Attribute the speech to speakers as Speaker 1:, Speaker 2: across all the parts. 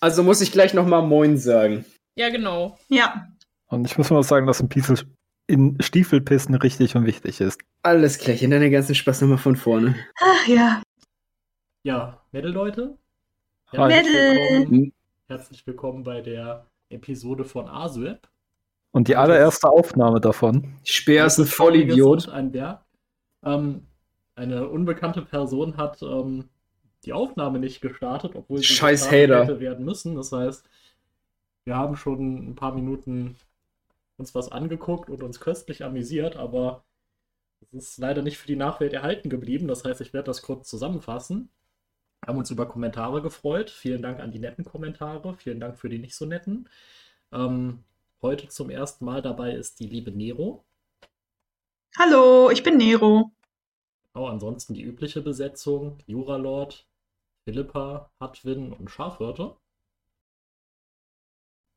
Speaker 1: Also muss ich gleich nochmal Moin sagen.
Speaker 2: Ja, genau.
Speaker 3: Ja.
Speaker 4: Und ich muss mal sagen, dass ein Piesel in Stiefelpissen richtig und wichtig ist.
Speaker 1: Alles klärchen, dann den ganzen Spaß nochmal von vorne.
Speaker 3: Ach ja.
Speaker 5: Ja, Metal-Leute.
Speaker 4: Hi.
Speaker 5: Herzlich
Speaker 3: Mädel.
Speaker 5: willkommen, herzlich willkommen bei der Episode von ASWEB.
Speaker 4: Und die allererste Aufnahme davon.
Speaker 1: Speer ist ein
Speaker 5: Das Trauriges
Speaker 1: Vollidiot.
Speaker 5: und Ein Berg. Ähm, eine unbekannte Person hat ähm, die Aufnahme nicht gestartet, obwohl sie
Speaker 1: Scheiß
Speaker 5: gestartet
Speaker 1: Hater.
Speaker 5: hätte werden müssen. Das heißt, wir haben schon ein paar Minuten uns was angeguckt und uns köstlich amüsiert, aber es ist leider nicht für die Nachwelt erhalten geblieben. Das heißt, ich werde das kurz zusammenfassen. Wir haben uns über Kommentare gefreut. Vielen Dank an die netten Kommentare. Vielen Dank für die nicht so netten. Ähm, heute zum ersten Mal dabei ist die liebe Nero.
Speaker 3: Hallo, ich bin Nero.
Speaker 5: Genau, ansonsten die übliche Besetzung: Juralord, Philippa, Hadwin und Schafhirte.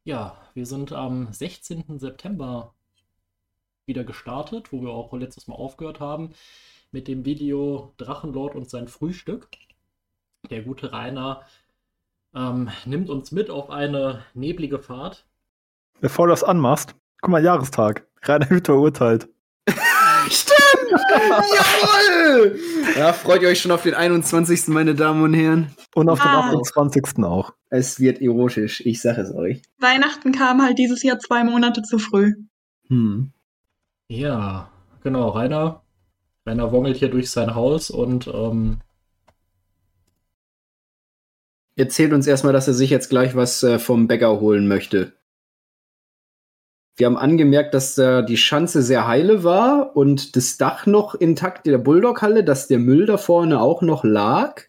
Speaker 5: Ja, wir sind am 16. September wieder gestartet, wo wir auch letztes Mal aufgehört haben, mit dem Video Drachenlord und sein Frühstück. Der gute Rainer ähm, nimmt uns mit auf eine neblige Fahrt.
Speaker 4: Bevor du das anmachst, guck mal, Jahrestag. Rainer Hüter urteilt.
Speaker 1: Stimmt! Jawohl! Ja, freut ihr euch schon auf den 21., meine Damen und Herren?
Speaker 4: Und auf
Speaker 3: Ah.
Speaker 4: den 28. auch.
Speaker 1: Es wird erotisch, ich sag es euch.
Speaker 3: Weihnachten kam halt dieses Jahr zwei Monate zu früh.
Speaker 1: Hm.
Speaker 5: Ja, genau, Rainer. Rainer wongelt hier durch sein Haus und ähm,
Speaker 1: Erzählt uns erstmal, dass er sich jetzt gleich was äh, vom Bäcker holen möchte. Wir haben angemerkt, dass äh, die Schanze sehr heile war und das Dach noch intakt der Bulldog-Halle, dass der Müll da vorne auch noch lag.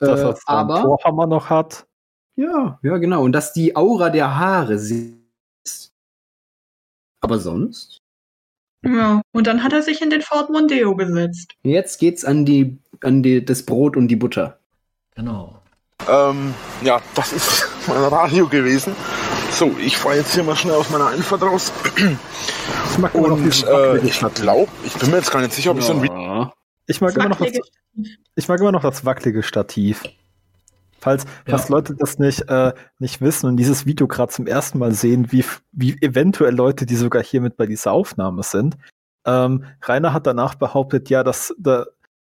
Speaker 4: Dass
Speaker 1: Äh,
Speaker 4: er seinen Torhammer noch hat.
Speaker 1: Ja, ja, genau. Und dass die Aura der Haare sie ist. Aber sonst?
Speaker 3: Ja. Und dann hat er sich in den Fort Mondeo gesetzt.
Speaker 1: Jetzt geht's an die, an die, das Brot und die Butter.
Speaker 5: genau.
Speaker 6: Ähm, ja, das ist mein Radio gewesen. So, ich fahre jetzt hier mal schnell aus meiner Einfahrt raus.
Speaker 4: Ich mag immer noch
Speaker 6: Und
Speaker 4: diesen
Speaker 6: äh,
Speaker 4: wackeligen
Speaker 6: ich
Speaker 4: Stadt.
Speaker 6: glaube, ich bin mir jetzt gar nicht sicher, ob ich so ein Video
Speaker 1: Ja.
Speaker 4: Ich mag, immer noch das, ich mag immer noch das wackelige Stativ. Falls, falls Leute das nicht, äh, nicht wissen und dieses Video gerade zum ersten Mal sehen, wie, f- wie eventuell Leute, die sogar hier mit bei dieser Aufnahme sind. Ähm, Rainer hat danach behauptet, ja, dass da,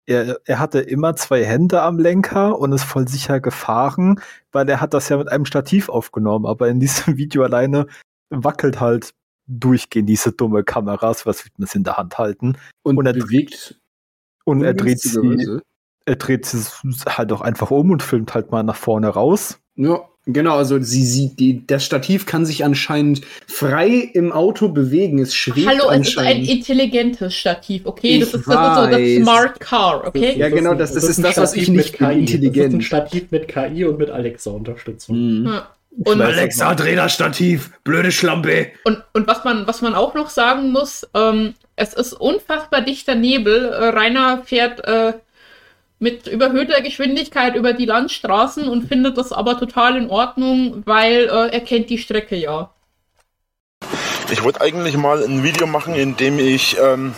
Speaker 4: er, er hatte immer zwei Hände am Lenker und ist voll sicher gefahren, weil er hat das ja mit einem Stativ aufgenommen, aber in diesem Video alleine wackelt halt durchgehend diese dumme Kameras, was wird man es in der Hand halten.
Speaker 1: Und,
Speaker 4: Und er-
Speaker 1: bewegt.
Speaker 4: Und er dreht sie,
Speaker 1: ungünstigerweise.
Speaker 4: er dreht sie halt auch einfach um und filmt halt mal nach vorne raus.
Speaker 1: Ja, genau. Also sie, sie, die, das Stativ kann sich anscheinend frei im Auto bewegen. Es schwebt
Speaker 2: Hallo, es ist ein
Speaker 1: anscheinend.
Speaker 2: intelligentes Stativ, okay?
Speaker 1: Ich
Speaker 2: das ist das, ist so
Speaker 1: weiß.
Speaker 2: das Smart Car, okay?
Speaker 1: Ja, genau, das- das ist das, was ich nicht bin,
Speaker 5: intelligent. Das ist ein
Speaker 1: intelligent.
Speaker 5: Stativ mit KI und mit Alexa-Unterstützung.
Speaker 1: Mhm.
Speaker 2: Und,
Speaker 4: Alexa,
Speaker 1: dreh das Stativ. Blöde Schlampe.
Speaker 2: und, und was, man, was man auch noch sagen muss, ähm, es ist unfassbar dichter Nebel. Äh, Rainer fährt äh, mit überhöhter Geschwindigkeit über die Landstraßen und findet das aber total in Ordnung, weil äh, er kennt die Strecke ja.
Speaker 6: Ich wollte eigentlich mal ein Video machen, in dem ich. Ähm,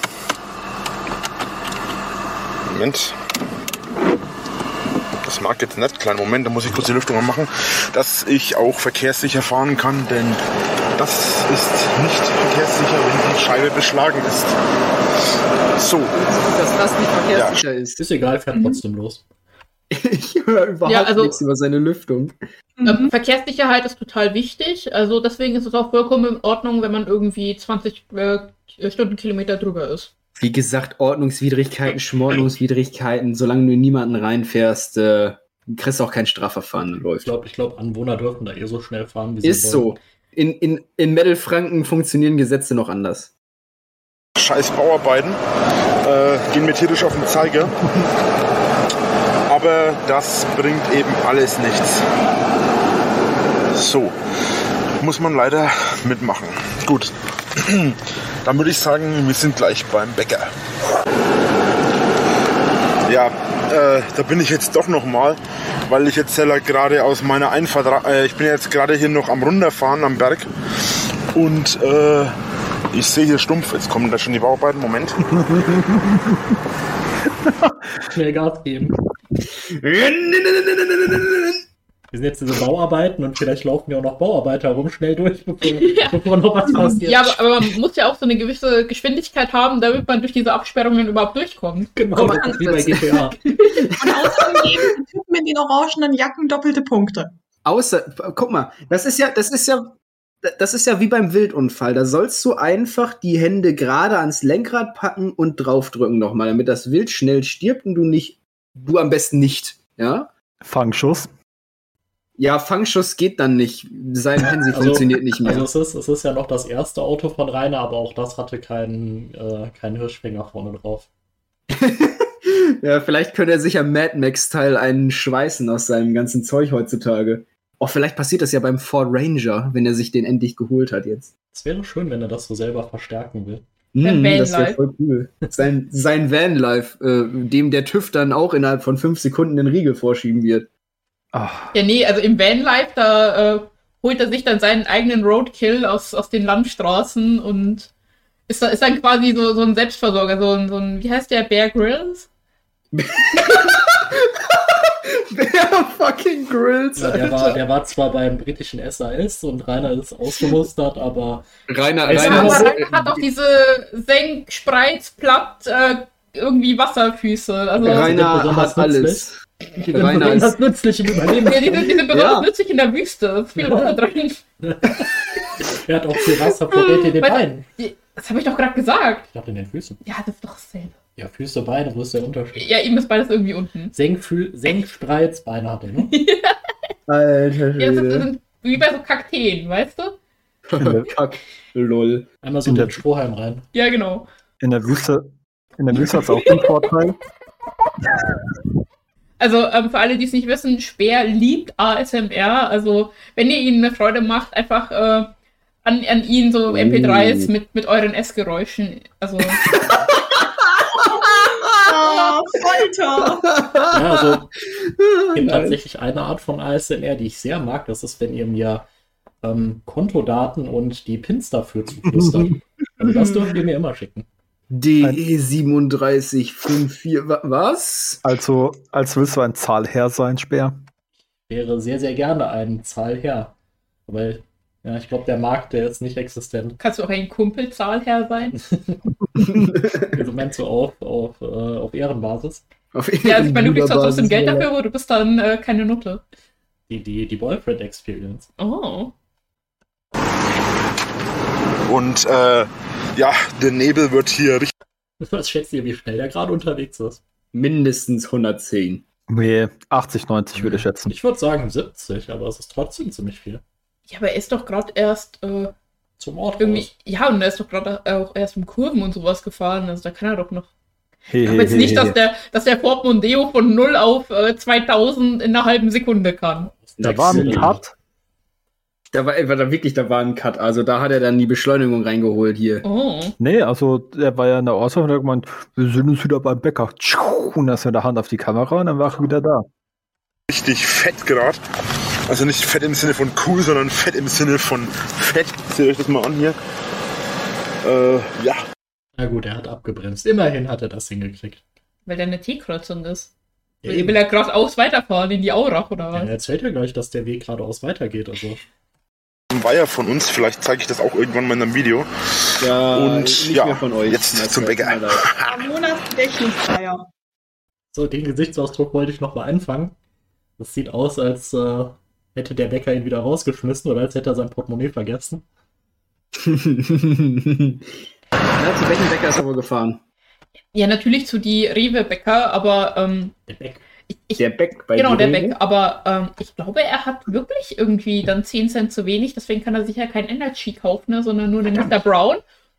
Speaker 6: Moment. Das mag jetzt nicht. Kleinen Moment, da muss ich kurz die Lüftung anmachen. Dass ich auch verkehrssicher fahren kann, denn das ist nicht verkehrssicher, wenn die Scheibe beschlagen ist. So,
Speaker 1: Dass das nicht verkehrssicher ist. Mhm.
Speaker 5: Ist egal, fährt trotzdem los.
Speaker 1: Ich höre überhaupt
Speaker 2: Ja, also-
Speaker 1: nichts über seine Lüftung.
Speaker 3: Mhm.
Speaker 2: Ähm, Verkehrssicherheit ist total wichtig, also deswegen ist es auch vollkommen in Ordnung, wenn man irgendwie 20 äh, Stundenkilometer drüber ist.
Speaker 1: Wie gesagt, Ordnungswidrigkeiten, Schmordnungswidrigkeiten, solange du niemanden reinfährst, äh, kriegst du auch kein Strafverfahren
Speaker 5: Ich
Speaker 1: läuft.
Speaker 5: glaube, ich glaub, Anwohner dürfen da eh so schnell fahren, wie sie
Speaker 1: Ist so.
Speaker 5: wollen.
Speaker 1: In, in, in Mittelfranken funktionieren Gesetze noch anders.
Speaker 6: scheiß Bauarbeiten, äh, gehen mir tierisch auf den Zeiger. Aber das bringt eben alles nichts. So, muss man leider mitmachen. Gut, dann würde ich sagen, wir sind gleich beim Bäcker. Ja, äh, da bin ich jetzt doch nochmal, weil ich jetzt selber gerade aus meiner Einfahrt, ra- äh, ich bin jetzt gerade hier noch am Runterfahren am Berg und äh, ich sehe hier stumpf, jetzt kommen da schon die Bauarbeiten, Moment.
Speaker 5: Schnell Gas geben. Wir sind jetzt diese Bauarbeiten und vielleicht laufen ja auch noch Bauarbeiter rum schnell durch, bevor, bevor noch was passiert.
Speaker 2: Ja, aber, aber man muss ja auch so eine gewisse Geschwindigkeit haben, damit man durch diese Absperrungen überhaupt durchkommt.
Speaker 5: genau, das ist wie bei GTA.
Speaker 3: Und außerdem geben die Typen in den orangenen Jacken doppelte Punkte.
Speaker 1: Außer, guck mal, das ist ja, das ist ja, das ist ja wie beim Wildunfall. Da sollst du einfach die Hände gerade ans Lenkrad packen und draufdrücken nochmal, damit das Wild schnell stirbt und du nicht, du am besten nicht, ja?
Speaker 4: Fangschuss.
Speaker 1: Ja, Fangschuss geht dann nicht. Sein Hansi
Speaker 5: Also-
Speaker 1: funktioniert nicht mehr.
Speaker 5: Also es ist, es ist ja noch das erste Auto von Rainer, aber auch das hatte keinen äh, keinen Hirschfänger vorne drauf.
Speaker 1: ja, vielleicht könnte er sich am Mad Max-Teil einen schweißen aus seinem ganzen Zeug heutzutage. Oh, vielleicht passiert das ja beim Ford Ranger, wenn er sich den endlich geholt hat jetzt.
Speaker 5: Es wäre schön, wenn er das so selber verstärken will.
Speaker 1: Hm,
Speaker 2: Sein
Speaker 1: das wäre
Speaker 2: Vanlife.
Speaker 1: voll cool. Sein, sein Vanlife, äh, dem der TÜV dann auch innerhalb von fünf Sekunden den Riegel vorschieben wird.
Speaker 4: Ach,
Speaker 2: Ja, nee, also im Vanlife, da äh, holt er sich dann seinen eigenen Roadkill aus, aus den Landstraßen und ist, da- ist dann quasi so, so ein Selbstversorger, so ein, so ein, wie heißt der, Bear Grylls?
Speaker 1: Wer fucking grills,
Speaker 5: Ja, der, war, der war zwar beim britischen SAS und Rainer ist ausgemustert, aber
Speaker 1: Rainer,
Speaker 5: Ja,
Speaker 2: Ja,
Speaker 1: Rainer,
Speaker 5: aber
Speaker 2: aber
Speaker 1: ist-
Speaker 2: Rainer hat auch diese Senk, Spreiz, Platt, äh, irgendwie Wasserfüße. Also,
Speaker 5: Rein-
Speaker 1: Rainer
Speaker 5: besonders
Speaker 1: hat alles.
Speaker 5: die
Speaker 1: Rainer
Speaker 5: Rainer
Speaker 1: ist-
Speaker 5: das nützliche Überleben.
Speaker 2: ja, die, sind- die sind
Speaker 1: Ja.
Speaker 2: besonders nützlich in der Wüste. Es ist viel Wasser drin.
Speaker 5: Er hat auch viel Wasser verrät in den
Speaker 2: Weil-
Speaker 5: Beinen.
Speaker 2: Die- Das habe ich doch gerade gesagt.
Speaker 5: Ich dachte in den Füßen.
Speaker 2: Ja, das ist doch dasselbe.
Speaker 5: Ja, Füße, Beine, wo ist der Unterschied?
Speaker 2: Ja, ihm ist beides irgendwie unten.
Speaker 5: Senkfühl, Senkspreiz, Beine hat er, ne?
Speaker 1: Alter
Speaker 2: Ja, das
Speaker 1: Schwede.
Speaker 2: sind wie bei so Kakteen, weißt du?
Speaker 1: Kack. Lol.
Speaker 5: Einmal so
Speaker 4: In
Speaker 5: den
Speaker 4: der-
Speaker 5: Strohhalm rein.
Speaker 2: Ja, genau.
Speaker 4: in der Wüste, in der Wüste hat es auch den Vorteil.
Speaker 2: Also ähm, für alle, die es nicht wissen, Speer liebt ASMR. Also wenn ihr ihnen eine Freude macht, einfach äh, an, an ihn so MP3s
Speaker 1: Mm.
Speaker 2: mit, mit euren Essgeräuschen. Also
Speaker 3: Oh, Folter!
Speaker 5: Ja, also es gibt
Speaker 1: Nein.
Speaker 5: tatsächlich eine Art von ASMR, die ich sehr mag. Das ist, wenn ihr mir ähm, Kontodaten und die Pins dafür zuflüstert. Also das dürft ihr mir immer schicken.
Speaker 1: DE 3754, wa- was?
Speaker 4: Also, als willst du ein Zahlherr sein, Speer.
Speaker 5: Wäre sehr, sehr gerne ein Zahl her. Weil, ja, ich glaube, der Markt, der ist nicht existent.
Speaker 2: kannst du auch ein Kumpelzahlherr sein?
Speaker 5: Also meinst du auf, auf, äh, auf Ehrenbasis?
Speaker 1: Auf
Speaker 2: Ja, also ich meine, du kriegst auch
Speaker 1: Basis,
Speaker 2: trotzdem Geld
Speaker 1: Alter.
Speaker 2: dafür, aber du bist dann äh, keine Nutte.
Speaker 5: Die, die, die Boyfriend Experience.
Speaker 2: Oh.
Speaker 6: Und äh, ja, der Nebel wird hier richtig.
Speaker 5: Was schätzt ihr, wie schnell der gerade unterwegs ist?
Speaker 1: Mindestens 110.
Speaker 4: Nee, 80, 90 würde ich schätzen.
Speaker 5: Ich würde sagen 70, aber es ist trotzdem ziemlich viel.
Speaker 2: Ja, aber er ist doch gerade erst äh,
Speaker 5: Zum Ort.
Speaker 2: irgendwie.
Speaker 5: raus.
Speaker 2: Ja, und er ist doch gerade auch erst im Kurven und sowas gefahren. Also da kann er doch noch
Speaker 4: Hey,
Speaker 2: Aber jetzt nicht, dass der, dass der Portmondeo von 0 auf äh, 2000 in einer halben Sekunde kann.
Speaker 4: Da war ein Cut.
Speaker 1: Da war, war da wirklich, da war ein Cut. Also da hat er dann die Beschleunigung reingeholt hier.
Speaker 2: Oh.
Speaker 4: Nee, also der war ja in der Ortschaft und hat gemeint, wir sind uns wieder beim Bäcker. Tschuh, Und das mit der Hand auf die Kamera und dann war er wieder da.
Speaker 6: richtig fett gerade. Also nicht fett im Sinne von cool, sondern fett im Sinne von fett. Seht euch das mal an hier. Äh, ja,
Speaker 5: Na gut, er hat abgebremst. Immerhin hat er das hingekriegt.
Speaker 2: Weil der eine T-Kreuzung ist.
Speaker 5: Ja,
Speaker 2: will, will er geradeaus weiterfahren in die Aurach oder
Speaker 5: Ja,
Speaker 2: was?
Speaker 5: er erzählt ja gleich, dass der Weg geradeaus weitergeht. Also
Speaker 6: ein Weiher von uns. Vielleicht zeige ich das auch irgendwann mal in einem Video.
Speaker 1: Ja,
Speaker 6: Und
Speaker 1: nicht
Speaker 6: ja,
Speaker 1: mehr von euch.
Speaker 6: jetzt
Speaker 1: Das
Speaker 6: zum
Speaker 1: tut mir
Speaker 6: Bäcker.
Speaker 1: leid.
Speaker 3: Am Monatsgedächtnisfeier.
Speaker 5: So, den Gesichtsausdruck wollte ich nochmal anfangen. Das sieht aus, als äh, hätte der Bäcker ihn wieder rausgeschmissen oder als hätte er sein Portemonnaie vergessen.
Speaker 1: Na, zu welchem Bäcker ist er wohl gefahren?
Speaker 2: Ja, natürlich zu die Rewe-Bäcker, aber ähm,
Speaker 5: Der Bäck.
Speaker 2: ich, ich,
Speaker 1: Der Beck bei
Speaker 2: genau, der
Speaker 1: Rewe?
Speaker 2: Bäcker, aber ähm, ich glaube, er hat wirklich irgendwie dann 10 Cent zu wenig, deswegen kann er sicher kein Energy kaufen, ne, sondern nur den Mr. Brown.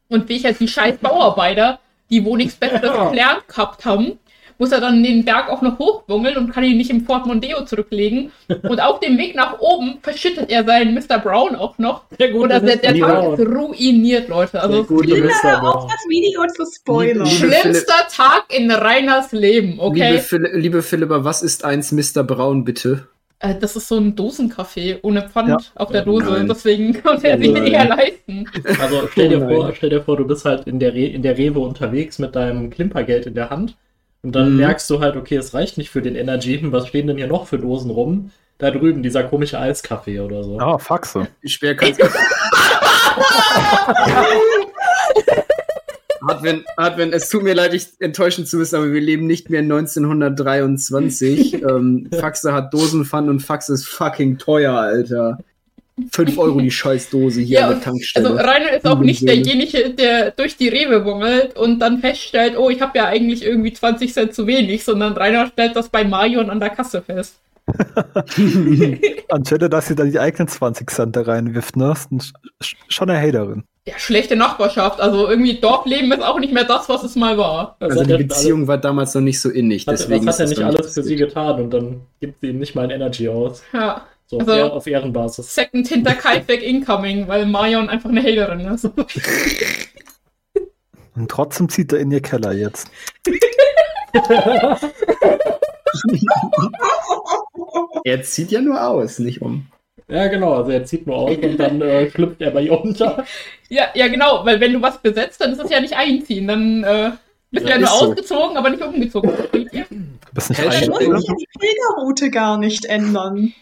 Speaker 2: Und wie ich halt die scheiß Bauarbeiter, die wo nichts Besseres gelernt gehabt haben, muss er dann den Berg auch noch hochbungeln und kann ihn nicht im Fort Mondeo zurücklegen. Und auf dem Weg nach oben verschüttet er seinen Mr. Brown auch noch.
Speaker 5: Der
Speaker 2: Und also der, der
Speaker 5: Mr.
Speaker 2: Tag
Speaker 5: Brown.
Speaker 2: ist ruiniert, Leute.
Speaker 5: Der
Speaker 2: Also
Speaker 5: gute Mr.
Speaker 3: Hör auf,
Speaker 5: Brown.
Speaker 3: das Video zu spoilern.
Speaker 1: Liebe
Speaker 2: schlimmster Tag in Rainers Leben, okay?
Speaker 1: Liebe, Phil liebe Philippa, was ist eins Mr. Braun, bitte?
Speaker 2: Äh, das ist so ein Dosenkaffee ohne Pfand
Speaker 4: Ja.
Speaker 2: auf der
Speaker 5: Oh
Speaker 2: Dose.
Speaker 1: nein.
Speaker 2: Deswegen konnte er sich
Speaker 1: nein.
Speaker 2: den eher leisten.
Speaker 5: Also stell dir,
Speaker 1: Oh
Speaker 5: vor,
Speaker 1: nein.
Speaker 5: stell dir vor, du bist halt in der, Re in der Rewe unterwegs mit deinem Klimpergeld in der Hand und dann
Speaker 1: Mhm.
Speaker 5: merkst du halt, okay, es reicht nicht für den Energy. Hm, Was stehen denn hier noch für Dosen rum? da drüben, dieser komische Eiskaffee oder so.
Speaker 4: Ah, Faxe.
Speaker 1: Schwer kann's. Advin, Advin, es tut mir leid, dich enttäuschen zu müssen, aber wir leben nicht mehr in 1923. ähm, Faxe hat Dosenpfannen und Faxe ist fucking teuer, Alter. 5 Euro die scheiß Dose hier
Speaker 2: Ja,
Speaker 1: an der
Speaker 2: und-
Speaker 1: Tankstelle. Hm,
Speaker 2: Also Rainer ist auch nicht
Speaker 1: Unsinn.
Speaker 2: derjenige, der durch die Rewe wungelt und dann feststellt, oh, ich habe ja eigentlich irgendwie 20 Cent zu wenig, sondern Rainer stellt das bei Marion an der Kasse fest.
Speaker 4: Anstelle, dass sie da die eigenen 20 Cent da reinwirft, ne? Ist ein, sch- schon eine Haterin.
Speaker 2: Ja, schlechte Nachbarschaft. Also irgendwie Dorfleben ist auch nicht mehr das, was es mal war.
Speaker 1: also die Beziehung war damals noch nicht so innig,
Speaker 5: Hat,
Speaker 1: deswegen
Speaker 5: was hat er
Speaker 1: ist
Speaker 5: nicht
Speaker 1: das noch
Speaker 5: alles für sie
Speaker 1: passiert.
Speaker 5: getan und dann gibt sie ihm nicht mal ein Energy aus.
Speaker 2: Ja.
Speaker 5: So auf,
Speaker 2: Also-
Speaker 5: Ehr- auf Ehrenbasis.
Speaker 2: Second hinter Kaltweg Incoming, weil Marion einfach eine Haterin ist.
Speaker 4: Und trotzdem zieht er in ihr Keller jetzt.
Speaker 1: Er zieht ja nur aus, nicht um.
Speaker 5: Ja, genau. Also er zieht nur aus und dann äh, schlüpft er bei ihr unter.
Speaker 2: ja, ja, genau, weil wenn du was besetzt, dann ist es ja nicht einziehen. Dann äh, bist du
Speaker 5: Ja,
Speaker 2: ja nur
Speaker 1: ist so.
Speaker 2: ausgezogen, aber nicht umgezogen. Versteht ihr?
Speaker 4: Du bist nicht
Speaker 1: Hashtag-
Speaker 3: Er
Speaker 4: ein,
Speaker 3: muss
Speaker 1: Oder?
Speaker 3: hier die Pilgerroute gar nicht ändern.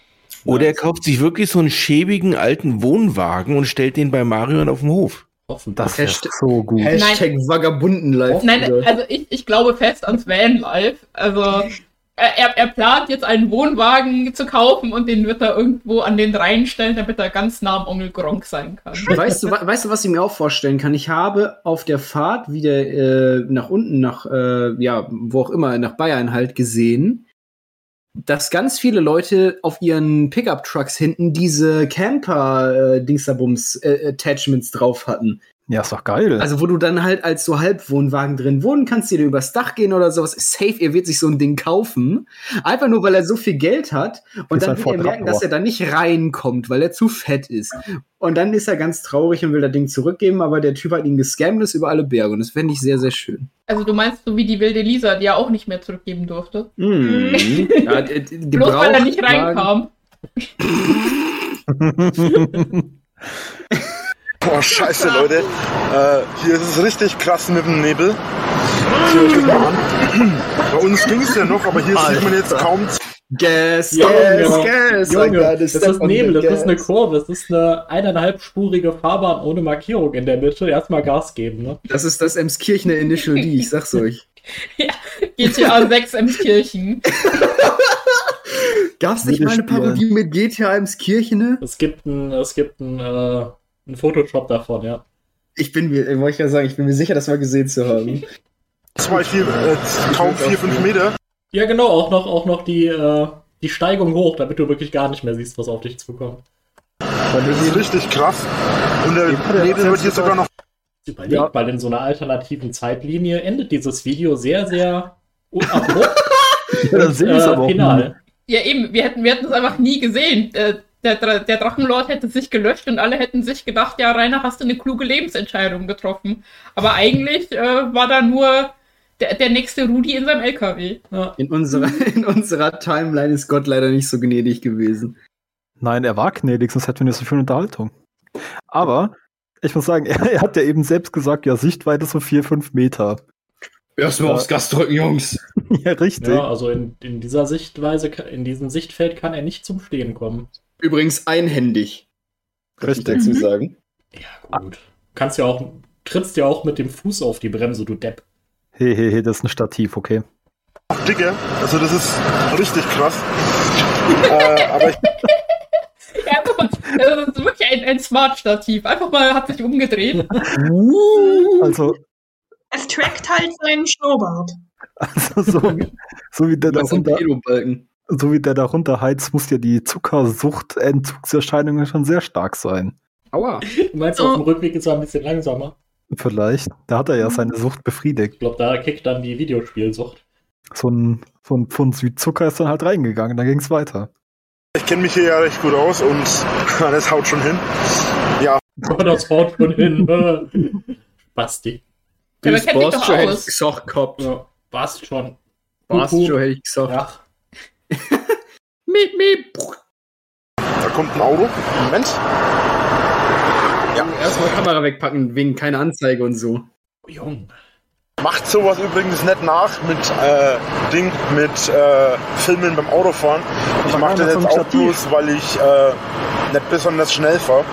Speaker 7: Oder er kauft sich wirklich so einen schäbigen alten Wohnwagen und stellt den bei Marion auf den Hof.
Speaker 5: Offen.
Speaker 4: Das ist
Speaker 1: Hashtag-
Speaker 4: so gut.
Speaker 1: Hashtag Vagabundenlife.
Speaker 2: Nein,
Speaker 1: Alter.
Speaker 2: also ich, ich glaube fest ans Vanlife. Also er, er er plant jetzt einen Wohnwagen zu kaufen und den wird er irgendwo an den Rhein stellen, damit er ganz nah am Onkel Gronk sein kann.
Speaker 1: Weißt du, we- weißt du, was ich mir auch vorstellen kann? Ich habe auf der Fahrt wieder äh, nach unten, nach, äh, ja, wo auch immer, nach Bayern halt gesehen, dass ganz viele Leute auf ihren Pickup-Trucks hinten diese äh, Camper-Dingsabums-Attachments äh, drauf hatten.
Speaker 4: Ja, ist doch geil.
Speaker 1: Also, wo du dann halt als so Halbwohnwagen drin wohnen kannst, die dir übers Dach gehen oder sowas. Safe, er wird sich so ein Ding kaufen. Einfach nur, weil er so viel Geld hat. Und
Speaker 4: Ist
Speaker 1: dann
Speaker 4: halt
Speaker 1: wird er
Speaker 4: Ford
Speaker 1: merken,
Speaker 4: Raptor.
Speaker 1: dass er da nicht reinkommt, weil er zu fett ist. Und dann ist er ganz traurig und will das Ding zurückgeben, aber der Typ hat ihn gescammt ist über alle Berge. Und das fände ich sehr, sehr schön.
Speaker 2: Also du meinst so wie die wilde Lisa, die ja auch nicht mehr zurückgeben durfte.
Speaker 5: Hm.
Speaker 1: Mhm. ja, d- d-
Speaker 2: Bloß weil er nicht
Speaker 1: gebraucht
Speaker 2: reinkam.
Speaker 6: Boah, Oh, scheiße, Leute. Äh, hier ist es richtig krass mit dem Nebel. Ich höre euch das mal an. Bei uns ging es ja noch, aber hier sieht man jetzt kaum
Speaker 1: Wagen. Gas,
Speaker 5: Junge,
Speaker 1: gas, gas. I
Speaker 5: genau. Junge,
Speaker 1: gotta
Speaker 5: das
Speaker 1: step
Speaker 5: ist
Speaker 1: on the
Speaker 5: Nebel, das
Speaker 1: gas.
Speaker 5: ist eine Kurve, das ist eine eineinhalbspurige Fahrbahn ohne Markierung in der Mitte. Erstmal Gas geben, ne?
Speaker 1: Das ist das Emskirchner Initial D, ich sag's euch.
Speaker 2: GTA 6 im Kirchen.
Speaker 1: Gab's nicht mal eine
Speaker 4: Mittelspielen.
Speaker 1: Parodie mit GTA Emskirchner?
Speaker 5: Es gibt ein, es gibt ein, äh, ein Photoshop davon, ja.
Speaker 1: Ich bin mir, äh, wollte ich ja sagen, ich bin mir sicher, das mal gesehen zu haben.
Speaker 6: zwei, vier, äh, kaum vier, fünf Meter.
Speaker 5: Ja, genau, auch noch, auch noch die, äh, die Steigung hoch, damit du wirklich gar nicht mehr siehst, was auf dich zukommt.
Speaker 6: Das ist richtig krass. Und der Nebel wird hier sogar noch
Speaker 5: Überleg mal, in so einer alternativen Zeitlinie endet dieses Video sehr, sehr unabrupt.
Speaker 4: ja, dann sehen wir es
Speaker 5: äh,
Speaker 4: aber auch.
Speaker 5: final.
Speaker 2: Ja eben, wir hätten wir hätten es einfach nie gesehen. Der, der, Dra- der Drachenlord hätte sich gelöscht und alle hätten sich gedacht, ja Rainer, hast du eine kluge Lebensentscheidung getroffen. Aber eigentlich äh, war da nur der, der nächste Rudi in seinem LKW.
Speaker 5: Ja.
Speaker 1: In unserer, in unserer Timeline ist Gott leider nicht so gnädig gewesen.
Speaker 4: Nein, er war gnädig, sonst hätten wir nicht so viel Unterhaltung. Aber ich muss sagen, er, er hat ja eben selbst gesagt, ja, Sichtweite so 4, 5 Meter.
Speaker 1: Erstmal aufs Gas drücken, Jungs.
Speaker 4: ja, richtig.
Speaker 5: Ja, also in, in dieser Sichtweise, ka- in diesem Sichtfeld kann er nicht zum Stehen kommen.
Speaker 1: Übrigens einhändig.
Speaker 4: Richtig.
Speaker 1: Dazu sagen.
Speaker 5: Ja, gut. Kannst ja auch, trittst ja auch mit dem Fuß auf die Bremse, du Depp.
Speaker 4: Hey, hey, hey, das ist ein Stativ, okay.
Speaker 6: dicker. Also das ist richtig krass. äh, aber ich
Speaker 2: Ja, guck mal, das ist wirklich ein, ein Smart-Stativ. Einfach mal hat sich umgedreht.
Speaker 4: Also,
Speaker 3: Es trackt halt seinen Schnurrbart.
Speaker 4: also so, wie- so, wie der
Speaker 1: Was sind
Speaker 4: darunter,
Speaker 1: Pedobalken?
Speaker 4: so wie der darunter heizt, muss ja die Zuckersucht-Entzugserscheinungen schon sehr stark sein.
Speaker 1: Aua.
Speaker 5: Du meinst, auf dem Rückweg ist er ein bisschen langsamer?
Speaker 4: Vielleicht. Da hat er
Speaker 5: Mhm.
Speaker 4: ja seine Sucht befriedigt.
Speaker 5: Ich glaube, da kickt dann die Videospielsucht.
Speaker 4: So ein, so ein Pfund Südzucker ist dann halt reingegangen, dann ging es weiter.
Speaker 6: ich kenne mich hier ja recht gut aus und das haut schon hin.
Speaker 5: Aber das haut schon hin. Basti.
Speaker 2: Ja, man kennt dich doch
Speaker 1: hätte ich
Speaker 2: aus.
Speaker 1: gesagt gehabt.
Speaker 5: Ja, passt schon.
Speaker 1: Bastjo hätte ich gesagt.
Speaker 5: Ach,
Speaker 1: Miep, miep.
Speaker 6: Da kommt ein Auto. Moment.
Speaker 1: Erstmal Kamera wegpacken, wegen keiner Anzeige und so.
Speaker 5: Oh, Jung.
Speaker 6: Macht sowas übrigens nicht nach mit äh, Ding, mit äh, Filmen beim Autofahren. Ich
Speaker 4: Aber
Speaker 6: mache das
Speaker 4: einer
Speaker 6: jetzt
Speaker 4: vom
Speaker 6: auch
Speaker 4: Stativ.
Speaker 6: bloß, weil ich äh, nicht besonders schnell fahre.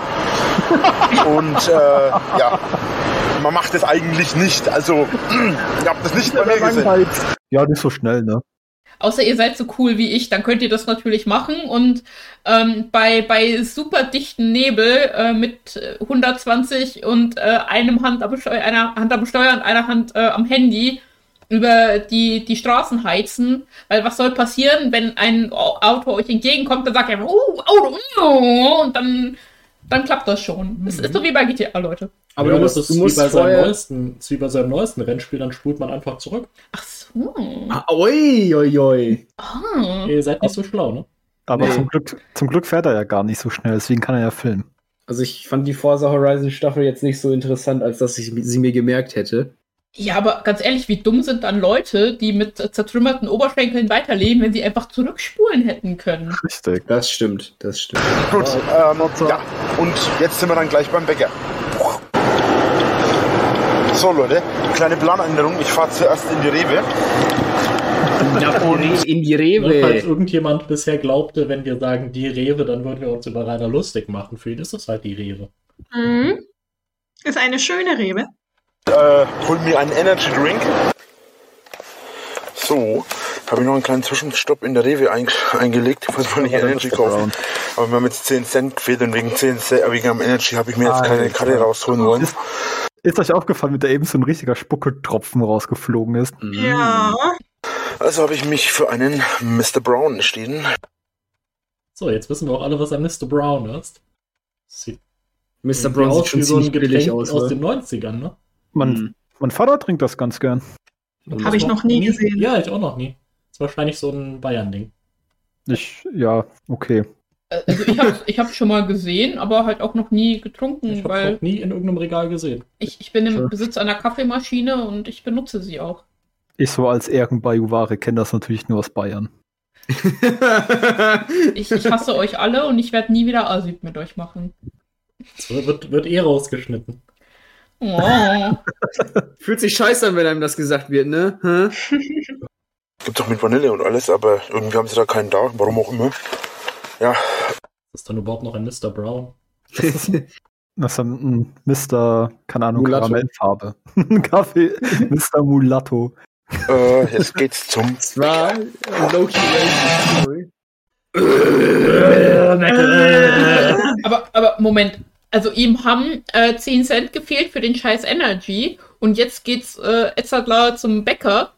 Speaker 6: Und äh, ja, man macht das eigentlich nicht. Also, ich habe das nicht bei mir gesehen.
Speaker 4: Ja, nicht so schnell, ne?
Speaker 2: Außer ihr seid so cool wie ich, dann könnt ihr das natürlich machen. Und ähm, bei, bei super dichten Nebel äh, mit äh, 120 und äh, einem Hand am Steu einer Hand am Steuer und einer Hand äh, am Handy über die, die Straßen heizen. Weil was soll passieren, wenn ein Au- Auto euch entgegenkommt, dann sagt er, oh, Auto, oh, und dann, dann klappt das schon. Es ist so wie bei GTA, Leute.
Speaker 1: Aber
Speaker 5: ja,
Speaker 1: du musst,
Speaker 5: das
Speaker 1: du
Speaker 5: ist
Speaker 1: musst
Speaker 5: wie bei seinem
Speaker 1: vorher.
Speaker 5: neuesten, das ist wie bei seinem neuesten Rennspiel, dann spult man einfach zurück.
Speaker 2: Ach so.
Speaker 1: Ah, Oi, oi, oi.
Speaker 2: Ah.
Speaker 5: Ihr seid nicht so schlau, ne?
Speaker 4: Aber
Speaker 1: Nee.
Speaker 4: zum, Glück, zum Glück fährt er ja gar nicht so schnell, deswegen kann er ja filmen.
Speaker 1: Also ich fand die Forza Horizon Staffel jetzt nicht so interessant, als dass ich sie mir gemerkt hätte.
Speaker 2: Ja, aber ganz ehrlich, wie dumm sind dann Leute, die mit äh, zertrümmerten Oberschenkeln weiterleben, wenn sie einfach zurückspulen hätten können?
Speaker 4: Richtig.
Speaker 1: Das stimmt, das stimmt.
Speaker 6: Gut, ähm, ja. Und jetzt sind wir dann gleich beim Bäcker. So Leute, kleine Planänderung. Ich fahre zuerst in die Rewe.
Speaker 1: Und in die
Speaker 5: Ne, Falls
Speaker 1: Rewe.
Speaker 5: irgendjemand bisher glaubte, wenn wir sagen die Rewe, dann würden wir uns über Rainer lustig machen. Für ihn ist das halt die Rewe.
Speaker 3: Mhm. Ist eine schöne Rebe.
Speaker 6: Äh, hol mir einen Energy Drink. So, habe ich noch einen kleinen Zwischenstopp in der Rewe ein, eingelegt. Ich wollte mal nicht Energy kaufen. Aber wir haben jetzt 10 Cent gefehlt und wegen 10 Cent, äh, wegen am Energy habe ich mir jetzt
Speaker 4: Ah,
Speaker 6: keine
Speaker 4: ja,
Speaker 6: Karte
Speaker 4: klar.
Speaker 6: rausholen wollen.
Speaker 4: Ist, ist euch aufgefallen, wie da eben so ein richtiger Spucketropfen rausgeflogen ist?
Speaker 1: Mhm.
Speaker 3: Ja.
Speaker 6: Also habe ich mich für einen Mr. Brown entschieden.
Speaker 5: So, jetzt wissen wir auch alle, was ein Mr. Brown ist. Sieht
Speaker 1: Mr.
Speaker 5: irgendwie
Speaker 1: Brown sieht
Speaker 5: aus
Speaker 1: schon
Speaker 5: wie so ein
Speaker 1: ziemlich billig
Speaker 5: Getränk
Speaker 1: aus.
Speaker 5: aus
Speaker 1: ne?
Speaker 5: den 90ern, ne?
Speaker 4: Man,
Speaker 1: Mhm.
Speaker 4: Mein Vater trinkt das ganz gern.
Speaker 5: Und
Speaker 3: Hab ich
Speaker 5: das war
Speaker 3: noch nie gesehen.
Speaker 5: Ja, ich auch noch nie. Ist wahrscheinlich so ein Bayern-Ding.
Speaker 4: Ich, ja, okay.
Speaker 2: Äh, Also ich habe ich hab schon mal gesehen, aber halt auch noch nie
Speaker 3: Hm,
Speaker 2: getrunken,
Speaker 5: Ich habe
Speaker 2: weil
Speaker 5: noch nie in irgendeinem Regal gesehen.
Speaker 2: ich, ich bin im
Speaker 4: Sure.
Speaker 2: Besitz einer Kaffeemaschine und ich benutze sie auch.
Speaker 4: Ich so als Ehrenbajuware kenne das natürlich nur aus Bayern.
Speaker 2: Ich, ich hasse euch alle und ich werde nie wieder Asib mit euch machen.
Speaker 5: Das wird, wird eh rausgeschnitten.
Speaker 2: Oh.
Speaker 1: Fühlt sich scheiße an, wenn einem das gesagt wird, ne? Hä?
Speaker 6: Gibt doch mit Vanille und alles, aber irgendwie haben sie da keinen da, warum auch immer.
Speaker 5: Ist dann überhaupt noch ein Mr. Brown?
Speaker 4: Das ist ein Mr. keine Ahnung,
Speaker 1: Mulatto.
Speaker 4: Karamellfarbe. Kaffee, Mr. Mulatto.
Speaker 6: Äh, jetzt geht's zum
Speaker 1: Es war Loki
Speaker 3: Äh.
Speaker 2: Aber, aber Moment, also ihm haben äh, 10 Cent gefehlt für den scheiß Energy und jetzt geht's äh, Etzadler zum Bäcker.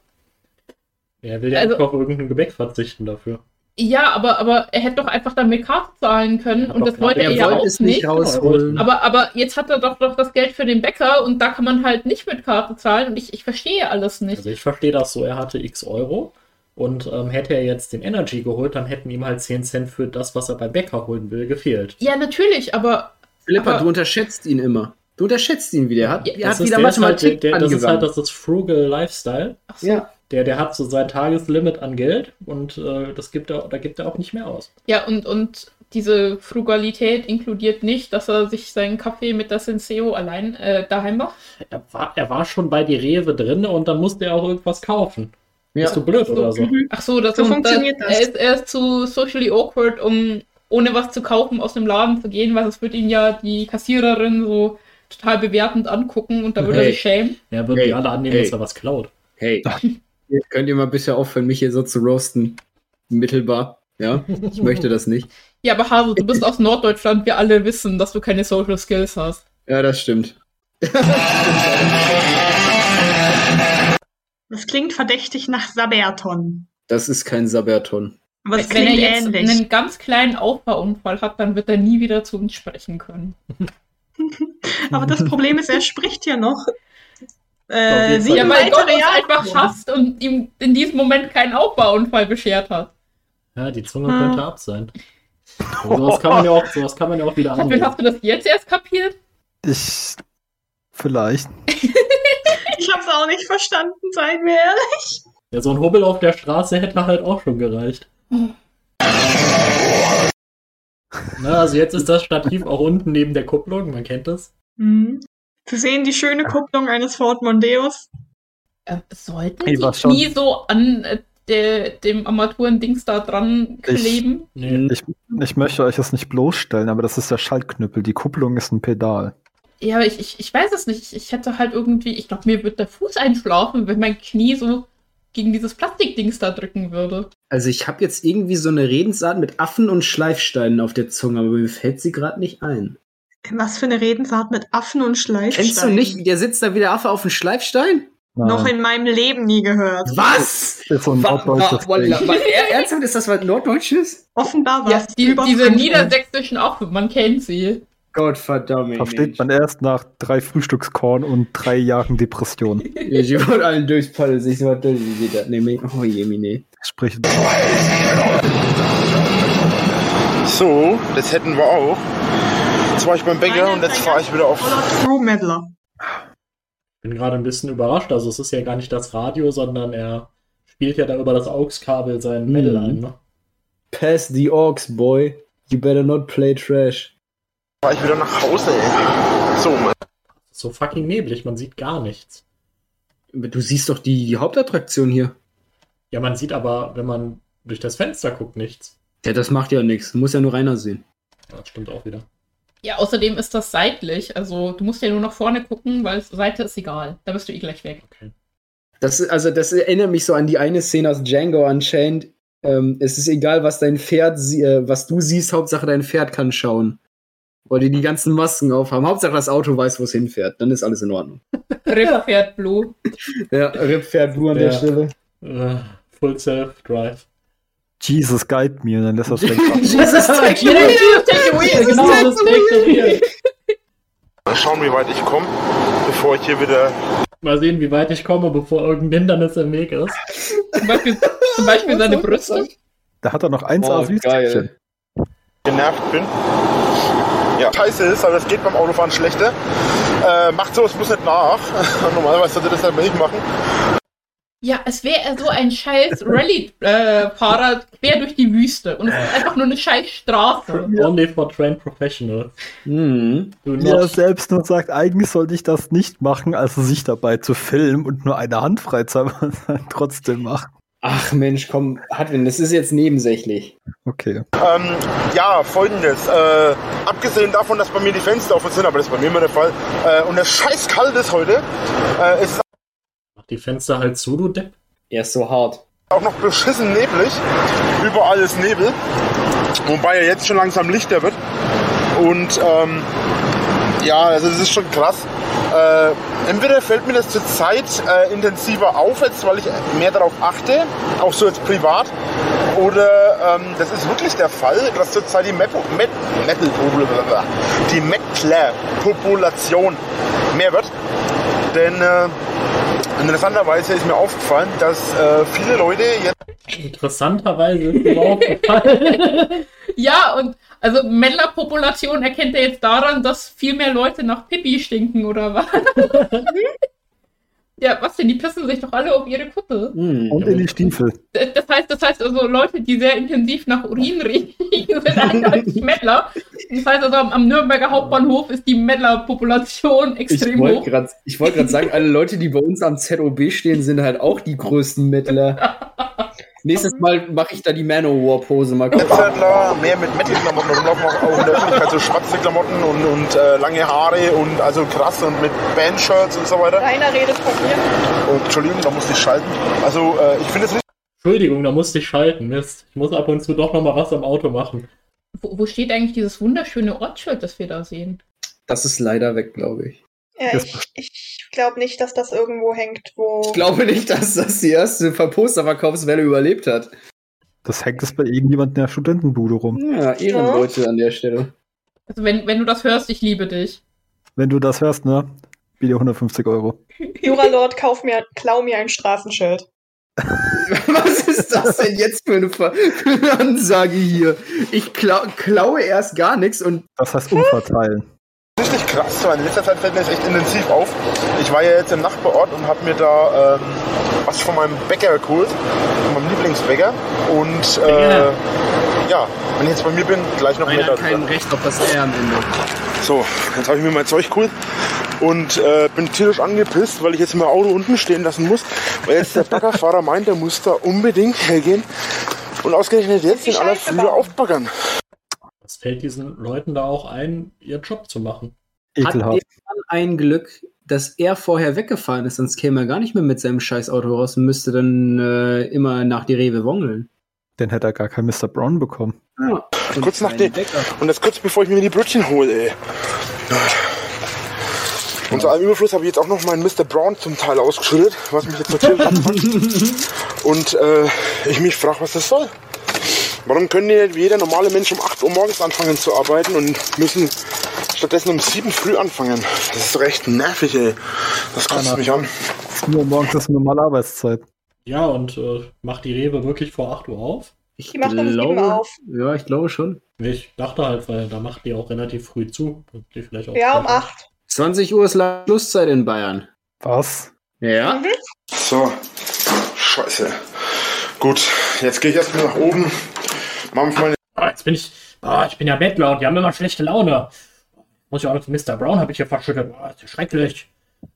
Speaker 5: Er will ja
Speaker 2: Also-
Speaker 5: einfach auf irgendein Gebäck verzichten dafür.
Speaker 2: Ja, aber, aber er hätte doch einfach damit Karte zahlen können
Speaker 5: Hat
Speaker 2: und
Speaker 5: doch
Speaker 2: das wollte
Speaker 5: gerade-
Speaker 1: Er
Speaker 2: er
Speaker 5: Ja,
Speaker 2: ja
Speaker 1: wollte
Speaker 2: auch
Speaker 1: es
Speaker 2: nicht.
Speaker 1: nicht rausholen.
Speaker 2: Aber, aber jetzt hat er doch noch das Geld für den Bäcker und da kann man halt nicht mit Karte zahlen und ich, ich verstehe alles nicht.
Speaker 5: Also ich verstehe das so, er hatte x Euro und ähm, hätte er jetzt den Energy geholt, dann hätten ihm halt 10 Cent für das, was er beim Bäcker holen will, gefehlt.
Speaker 2: Ja, natürlich, aber
Speaker 1: Flipper,
Speaker 2: aber-
Speaker 1: du unterschätzt ihn immer. Du unterschätzt ihn wieder. Er hat, er
Speaker 5: Das
Speaker 1: hat
Speaker 5: ist,
Speaker 1: wieder
Speaker 5: der ist halt, der,
Speaker 1: Mathematik
Speaker 5: der, das ist halt
Speaker 1: angewandt.
Speaker 5: das, das Frugal Lifestyle.
Speaker 2: ach so, ja.
Speaker 1: Ja,
Speaker 5: Der, der hat so sein Tageslimit an Geld und äh, das gibt er, da gibt er auch nicht mehr aus.
Speaker 2: ja und, und diese Frugalität inkludiert nicht, dass er sich seinen Kaffee mit der Senseo allein äh, daheim macht.
Speaker 5: Er war, er war schon bei die Rewe drin und dann musste er auch irgendwas kaufen.
Speaker 1: Ja.
Speaker 5: Bist du blöd oder so?
Speaker 3: Mhm.
Speaker 2: Ach so, das
Speaker 3: So funktioniert
Speaker 2: da,
Speaker 3: das.
Speaker 2: Er ist, er ist zu socially awkward, um ohne was zu kaufen aus dem Laden zu gehen, weil es wird ihn ja die Kassiererin so total bewertend angucken und da würde er
Speaker 1: Hey.
Speaker 2: sich schämen.
Speaker 5: Er würde
Speaker 1: Hey,
Speaker 5: die alle annehmen,
Speaker 1: hey.
Speaker 5: dass er was klaut.
Speaker 1: hey. Ihr könnt ihr mal bitte aufhören, mich hier so zu roasten. Mittelbar. Ja, ich möchte das nicht.
Speaker 2: Ja, aber Hase, du bist aus Norddeutschland, wir alle wissen, dass du keine Social Skills hast.
Speaker 1: Ja, das stimmt.
Speaker 3: Das klingt verdächtig nach Saberton.
Speaker 1: Das ist kein Saberton.
Speaker 3: Aber es
Speaker 2: Wenn
Speaker 3: klingt
Speaker 2: er jetzt
Speaker 3: ähnlich.
Speaker 2: einen ganz kleinen Aufbauunfall hat, dann wird er nie wieder zu uns sprechen können.
Speaker 3: Aber das Problem ist, er spricht ja noch.
Speaker 5: Auf
Speaker 3: Äh,
Speaker 5: jeden
Speaker 3: sieben
Speaker 5: Fall.
Speaker 2: Ja, weil Gott
Speaker 3: weitere
Speaker 2: uns
Speaker 3: Jahre.
Speaker 2: einfach hasst und ihm in diesem Moment keinen Aufbauunfall beschert hat.
Speaker 5: Ja, die Zunge
Speaker 1: Ah.
Speaker 3: Hm.
Speaker 5: könnte ab sein. Aber Sowas kann man ja auch, sowas kann man ja auch wieder
Speaker 2: Hast du-
Speaker 5: annehmen.
Speaker 2: hast du das jetzt erst kapiert?
Speaker 4: Ich, vielleicht.
Speaker 3: Ich hab's auch nicht verstanden, seien wir ehrlich.
Speaker 5: Ja, so ein Hubbel auf der Straße hätte halt auch schon gereicht. Na, also jetzt ist das Stativ auch unten neben der Kupplung, man kennt das.
Speaker 3: Mhm. Sie sehen die schöne Kupplung eines Ford Mondeos.
Speaker 2: Äh, sollten
Speaker 4: Ich
Speaker 2: die
Speaker 4: war schon-
Speaker 2: Knie so an äh, de, dem Armaturendings da dran
Speaker 4: Ich-
Speaker 2: kleben?
Speaker 5: Nee.
Speaker 4: Ich, ich möchte euch das nicht bloßstellen, aber das ist der Schaltknüppel. Die Kupplung ist ein Pedal.
Speaker 2: Ja, aber ich, ich, ich weiß es nicht. Ich, ich hätte halt irgendwie, ich glaube, mir wird der Fuß einschlafen, wenn mein Knie so gegen dieses Plastikdings da drücken würde.
Speaker 1: Also ich habe jetzt irgendwie so eine Redensart mit Affen und Schleifsteinen auf der Zunge, aber mir fällt sie gerade nicht ein.
Speaker 3: Was für eine Redensart mit Affen und Schleifstein.
Speaker 1: Kennst du nicht, der sitzt da wie der Affe auf dem Schleifstein?
Speaker 4: Nein,
Speaker 3: Noch in meinem Leben nie gehört.
Speaker 1: Was?
Speaker 4: ist so ein
Speaker 1: Wa-
Speaker 4: norddeutsches
Speaker 1: wa-
Speaker 4: Ding.
Speaker 1: wa- wa- er- Ernsthaft, ist das was Norddeutsches?
Speaker 3: Offenbar war
Speaker 2: Ja,
Speaker 3: es
Speaker 2: die,
Speaker 3: über
Speaker 2: diese
Speaker 3: Frankfurt.
Speaker 2: niedersächsischen auch, man kennt sie.
Speaker 1: Gott verdammt.
Speaker 4: Versteht man erst nach drei Frühstückskorn und drei Jahren Depression.
Speaker 1: Ich wollte allen durchpaddeln, sich so was durch. wie geht das? Nee, nee. Oh je, mine.
Speaker 4: Sprich,
Speaker 6: So, das hätten wir auch. Jetzt war ich beim Bäcker und jetzt fahre ich wieder auf.
Speaker 3: Oder True Meddler.
Speaker 5: bin gerade ein bisschen überrascht. Also es ist ja gar nicht das Radio, sondern er spielt ja da über das AUX-Kabel sein
Speaker 1: Mhm.
Speaker 5: Metal ein. Ne?
Speaker 1: Pass the Orks, boy. You better not play trash.
Speaker 6: Fahre ich wieder nach Hause, ey. So, Mann.
Speaker 5: So fucking neblig, man sieht gar nichts.
Speaker 1: Du siehst doch die, die Hauptattraktion hier.
Speaker 5: Ja, man sieht aber, wenn man durch das Fenster guckt, nichts.
Speaker 1: Ja, das macht ja nichts. Muss ja nur Rainer sehen.
Speaker 5: Das stimmt auch wieder.
Speaker 2: Ja, außerdem ist das seitlich. Also du musst ja nur nach vorne gucken, weil Seite ist egal. Da bist du eh gleich weg.
Speaker 5: Okay.
Speaker 1: Das, ist- also, das erinnert mich so an die eine Szene aus Django Unchained. Ähm, es ist egal, was dein Pferd, sie- äh, was du siehst, Hauptsache dein Pferd kann schauen. Weil die die ganzen Masken aufhaben. Hauptsache das Auto weiß, wo es hinfährt. Dann ist alles in Ordnung.
Speaker 2: Riff fährt Blue.
Speaker 1: Ja, Rip fährt Blue an
Speaker 5: Ja.
Speaker 1: der Stelle.
Speaker 5: Äh, Full Self-Drive.
Speaker 4: Jesus, guide mir, und dann lässt das Lenkrad.
Speaker 1: Jesus, take
Speaker 2: Ja, take it away, es ist
Speaker 5: Genau,
Speaker 2: halt
Speaker 5: das
Speaker 2: so-
Speaker 5: dekoriert.
Speaker 6: Mal schauen, wie weit ich komme, bevor ich hier wieder.
Speaker 5: Mal sehen, wie weit ich komme, bevor irgendein Hindernis im Weg ist.
Speaker 2: Zum Beispiel, zum Beispiel seine Brüste.
Speaker 4: Da hat er noch eins
Speaker 1: Oh,
Speaker 4: auf
Speaker 1: geil.
Speaker 6: genervt bin. Ja, scheiße ist, aber das geht beim Autofahren schlechter. Äh, macht sowas bloß nicht nach. Normalerweise sollte das halt nicht machen.
Speaker 2: Ja, es wäre er so ein scheiß Rallye-Fahrer quer durch die Wüste. Und es ist einfach nur eine scheiß Straße.
Speaker 5: Only for trained professionals.
Speaker 1: Mhm.
Speaker 5: Do
Speaker 4: Wie er
Speaker 5: not
Speaker 4: selbst nur sagt, eigentlich sollte ich das nicht machen, also sich dabei zu filmen und nur eine Hand frei zu haben, was er trotzdem macht.
Speaker 1: Ach Mensch, komm, Hartwin, das ist jetzt nebensächlich.
Speaker 4: Okay.
Speaker 6: Ähm, ja, folgendes. Äh, abgesehen davon, dass bei mir die Fenster offen sind, aber das ist bei mir immer der Fall, äh, und es scheiß kalt ist heute, äh, ist
Speaker 5: Mach die Fenster halt zu, du Depp.
Speaker 1: Er ist so hart.
Speaker 6: auch noch beschissen neblig. Überall ist Nebel. Wobei er jetzt schon langsam lichter wird. Und ähm, ja, also es ist schon krass. Äh, entweder fällt mir das zurzeit äh, intensiver auf, jetzt, weil ich mehr darauf achte, auch so jetzt privat. Oder ähm, das ist wirklich der Fall, dass zurzeit die Metal, Metal, die Mettler-Population mehr wird. Denn äh, interessanterweise ist mir aufgefallen, dass äh, viele Leute jetzt
Speaker 5: Interessanterweise ist mir aufgefallen.
Speaker 2: Ja, und also Männlerpopulation erkennt er jetzt daran, dass viel mehr Leute nach Pipi stinken, oder was? ja, was denn? Die pissen sich doch alle auf ihre Kutte.
Speaker 1: Mhm.
Speaker 4: Und in die Stiefel.
Speaker 2: D- Das heißt, das heißt also, Leute, die sehr intensiv nach Urin riechen, sind eindeutig Mädler. Das heißt also, am, am Nürnberger Hauptbahnhof ist die Mädlerpopulation
Speaker 1: Ich
Speaker 2: extrem hoch.
Speaker 1: wollte gerade wollt sagen, alle Leute, die bei uns am ZOB stehen, sind halt auch die größten Mittler. Nächstes Mal mache ich da die Manowar-Pose mal kurz.
Speaker 6: Netzwertler, mehr mit Metal-Klamotten rumlaufen, auch auch in der Öffentlichkeit, halt so schwarze Klamotten und, und äh, lange Haare und also krass und mit Bandshirts und so weiter.
Speaker 3: Rainer redet von mir.
Speaker 6: Und, Entschuldigung, da musste ich schalten. Also äh, ich finde es richtig
Speaker 5: Entschuldigung, da musste ich schalten. Mist. Ich muss ab und zu doch nochmal was am Auto machen.
Speaker 2: Wo, wo steht eigentlich dieses wunderschöne Ortsschild, das wir da sehen?
Speaker 1: Das ist leider weg, glaube ich.
Speaker 4: Das-
Speaker 3: ich ich glaube nicht, dass das irgendwo hängt, wo.
Speaker 1: Ich glaube nicht, dass das die erste Verposterverkaufswelle überlebt hat.
Speaker 4: Das hängt es bei irgendjemandem in der Studentenbude rum.
Speaker 1: Ja, Ehrenleute an der Stelle.
Speaker 2: Also, wenn, wenn du das hörst, ich liebe dich.
Speaker 4: Wenn du das hörst, ne? Video 150 Euro.
Speaker 3: Juralord, kauf mir, klau mir ein Straßenschild.
Speaker 1: Was ist das denn jetzt für eine, Ver für eine Ansage hier? Ich klau klaue erst gar nichts und
Speaker 4: Das heißt umverteilen.
Speaker 6: richtig krass. So, in letzter Zeit fällt mir das echt intensiv auf. Ich war ja jetzt im Nachbarort und habe mir da ähm, was von meinem Bäcker geholt, von meinem Lieblingsbäcker. Und äh,
Speaker 5: Bäcker.
Speaker 6: ja, Ja, wenn ich jetzt bei mir bin, gleich noch
Speaker 1: Einer
Speaker 6: mehr
Speaker 1: hat
Speaker 6: darüber.
Speaker 1: kein Recht auf das R am Ende.
Speaker 6: So, jetzt habe ich mir mein Zeug geholt und äh, bin tierisch angepisst, weil ich jetzt mein Auto unten stehen lassen muss, weil jetzt der Baggerfahrer meint, der muss da unbedingt hergehen und ausgerechnet jetzt
Speaker 3: Die
Speaker 6: in aller
Speaker 3: Scheiße
Speaker 6: Frühe
Speaker 3: bauen.
Speaker 6: aufbaggern.
Speaker 5: Es fällt diesen Leuten da auch ein, ihren Job zu machen.
Speaker 1: Hat
Speaker 4: Ekelhaft.
Speaker 1: der Mann ein Glück, dass er vorher weggefahren ist, sonst käme er gar nicht mehr mit seinem scheiß Auto raus und müsste dann äh, immer nach die Rewe wongeln.
Speaker 4: Dann hätte er gar kein Mr. Brown bekommen.
Speaker 1: Ja. Und
Speaker 6: Kurz nach
Speaker 1: keinen
Speaker 6: dem-
Speaker 1: Wecker.
Speaker 6: Und das kurz bevor ich mir die Brötchen hole, ey. Und zu allem Überfluss habe ich jetzt auch noch meinen Mr. Brown zum Teil ausgeschüttet, was mich jetzt natürlich Und äh, ich mich frage, was das soll. Warum können die nicht wie jeder normale Mensch um 8 Uhr morgens anfangen zu arbeiten und müssen stattdessen um 7 früh anfangen? Das ist doch echt nervig, ey. Das kotzt
Speaker 4: Keiner.
Speaker 6: mich an.
Speaker 4: 7 Uhr morgens ist normale Arbeitszeit.
Speaker 5: Ja, und äh, macht die Rewe wirklich vor 8 Uhr auf?
Speaker 1: Ich
Speaker 3: Die macht um sieben auf.
Speaker 1: Ja, ich glaube schon.
Speaker 5: Ich dachte halt, weil da macht die auch relativ früh zu. Und die vielleicht auch
Speaker 3: Ja, um
Speaker 5: später.
Speaker 3: 8.
Speaker 1: 20 Uhr ist La- Schlusszeit in Bayern.
Speaker 4: Was?
Speaker 1: Ja.
Speaker 6: So, scheiße. Gut, jetzt gehe ich erstmal nach oben. Mach mich mal
Speaker 5: Ah, jetzt bin ich. Ah, ich bin ja Bettler und die haben immer schlechte Laune. Muss ich auch noch zu Mr. Brown habe ich hier verschüttet. Ah, das ist schrecklich.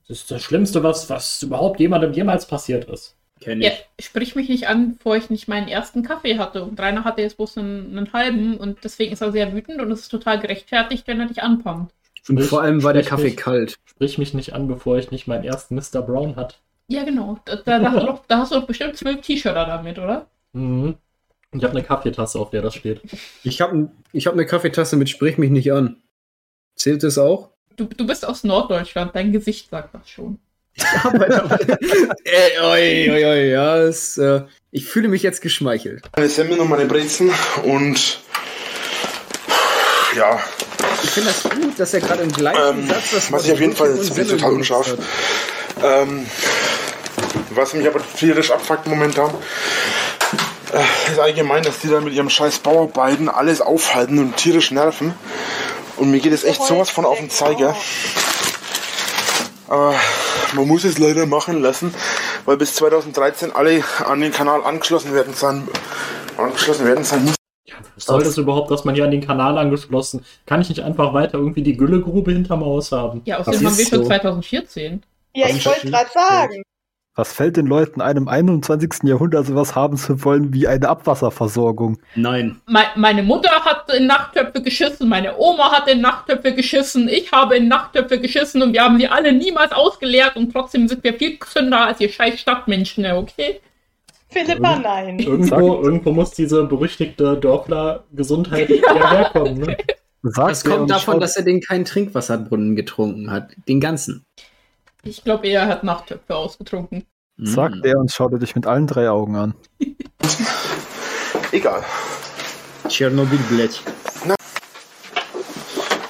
Speaker 5: Das ist das Schlimmste, was, was überhaupt jemandem jemals passiert ist.
Speaker 1: Kenn
Speaker 2: Ja,
Speaker 1: ich.
Speaker 2: sprich mich nicht an, bevor ich nicht meinen ersten Kaffee hatte. Und Rainer hatte jetzt bloß einen, einen halben und deswegen ist er sehr wütend und es ist total gerechtfertigt, wenn er dich anpammt.
Speaker 1: Und
Speaker 5: Sprich-
Speaker 1: vor allem war der
Speaker 5: sprich
Speaker 1: Kaffee
Speaker 5: mich-
Speaker 1: kalt.
Speaker 5: Sprich mich nicht an, bevor ich nicht meinen ersten Mr. Brown hat.
Speaker 2: Ja, genau. Da, da, da, hast, du doch, da hast du doch bestimmt zwölf T-Shirts damit, oder?
Speaker 5: Mhm. Und ich habe eine Kaffeetasse, auf der das steht.
Speaker 1: Ich habe ich hab eine Kaffeetasse mit Sprich mich nicht an. Zählt das auch?
Speaker 2: Du, du bist aus Norddeutschland, dein Gesicht sagt das schon.
Speaker 1: Ey, oi, oi, oi, ja, es, äh, ich fühle mich jetzt geschmeichelt.
Speaker 6: meine Semmel und meine Brezen und ja,
Speaker 1: Ich finde das gut, dass er gerade im gleichen
Speaker 6: Ähm,
Speaker 1: Satz das
Speaker 6: was
Speaker 1: Wort
Speaker 6: ich auf jeden Fall
Speaker 1: Brötchen und
Speaker 6: jetzt bin ich
Speaker 1: Semmeln
Speaker 6: total unscharf.
Speaker 1: benutzt hat.
Speaker 6: Ähm, was mich aber tierisch abfuckt momentan, äh, ist allgemein, dass die da mit ihrem scheiß Bauarbeiten alles aufhalten und tierisch nerven. Und mir geht es echt sowas von auf den Zeiger. Aber man muss es leider machen lassen, weil bis 2013 alle an den Kanal angeschlossen werden sein, angeschlossen werden sein müssen.
Speaker 5: Was soll das überhaupt, dass man hier an den Kanal angeschlossen? Kann ich nicht einfach weiter irgendwie die Güllegrube hinterm Haus haben?
Speaker 2: Ja,
Speaker 4: Das
Speaker 2: außerdem haben
Speaker 4: ist
Speaker 2: wir schon
Speaker 4: so.
Speaker 2: 2014.
Speaker 3: Ja,
Speaker 4: Was
Speaker 3: ich
Speaker 4: ein
Speaker 3: wollte gerade sagen.
Speaker 4: Was fällt den Leuten ein, im 21. Jahrhundert sowas haben zu wollen wie eine Abwasserversorgung?
Speaker 1: Nein.
Speaker 2: Me meine Mutter hat in Nachttöpfe geschissen, meine Oma hat in Nachttöpfe geschissen, ich habe in Nachttöpfe geschissen und wir haben sie alle niemals ausgeleert und trotzdem sind wir viel gesünder als ihr scheiß Stadtmenschen, ne, okay?
Speaker 3: Philippa, nein.
Speaker 5: Irgendwo, irgendwo muss diese berüchtigte Dörfler-Gesundheit ja herkommen. Ne?
Speaker 4: Sagt
Speaker 1: Das
Speaker 4: wer und
Speaker 1: kommt davon,
Speaker 4: schaut-
Speaker 1: dass er den keinen Trinkwasserbrunnen getrunken hat. Den ganzen.
Speaker 2: Ich glaube, er hat Nachttöpfe ausgetrunken.
Speaker 1: Hm.
Speaker 4: Sagt er und schaut dich mit allen drei Augen an.
Speaker 6: Egal.
Speaker 1: Tschernobyl-Blech.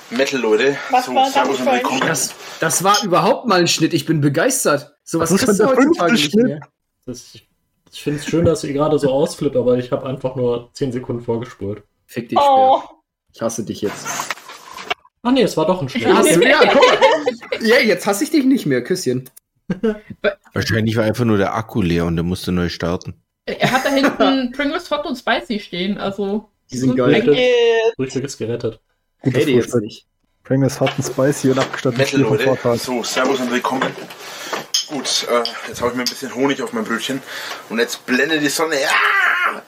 Speaker 6: Metal, Leute.
Speaker 3: Was war das
Speaker 6: servus und
Speaker 3: für ein
Speaker 6: willkommen.
Speaker 1: Das, das war überhaupt mal ein Schnitt. Ich bin begeistert. Sowas
Speaker 4: Das ist
Speaker 1: kriegst du
Speaker 4: schon der
Speaker 1: heutzutage
Speaker 4: fünfte
Speaker 1: nicht mehr.
Speaker 5: Das, ich finde es schön, dass ihr gerade so ausflippt, aber ich habe einfach nur 10 Sekunden vorgespult.
Speaker 1: Fick dich,
Speaker 3: Oh,
Speaker 1: Speer. Ich hasse dich jetzt.
Speaker 5: Ah nee, es war doch ein Schnitt.
Speaker 1: Ja, hast du, ja, guck mal. ja, jetzt hasse ich dich nicht mehr. Küsschen.
Speaker 7: Wahrscheinlich war einfach nur der Akku leer und der musste neu starten.
Speaker 2: Er hat da hinten Pringles Hot und Spicy stehen, also.
Speaker 1: Die sind
Speaker 2: so-
Speaker 1: geil.
Speaker 5: Leute.
Speaker 3: äh,
Speaker 5: Frühstück ist gerettet.
Speaker 4: Gutes
Speaker 1: Hätte jetzt
Speaker 4: Frühstück.
Speaker 1: nicht.
Speaker 4: Pringles Hot and Spicy und abgestattet
Speaker 6: Metal,
Speaker 4: Bier vom
Speaker 6: Leute.
Speaker 4: Vortag.
Speaker 6: So, servus und willkommen. Gut, äh, jetzt habe ich mir ein bisschen Honig auf mein Brötchen. Und jetzt blende die Sonne. Ah!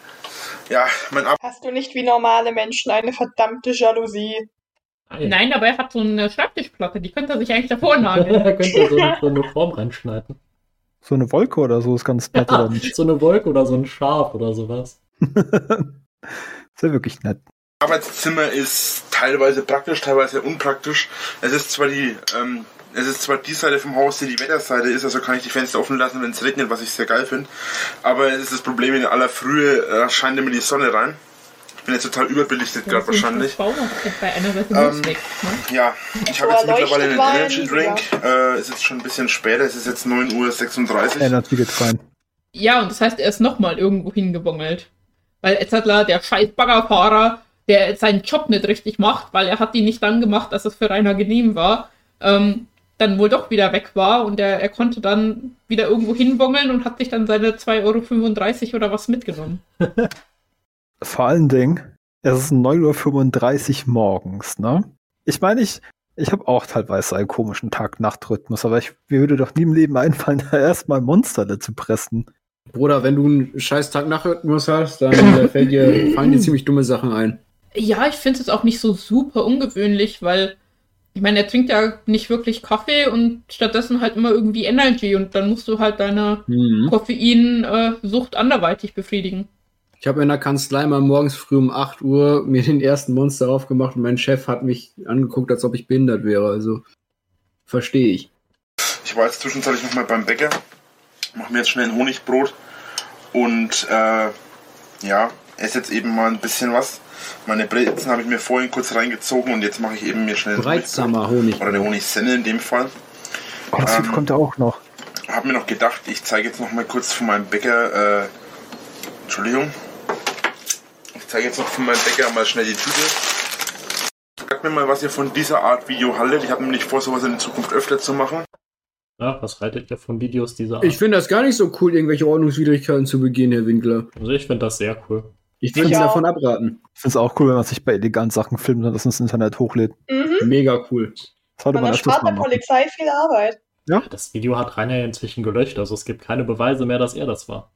Speaker 6: Ja, mein Ab.
Speaker 3: hast du nicht wie normale Menschen eine verdammte Jalousie?
Speaker 5: Ah,
Speaker 2: Nein, aber er hat so eine Schreibtischplatte, die könnte er sich eigentlich davor nageln.
Speaker 5: da könnt ihr so, so eine Form reinschneiden.
Speaker 4: So eine Wolke oder so ist ganz nett oder nicht?
Speaker 5: so eine Wolke oder so ein Schaf oder sowas.
Speaker 4: Ist ja wirklich nett.
Speaker 6: Arbeitszimmer ist teilweise praktisch, teilweise unpraktisch. Es ist zwar die, ähm, es ist zwar die Seite vom Haus, die die Wetterseite ist, also kann ich die Fenster offen lassen, wenn es regnet, was ich sehr geil finde. Aber es ist das Problem, in aller Frühe äh, scheint immer die Sonne rein. Ich bin jetzt total überbelichtet gerade wahrscheinlich.
Speaker 2: Bei einer Seite
Speaker 6: Ähm,
Speaker 2: ähm, weg, ne?
Speaker 6: Ja, ich habe
Speaker 3: Boah,
Speaker 6: jetzt mittlerweile einen
Speaker 3: leuchtet mal
Speaker 6: Energy
Speaker 3: wieder.
Speaker 6: Drink. Äh, es ist schon ein bisschen später, es ist jetzt 9.36 Uhr.
Speaker 4: Energy geht rein.
Speaker 2: Ja, und das heißt, er ist nochmal irgendwo hingewongelt. Weil Etzadler, der scheiß Baggerfahrer, der seinen Job nicht richtig macht, weil er hat ihn nicht dann gemacht, dass es für Rainer genehm war, ähm, dann wohl doch wieder weg war und er, er konnte dann wieder irgendwo hinwongeln und hat sich dann seine 2,35 Euro oder was mitgenommen.
Speaker 4: Vor allen Dingen, Es ist 9.35 Uhr morgens, ne? Ich meine, ich, ich habe auch teilweise einen komischen Tag-Nacht-Rhythmus, aber ich mir würde doch nie im Leben einfallen, da erstmal Monsterle zu pressen.
Speaker 1: Bruder, wenn du einen scheiß Tag-Nacht-Rhythmus hast, dann äh, fällt dir, fallen dir ziemlich dumme Sachen ein.
Speaker 2: Ja, ich finde es jetzt auch nicht so super ungewöhnlich, weil ich meine, er trinkt ja nicht wirklich Kaffee und stattdessen halt immer irgendwie Energy und dann musst du halt deine
Speaker 1: Mhm.
Speaker 2: Koffeinsucht anderweitig befriedigen.
Speaker 1: Ich habe in der Kanzlei mal morgens früh um 8 Uhr mir den ersten Monster aufgemacht und mein Chef hat mich angeguckt, als ob ich behindert wäre. Also verstehe ich.
Speaker 6: Ich war jetzt zwischenzeitlich nochmal beim Bäcker, mache mir jetzt schnell ein Honigbrot und äh, ja, esse jetzt eben mal ein bisschen was. Meine Brezen habe ich mir vorhin kurz reingezogen und jetzt mache ich eben mir schnell ein
Speaker 1: Breitsamer Honig.
Speaker 6: Honigbrot oder eine Honigsenne in dem Fall.
Speaker 4: Oh, das
Speaker 6: Ähm.
Speaker 4: Lied kommt ja auch noch.
Speaker 6: Hab mir noch gedacht, ich zeige jetzt noch mal kurz von meinem Bäcker, äh, Entschuldigung. Ich zeige jetzt noch von meinem Bäcker mal schnell die Tüte. Sagt mir mal, was ihr von dieser Art Video haltet. Ich habe nämlich vor, sowas in Zukunft öfter zu machen.
Speaker 5: Ja, was haltet ihr von Videos dieser Art?
Speaker 1: Ich finde das gar nicht so cool, irgendwelche Ordnungswidrigkeiten zu begehen, Herr Winkler.
Speaker 5: also ich finde das sehr cool.
Speaker 1: Ich würde Sie
Speaker 3: Ich auch.
Speaker 1: davon abraten.
Speaker 4: Ich finde es auch cool, wenn man sich bei illegalen Sachen filmt und das ins Internet hochlädt.
Speaker 3: Mhm.
Speaker 1: Mega cool.
Speaker 4: Das sollte
Speaker 3: Man
Speaker 4: man öfters
Speaker 3: erspart
Speaker 4: mal
Speaker 3: der
Speaker 4: machen.
Speaker 3: Polizei viel Arbeit.
Speaker 5: Das Video hat Rainer ja inzwischen gelöscht, also es gibt keine Beweise mehr, dass er das war.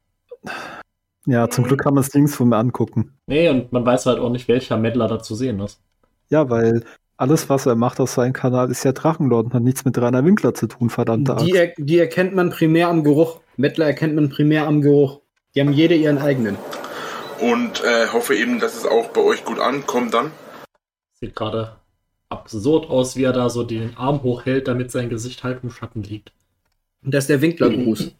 Speaker 4: Ja, zum Glück kann man es links von mir angucken.
Speaker 5: Nee, und man weiß halt auch nicht, welcher Meddler da zu sehen ist.
Speaker 4: Ja, weil alles, was er macht auf seinem Kanal, ist ja Drachenlord und hat nichts mit Rainer Winkler zu tun, verdammte Axt.
Speaker 1: Die, er, die erkennt man primär am Geruch. Mettler erkennt man primär am Geruch. Die haben jede ihren eigenen.
Speaker 6: Und äh, hoffe eben, dass es auch bei euch gut ankommt dann.
Speaker 5: Sieht gerade absurd aus, wie er da so den Arm hochhält, damit sein Gesicht halb im Schatten liegt.
Speaker 1: Und Das ist der Winklergruß.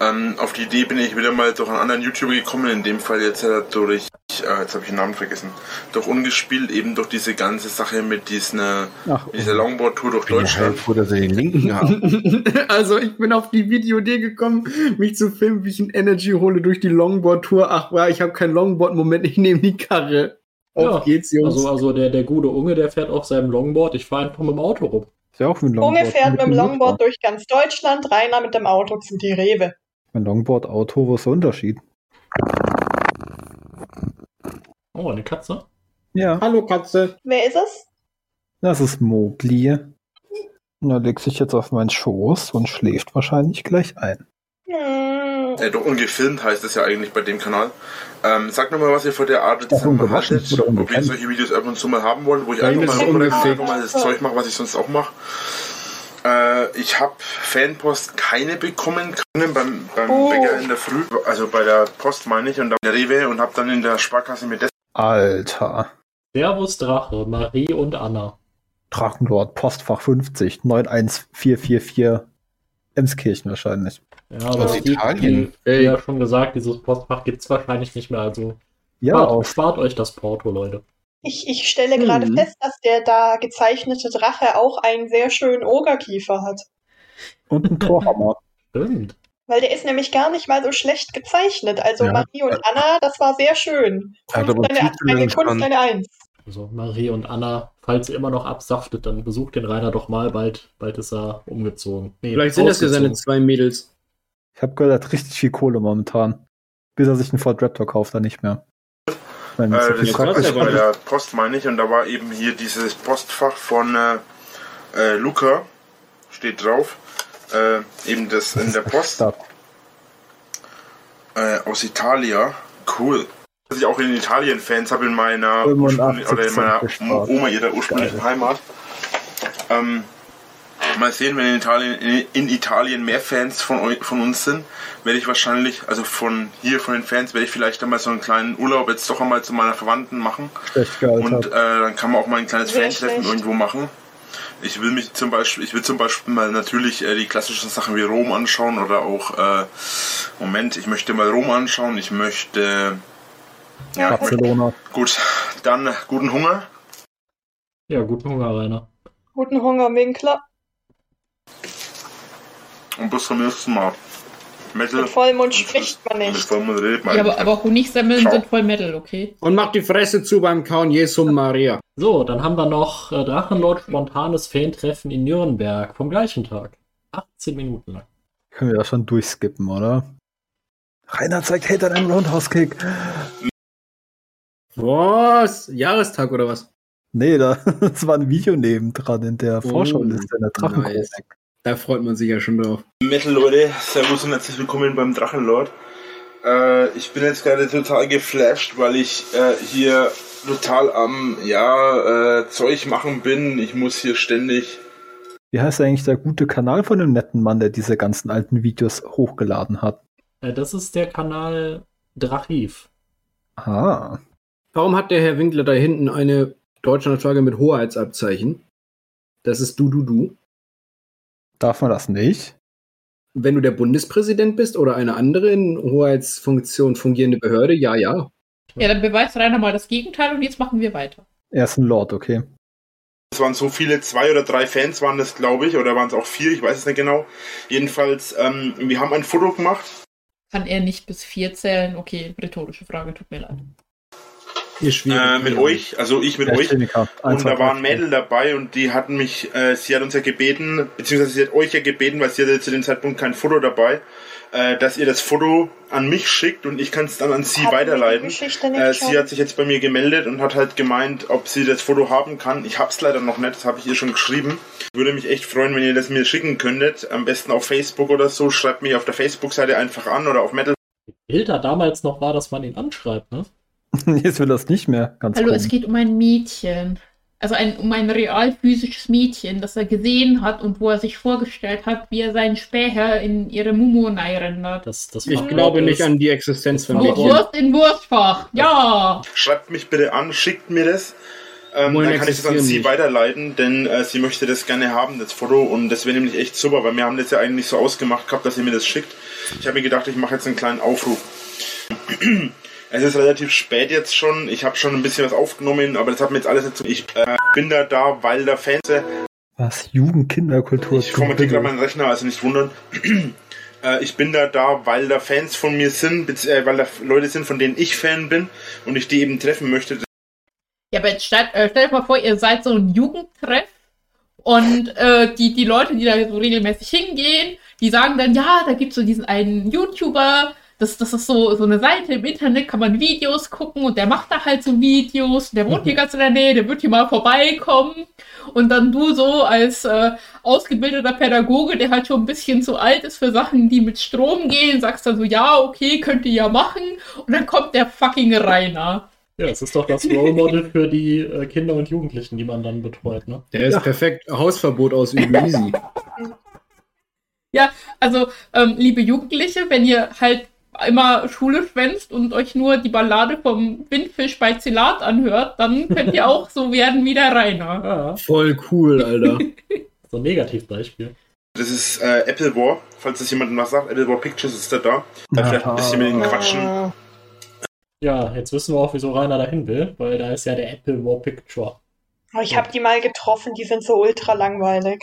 Speaker 6: Ähm, auf die Idee bin ich wieder mal durch einen anderen YouTuber gekommen, in dem Fall jetzt äh, durch, äh, jetzt habe ich den Namen vergessen, durch Ungespielt, eben durch diese ganze Sache mit diesen, äh,
Speaker 4: Ach,
Speaker 6: mit dieser Longboard-Tour durch Deutschland.
Speaker 7: froh, dass er den linken haben.
Speaker 1: also ich bin auf die Videoidee gekommen, mich zu filmen, wie ich ein Energy hole durch die Longboard-Tour. Ach, ja, ich habe keinen Longboard-Moment, ich nehme die Karre. Auf
Speaker 5: Ja,
Speaker 1: geht's, Jungs.
Speaker 5: Also, also der, der gute Unge, der fährt auf seinem Longboard. Ich fahre einfach mit dem Auto rum.
Speaker 4: ist ja auch wie ein Longboard.
Speaker 3: Unge fährt mit dem Longboard
Speaker 4: Motor.
Speaker 3: durch ganz Deutschland, Rainer mit dem Auto zu die Rewe.
Speaker 4: Mein Longboard-Auto, wo ist der Unterschied?
Speaker 5: Oh, eine Katze.
Speaker 4: Ja,
Speaker 1: Hallo Katze.
Speaker 3: Wer ist es?
Speaker 4: das ist Mobli. Und er legt sich jetzt auf meinen Schoß und schläft wahrscheinlich gleich ein.
Speaker 3: Hm.
Speaker 6: Äh, doch ungefilmt heißt es ja eigentlich bei dem Kanal. Ähm, sag nochmal, was ihr von der Art
Speaker 4: Ach, ungewaschen
Speaker 6: haltet,
Speaker 4: oder
Speaker 6: ob ihr
Speaker 4: ungekämmt.
Speaker 6: solche Videos ab und zu mal haben wollt, wo ich
Speaker 1: Nein,
Speaker 6: einfach
Speaker 1: das
Speaker 6: mal
Speaker 1: ist
Speaker 6: rumrenne
Speaker 3: ungefickt.
Speaker 6: und mal das Zeug mache, was ich sonst auch mache. Äh, ich habe Fanpost keine bekommen können beim, beim
Speaker 3: Oh.
Speaker 6: Bäcker in der Früh, also bei der Post meine ich und dann in der Rewe und habe dann in der Sparkasse mit Des
Speaker 4: Alter.
Speaker 5: Servus Drache, Marie und Anna.
Speaker 4: Drachenlord, Postfach 50, 91444, Emskirchen wahrscheinlich.
Speaker 5: Ja, aber
Speaker 3: Aus
Speaker 5: es gibt,
Speaker 7: Italien.
Speaker 5: Wie,
Speaker 1: Ey.
Speaker 5: wie ja schon gesagt, dieses Postfach gibt es wahrscheinlich nicht mehr. Also
Speaker 4: Ja,
Speaker 5: spart,
Speaker 4: aus
Speaker 5: spart euch das Porto, Leute.
Speaker 3: Ich, ich stelle
Speaker 1: Mhm.
Speaker 3: gerade fest, dass der da gezeichnete Drache auch einen sehr schönen Ogerkiefer hat.
Speaker 4: und ein Torhammer.
Speaker 5: Stimmt.
Speaker 3: Weil der ist nämlich gar nicht mal so schlecht gezeichnet. Also
Speaker 7: Ja.
Speaker 3: Marie und Anna, das war sehr schön.
Speaker 7: Hat aber
Speaker 3: Eine,
Speaker 7: viel zu
Speaker 3: eine
Speaker 7: lange
Speaker 3: Kunst,
Speaker 7: dran.
Speaker 3: eine Eins.
Speaker 5: Also Marie und Anna, falls ihr immer noch absaftet, dann besucht den Rainer doch mal. Bald, bald ist er umgezogen. Nee,
Speaker 1: Vielleicht sind das ja seine
Speaker 5: ausgezogen.
Speaker 1: zwei Mädels.
Speaker 4: Ich habe gehört, er hat richtig viel Kohle momentan. Bis er sich einen Ford Raptor kauft, dann nicht mehr. Wenn
Speaker 6: Äh,
Speaker 4: so viel
Speaker 6: das
Speaker 1: Kraft
Speaker 6: war
Speaker 4: Kraft
Speaker 1: ist
Speaker 6: das
Speaker 1: aber
Speaker 6: bei
Speaker 1: nicht.
Speaker 6: der Post, meine ich, und da war eben hier dieses Postfach von äh, äh, Luca, steht drauf, äh, eben das in der Post
Speaker 4: statt.
Speaker 6: äh, aus Italien. Cool. Dass ich auch in Italien Fans habe, in meiner,
Speaker 4: 85
Speaker 6: ursprünglichen- oder in meiner
Speaker 4: gespart.
Speaker 6: Oma ihrer ursprünglichen Heimat. Ähm, mal sehen, wenn in Italien, in, in Italien mehr Fans von, eu- von uns sind, werde ich wahrscheinlich, also von hier, von den Fans, werde ich vielleicht einmal so einen kleinen Urlaub jetzt doch einmal zu meiner Verwandten machen.
Speaker 4: Schlecht gealtert.
Speaker 6: Und äh, dann kann man auch mal ein kleines
Speaker 3: Sehr
Speaker 6: Fantreffen
Speaker 3: schlecht.
Speaker 6: irgendwo machen. Ich will mich zum Beispiel, ich will zum Beispiel mal natürlich äh, die klassischen Sachen wie Rom anschauen oder auch äh, Moment, ich möchte mal Rom anschauen. Ich möchte ja gut,
Speaker 4: Barcelona.
Speaker 6: gut dann guten Hunger.
Speaker 5: Ja, guten Hunger, Rainer.
Speaker 3: Guten Hunger, Winkler.
Speaker 6: Und bis zum nächsten Mal. Metal.
Speaker 3: Mit Vollmund spricht man
Speaker 6: Mit
Speaker 3: nicht.
Speaker 6: Vollmond redet man
Speaker 2: Ja, aber,
Speaker 6: nicht.
Speaker 2: aber Honigsemmeln
Speaker 6: Schau.
Speaker 2: sind voll Metal, okay?
Speaker 1: Und macht die Fresse zu beim Kauen Jesu Maria.
Speaker 5: So, dann haben wir noch äh, Drachenlord spontanes Fan-Treffen in Nürnberg vom gleichen Tag. 18 Minuten lang.
Speaker 4: Können wir da schon durchskippen, oder? Rainer zeigt Hate an einem Roundhouse-Kick.
Speaker 1: Was? Jahrestag oder was?
Speaker 4: Nee, da, das war ein Video nebendran in der
Speaker 1: Oh,
Speaker 4: Vorschauliste, in der Drachenkronik.
Speaker 1: nice. Da freut man sich ja schon drauf.
Speaker 6: Metal Leute, servus und herzlich willkommen beim Drachenlord. Äh, ich bin jetzt gerade total geflasht, weil ich äh, hier total am ja, äh, Zeug machen bin. Ich muss hier ständig.
Speaker 4: Wie heißt eigentlich der gute Kanal von dem netten Mann, der diese ganzen alten Videos hochgeladen hat?
Speaker 5: Äh, das ist der Kanal Drachiv.
Speaker 4: Ah,
Speaker 1: Warum hat der Herr Winkler da hinten eine Deutschlandflagge mit Hoheitsabzeichen? Das ist du, du, du.
Speaker 4: darf man das nicht?
Speaker 1: Wenn du der Bundespräsident bist oder eine andere in Hoheitsfunktion fungierende Behörde, ja, ja.
Speaker 2: Ja, dann beweist Rainer mal das Gegenteil und jetzt machen wir weiter.
Speaker 4: Er ist ein Lord, okay.
Speaker 6: Es waren so viele, zwei oder drei Fans waren das, glaube ich, oder waren es auch vier, ich weiß es nicht genau. Jedenfalls, ähm, wir haben ein Foto gemacht.
Speaker 2: Kann er nicht bis vier zählen? Okay, rhetorische Frage, tut mir leid.
Speaker 1: Ist schwierig.
Speaker 6: Äh, mit euch, also ich mit
Speaker 4: Er ist
Speaker 6: euch.
Speaker 4: Chemiker.
Speaker 6: Und
Speaker 4: Einfach
Speaker 6: da war ein
Speaker 4: mal-
Speaker 6: Mädel dabei und die hat mich, äh, sie hat uns ja gebeten, beziehungsweise sie hat euch ja gebeten, weil sie hatte zu dem Zeitpunkt kein Foto dabei, äh, dass ihr das Foto an mich schickt und ich kann es dann an sie
Speaker 3: Hatten wir die
Speaker 6: weiterleiten.
Speaker 3: Geschichte nicht
Speaker 6: Äh,
Speaker 3: schon?
Speaker 6: sie hat sich jetzt bei mir gemeldet und hat halt gemeint, ob sie das Foto haben kann. Ich hab's leider noch nicht, das habe ich ihr schon geschrieben. Würde mich echt freuen, wenn ihr das mir schicken könntet. Am besten auf Facebook oder so. Schreibt mich auf der Facebook-Seite einfach an oder auf Metal.
Speaker 5: Die Bilder damals noch war, dass man ihn anschreibt, ne?
Speaker 4: Jetzt will das nicht mehr. Ganz
Speaker 2: Hallo,
Speaker 4: komisch.
Speaker 2: es geht um ein Mädchen. Also ein, um ein real physisches Mädchen, das er gesehen hat und wo er sich vorgestellt hat, wie er seinen Späher in ihre Mumu reinlädt.
Speaker 5: Das, das Oh,
Speaker 1: ich
Speaker 5: Fachwort
Speaker 1: glaube nicht
Speaker 5: ist-
Speaker 1: an die Existenz von
Speaker 5: Aber
Speaker 2: Mit
Speaker 5: warum?
Speaker 1: Mädchen.
Speaker 2: Wurst in Wurstfach. Ja!
Speaker 6: Schreibt mich bitte an, schickt mir das. Ähm,
Speaker 1: Mullen
Speaker 6: dann kann ich das an
Speaker 1: existieren nicht.
Speaker 6: sie weiterleiten, denn äh, sie möchte das gerne haben, das Foto. Und das wäre nämlich echt super, weil wir haben das ja eigentlich so ausgemacht gehabt, dass ihr mir das schickt. Ich habe mir gedacht, ich mache jetzt einen kleinen Aufruf. Es ist relativ spät jetzt schon. Ich habe schon ein bisschen was aufgenommen, aber das hat mir jetzt alles jetzt. Ich äh, bin da da, weil da Fans. äh,
Speaker 4: Was? Jugendkinderkultur?
Speaker 6: Ich kommentiere gerade meinen Rechner, also nicht wundern. Äh, Ich bin da da, weil da Fans von mir sind, bezieh- äh, weil da Leute sind, von denen ich Fan bin und ich die eben treffen möchte.
Speaker 2: Ja, aber jetzt stellt, äh, stellt euch mal vor, ihr seid so ein Jugendtreff und äh, die, die Leute, die da so regelmäßig hingehen, die sagen dann, ja, da gibt's so diesen einen YouTuber, das, das ist so, so eine Seite im Internet, kann man Videos gucken und der macht da halt so Videos und der wohnt hier ganz in der Nähe, der wird hier mal vorbeikommen. Und dann du so als äh, ausgebildeter Pädagoge, der halt schon ein bisschen zu alt ist für Sachen, die mit Strom gehen, sagst dann so, ja, okay, könnt ihr ja machen. Und dann kommt der fucking Rainer.
Speaker 5: Ja, es ist doch das Role Model für die äh, Kinder und Jugendlichen, die man dann betreut, ne?
Speaker 1: Der ist perfekt. Hausverbot ausüben, easy.
Speaker 2: Also, ähm, liebe Jugendliche, wenn ihr halt immer Schule schwänzt und euch nur die Ballade vom Windfisch bei Zelat anhört, dann könnt ihr auch so werden wie der Rainer.
Speaker 5: Ja,
Speaker 1: Voll cool, Alter.
Speaker 5: so ein Negativbeispiel.
Speaker 6: Das ist äh, Apple War, falls das jemandem was sagt. Apple War Pictures ist da da. Äh, vielleicht ein bisschen mit ihnen
Speaker 3: Ah.
Speaker 6: quatschen.
Speaker 5: Ja, jetzt wissen wir auch, wieso Rainer dahin will, weil da ist ja der Apple War Picture.
Speaker 3: Oh, ich habe die mal getroffen, die sind so ultra langweilig.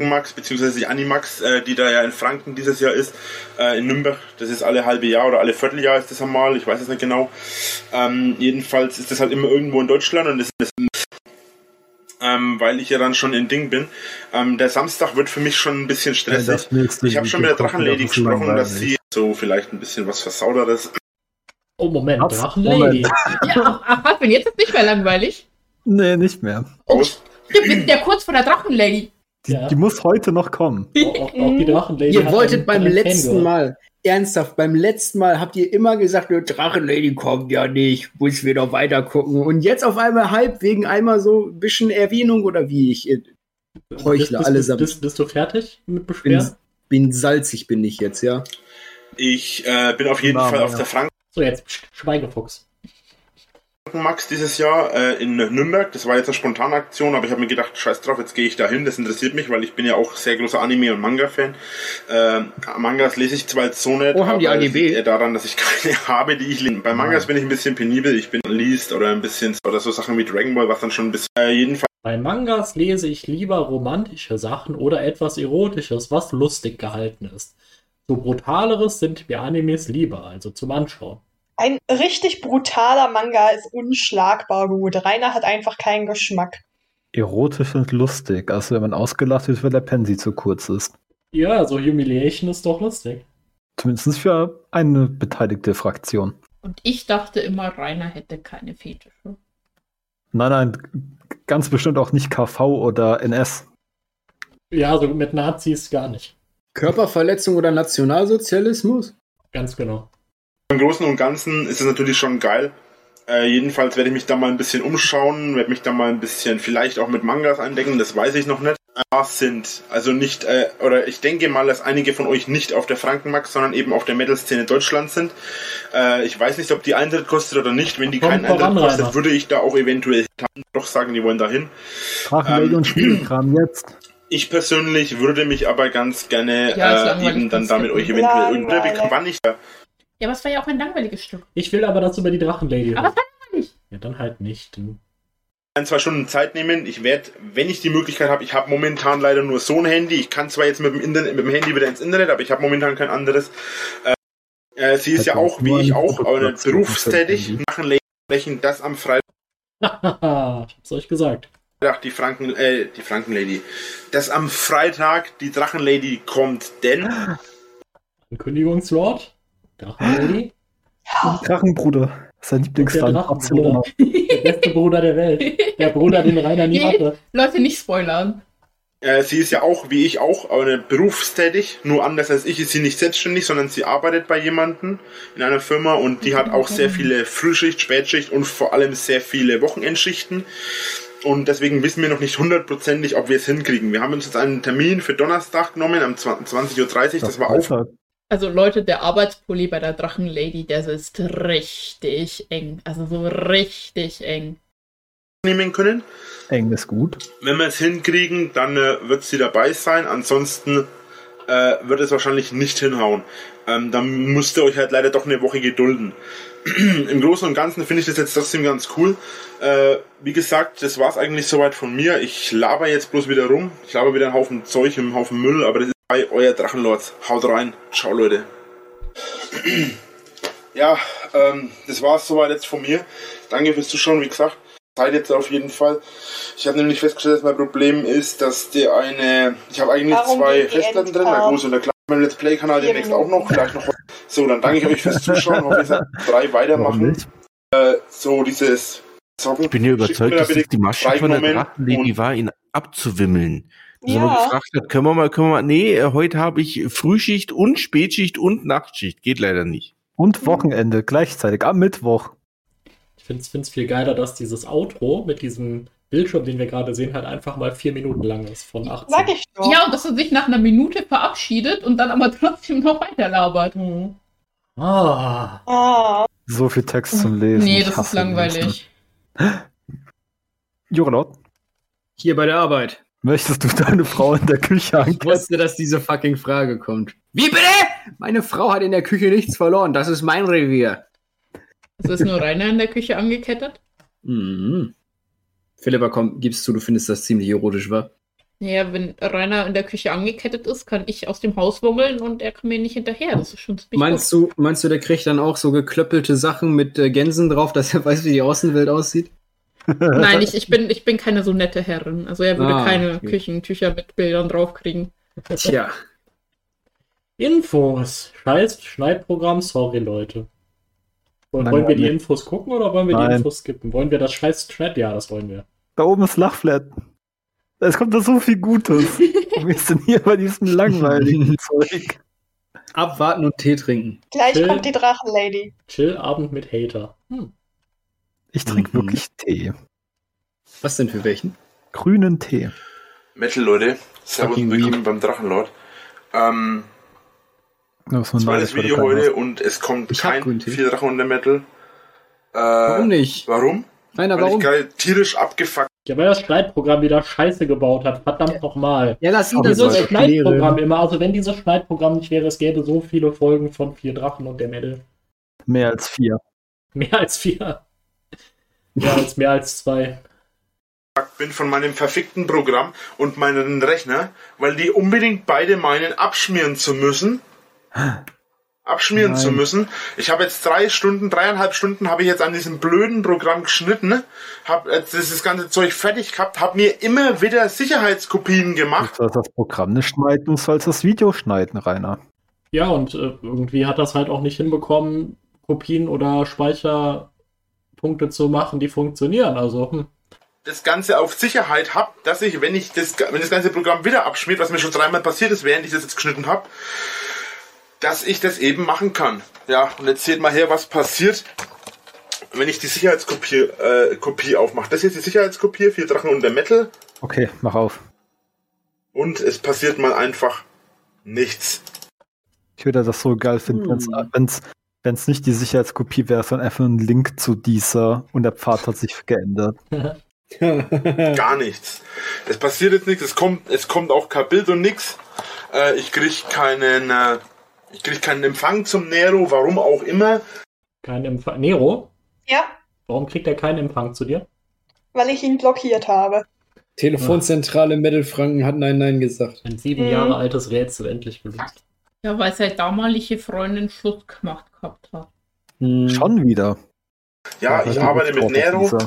Speaker 6: Max, beziehungsweise die Animax, äh, die da ja in Franken dieses Jahr ist, äh, in Nürnberg. Das ist alle halbe Jahr oder alle Vierteljahr ist das einmal, ich weiß es nicht genau. Ähm, jedenfalls ist das halt immer irgendwo in Deutschland und das ist. Ähm, weil ich ja dann schon in Ding bin. Ähm, der Samstag wird für mich schon ein bisschen stressig. Ich habe schon mit der Drachenlady gesprochen, dass sie so vielleicht ein bisschen was versauderes
Speaker 5: Oh, Moment,
Speaker 4: Was?
Speaker 5: Drachenlady.
Speaker 2: Ja, ach, ach was, wenn jetzt ist nicht mehr langweilig.
Speaker 4: Nee, nicht mehr.
Speaker 2: Oh, stimmt, wir sind ja kurz vor der Drachenlady.
Speaker 4: Die,
Speaker 5: Ja.
Speaker 4: die muss heute noch kommen.
Speaker 5: Auch, auch, auch die Drachenlady.
Speaker 1: Ihr
Speaker 5: hat
Speaker 1: wolltet
Speaker 5: einen-
Speaker 1: beim
Speaker 5: einen
Speaker 1: letzten
Speaker 5: Fangirl.
Speaker 1: Mal, ernsthaft, beim letzten Mal habt ihr immer gesagt, "Nö, Drachenlady kommt ja nicht, muss wir doch weiter gucken. Und jetzt auf einmal Hype wegen einmal so ein bisschen Erwähnung oder wie ich äh, Heuchler
Speaker 5: Bist- bist-
Speaker 1: allesamt.
Speaker 5: Bist, bist du fertig mit
Speaker 1: bin,
Speaker 5: Beschwerden?
Speaker 1: bin salzig bin ich jetzt, ja.
Speaker 6: Ich äh, bin auf jeden
Speaker 4: Na,
Speaker 6: Fall auf
Speaker 4: ja.
Speaker 6: der
Speaker 5: So, jetzt Sch- Schweigefuchs.
Speaker 6: Frankenmax dieses Jahr äh, in Nürnberg. Das war jetzt eine spontane Aktion, aber ich habe mir gedacht, scheiß drauf, jetzt gehe ich da hin. Das interessiert mich, weil ich bin ja auch sehr großer Anime- und Manga-Fan. Ähm, Mangas lese ich zwar jetzt so nicht,
Speaker 1: Oh, haben die
Speaker 6: aber es
Speaker 1: AGB?
Speaker 6: liegt eher daran, dass ich keine habe, die ich lese. Bei
Speaker 1: Ah.
Speaker 6: Mangas bin ich ein bisschen penibel. Ich bin liest oder ein bisschen oder so Sachen wie Dragon Ball, was dann schon ein bisschen... Äh, jedenfalls
Speaker 5: Bei Mangas lese ich lieber romantische Sachen oder etwas Erotisches, was lustig gehalten ist. So brutaleres sind mir Animes lieber, also zum Anschauen.
Speaker 3: Ein richtig brutaler Manga ist unschlagbar gut. Rainer hat einfach keinen Geschmack.
Speaker 4: Erotisch und lustig. Also, wenn man ausgelacht wird, weil der Pensi zu kurz ist.
Speaker 5: Ja, so Humiliation ist doch lustig.
Speaker 4: Zumindest für eine beteiligte Fraktion.
Speaker 2: Und ich dachte immer, Rainer hätte keine Fetische.
Speaker 4: Nein, nein, ganz bestimmt auch nicht KV oder NS.
Speaker 5: Ja, so mit Nazis gar nicht.
Speaker 1: Körperverletzung oder Nationalsozialismus?
Speaker 5: Ganz genau.
Speaker 6: Im Großen und Ganzen ist es natürlich schon geil. Äh, jedenfalls werde ich mich da mal ein bisschen umschauen, werde mich da mal ein bisschen vielleicht auch mit Mangas eindecken, das weiß ich noch nicht. Was sind, also nicht, äh, oder ich denke mal, dass einige von euch nicht auf der Frankenmax, sondern eben auf der Metal-Szene Deutschlands sind. Äh, ich weiß nicht, ob die Eintritt kostet oder nicht. Wenn die
Speaker 5: Komm
Speaker 6: keinen
Speaker 5: voran,
Speaker 6: Eintritt kostet,
Speaker 5: Rainer.
Speaker 6: würde ich da auch eventuell doch sagen, die wollen dahin.
Speaker 4: Drachenwelt
Speaker 6: Ähm,
Speaker 4: und Spielkram jetzt.
Speaker 6: Ich persönlich würde mich aber ganz gerne
Speaker 2: Ja, ist
Speaker 6: äh,
Speaker 2: langweilig,
Speaker 6: eben dann
Speaker 2: das
Speaker 6: damit
Speaker 2: geht
Speaker 6: euch eventuell
Speaker 3: langweilig.
Speaker 6: Überblick wann ich
Speaker 2: Ja, aber es war ja auch ein langweiliges Stück.
Speaker 5: Ich will aber dazu über die Drachenlady
Speaker 2: Aber
Speaker 5: reden.
Speaker 2: nicht.
Speaker 5: Ja, dann halt nicht. Du.
Speaker 6: ein, zwei Stunden Zeit nehmen. Ich werde, wenn ich die Möglichkeit habe, ich habe momentan leider nur so ein Handy. Ich kann zwar jetzt mit dem, Internet, mit dem Handy wieder ins Internet, aber ich habe momentan kein anderes. Äh, äh, sie ist
Speaker 4: Hat
Speaker 6: ja
Speaker 4: man
Speaker 6: auch, wie
Speaker 4: nur
Speaker 6: ich
Speaker 4: einen
Speaker 6: auch, äh,
Speaker 4: Druckplatz
Speaker 6: berufstätig,
Speaker 4: mit dem
Speaker 6: machen Läden, das am Freitag.
Speaker 5: Hahaha, ich hab's euch gesagt.
Speaker 6: Freitag die Franken, äh, die Frankenlady, dass am Freitag die Drachenlady kommt, denn
Speaker 5: Ankündigungslord, Drachenlady,
Speaker 2: Oh.
Speaker 4: Drachenbruder. Sein Lieblingsland
Speaker 5: Der Drachenbruder.
Speaker 4: Barcelona.
Speaker 5: der beste Bruder der Welt. Der Bruder, den Rainer nie
Speaker 2: Nee.
Speaker 5: hatte.
Speaker 2: Leute, nicht spoilern.
Speaker 6: äh, sie ist ja auch, wie ich auch, aber berufstätig, nur anders als ich ist sie nicht selbstständig, sondern sie arbeitet bei jemandem in einer Firma und die hat auch sehr viele Frühschicht, Spätschicht und vor allem sehr viele Wochenendschichten. Und deswegen wissen wir noch nicht hundertprozentig, ob wir es hinkriegen. Wir haben uns jetzt einen Termin für Donnerstag genommen, am 20.30 Uhr, das, war auf
Speaker 2: Also Leute, der Arbeitspulli bei der Drachenlady, der sitzt richtig eng. Also so richtig eng.
Speaker 6: nehmen können.
Speaker 4: Eng ist gut.
Speaker 6: Wenn wir es hinkriegen, dann äh, wird sie dabei sein. Ansonsten äh, wird es wahrscheinlich nicht hinhauen. Ähm, dann müsst ihr euch halt leider doch eine Woche gedulden. Im Großen und Ganzen finde ich das jetzt trotzdem ganz cool. Äh, wie gesagt, das war es eigentlich soweit von mir. Ich laber jetzt bloß wieder rum. Ich laber wieder einen Haufen Zeug, einen Haufen Müll, aber das ist bei euer Drachenlords. Haut rein. Ciao, Leute. ja, ähm, das war es soweit jetzt von mir. Danke fürs Zuschauen, wie gesagt. Zeit jetzt auf jeden Fall. Ich habe nämlich festgestellt, dass mein Problem ist, dass dir eine. Ich habe eigentlich
Speaker 3: Warum
Speaker 6: zwei
Speaker 3: geht die
Speaker 6: Festplatten drin, der
Speaker 3: Endcard?
Speaker 6: große und der kleine. Mein Let's Play-Kanal
Speaker 3: Vier
Speaker 6: demnächst
Speaker 1: genau.
Speaker 6: auch noch.
Speaker 3: Minuten.
Speaker 6: Vielleicht noch. So, dann danke ich euch fürs Zuschauen. Hoffe, ihr seid drei
Speaker 4: Warum
Speaker 6: weitermachen.
Speaker 4: nicht?
Speaker 6: Äh, so, dieses Zocken.
Speaker 7: Ich bin ja überzeugt, dass das die Masche von der
Speaker 6: Moment
Speaker 7: Drachenlady
Speaker 6: und-
Speaker 7: war, ihn abzuwimmeln. Dass er mal
Speaker 3: Ja,
Speaker 7: gefragt hat, können wir mal, können wir mal, nee, äh, heute habe ich Frühschicht und Spätschicht und Nachtschicht. Geht leider nicht.
Speaker 4: Und Wochenende gleichzeitig am Mittwoch.
Speaker 5: Ich find's, find's viel geiler, dass dieses Outro mit diesem Bildschirm, den wir gerade sehen, halt einfach mal vier Minuten lang ist von 18.
Speaker 3: sag ich doch.
Speaker 2: Ja, und dass er sich nach einer Minute verabschiedet und dann aber trotzdem noch weiter labert.
Speaker 5: Ah,
Speaker 3: Ah,
Speaker 4: So viel Text zum Lesen.
Speaker 2: nee,
Speaker 4: Ich
Speaker 2: das ist
Speaker 4: hasse Lesen.
Speaker 2: langweilig.
Speaker 4: Jurelot,
Speaker 1: Hier bei der Arbeit.
Speaker 4: möchtest du deine Frau in der Küche
Speaker 1: Ich
Speaker 4: angucken?
Speaker 1: wusste, dass diese fucking Frage kommt. Wie bitte? Meine Frau hat in der Küche nichts verloren. Das ist mein Revier.
Speaker 2: Also ist nur Rainer in der Küche angekettet?
Speaker 1: Mhm. Philippa, komm, gibst du, du findest das ziemlich erotisch, wa?
Speaker 2: Naja, wenn Rainer in der Küche angekettet ist, kann ich aus dem Haus wummeln und er kann mir nicht hinterher. Das ist schon ziemlich
Speaker 1: Meinst du, meinst du, der kriegt dann auch so geklöppelte Sachen mit äh, Gänsen drauf, dass er weiß, wie die Außenwelt aussieht?
Speaker 2: gut. Nein, ich, ich, bin, ich bin keine so nette Herrin. Also er würde
Speaker 1: Ah,
Speaker 2: keine
Speaker 1: okay.
Speaker 2: Küchentücher mit Bildern draufkriegen.
Speaker 1: Tja.
Speaker 5: Infos. Scheiß Schneidprogramm, sorry, Leute. Wollen,
Speaker 4: Nein,
Speaker 5: wollen wir die
Speaker 4: nein.
Speaker 5: Infos gucken oder wollen wir die
Speaker 4: Nein.
Speaker 5: Infos skippen? Wollen wir das scheiß Thread? Ja, das wollen wir.
Speaker 4: Da oben ist Lachflat. Es kommt da so viel Gutes. Und wir sind hier bei diesem langweiligen Zeug.
Speaker 1: Abwarten und Tee trinken.
Speaker 3: gleich
Speaker 5: Phil?
Speaker 3: kommt die Drachenlady.
Speaker 5: Chill-Abend mit Hater. Hm.
Speaker 4: Ich trinke
Speaker 1: Mhm.
Speaker 4: wirklich Tee.
Speaker 1: Was denn für welchen?
Speaker 4: Grünen Tee.
Speaker 6: Metal, Leute. Servus,
Speaker 1: Fucking
Speaker 6: willkommen beim Drachenlord. Ähm,
Speaker 4: Das war
Speaker 6: zweites Video heute und es kommt
Speaker 1: Ich hab
Speaker 6: kein
Speaker 1: grünen Tee.
Speaker 6: viel Drachen und der Metal. Äh,
Speaker 1: Warum nicht?
Speaker 6: Warum?
Speaker 1: Rainer,
Speaker 6: Weil ich
Speaker 1: warum?
Speaker 6: gerade tierisch abgefuckt
Speaker 5: Ja, weil das Schneidprogramm wieder Scheiße gebaut hat. Verdammt nochmal.
Speaker 1: Ja, lass ihn
Speaker 4: Aber
Speaker 1: das
Speaker 4: so
Speaker 5: Dieses
Speaker 4: soll
Speaker 1: so
Speaker 4: ich
Speaker 5: Schneidprogramm immer, also wenn dieses Schneidprogramm nicht wäre, es gäbe so viele Folgen von Vier Drachen und der Mädel.
Speaker 4: Mehr als vier.
Speaker 5: Mehr als vier. Mehr als, mehr als zwei.
Speaker 6: bin von meinem verfickten Programm und meinem Rechner, weil die unbedingt beide meinen, abschmieren zu müssen. Abschmieren
Speaker 4: Nein.
Speaker 6: zu müssen. Ich habe jetzt drei Stunden, dreieinhalb Stunden habe ich jetzt an diesem blöden Programm geschnitten, habe jetzt dieses ganze Zeug fertig gehabt, habe mir immer wieder Sicherheitskopien
Speaker 4: Du
Speaker 6: gemacht.
Speaker 4: sollst das Programm nicht schneiden, du sollst das Video schneiden, Rainer.
Speaker 5: Ja, und äh, irgendwie hat das halt auch nicht hinbekommen, Kopien oder Speicherpunkte zu machen, die funktionieren. Also, hm.
Speaker 6: das Ganze auf Sicherheit habe, dass ich, wenn ich das, wenn das ganze Programm wieder abschmiert, was mir schon dreimal passiert ist, während ich das jetzt geschnitten habe, dass ich das eben machen kann. Ja, und jetzt seht mal her, was passiert, wenn ich die Sicherheitskopie äh, Kopie aufmache. Das hier ist die Sicherheitskopie, vier Drachen und der Metal.
Speaker 4: Okay, mach auf.
Speaker 6: Und es passiert mal einfach nichts.
Speaker 4: Ich würde das so geil finden,
Speaker 1: Hm.
Speaker 4: wenn's, wenn's nicht die Sicherheitskopie wäre, sondern einfach ein Link zu dieser und der Pfad hat sich geändert.
Speaker 6: Gar nichts. Es passiert jetzt nichts, es kommt, es kommt auch kein Bild und nichts. Äh, ich krieg keinen, äh, ich krieg keinen Empfang zum Nero, warum auch immer.
Speaker 5: kein Empfang. Nero,
Speaker 3: Ja,
Speaker 5: warum kriegt er keinen Empfang zu dir?
Speaker 3: weil ich ihn blockiert habe.
Speaker 1: Telefonzentrale Mittelfranken hat Nein Nein gesagt.
Speaker 5: Ein sieben
Speaker 3: Mhm.
Speaker 5: Jahre altes Rätsel endlich gelöst.
Speaker 2: Ja, weil seine damalige Freundin Schluss gemacht gehabt hat.
Speaker 1: Hm.
Speaker 4: Schon wieder.
Speaker 6: Hm. Ja,
Speaker 4: Da hört
Speaker 6: ich
Speaker 4: man
Speaker 6: arbeite
Speaker 4: nicht
Speaker 6: mit
Speaker 4: drauf auf
Speaker 6: Nero.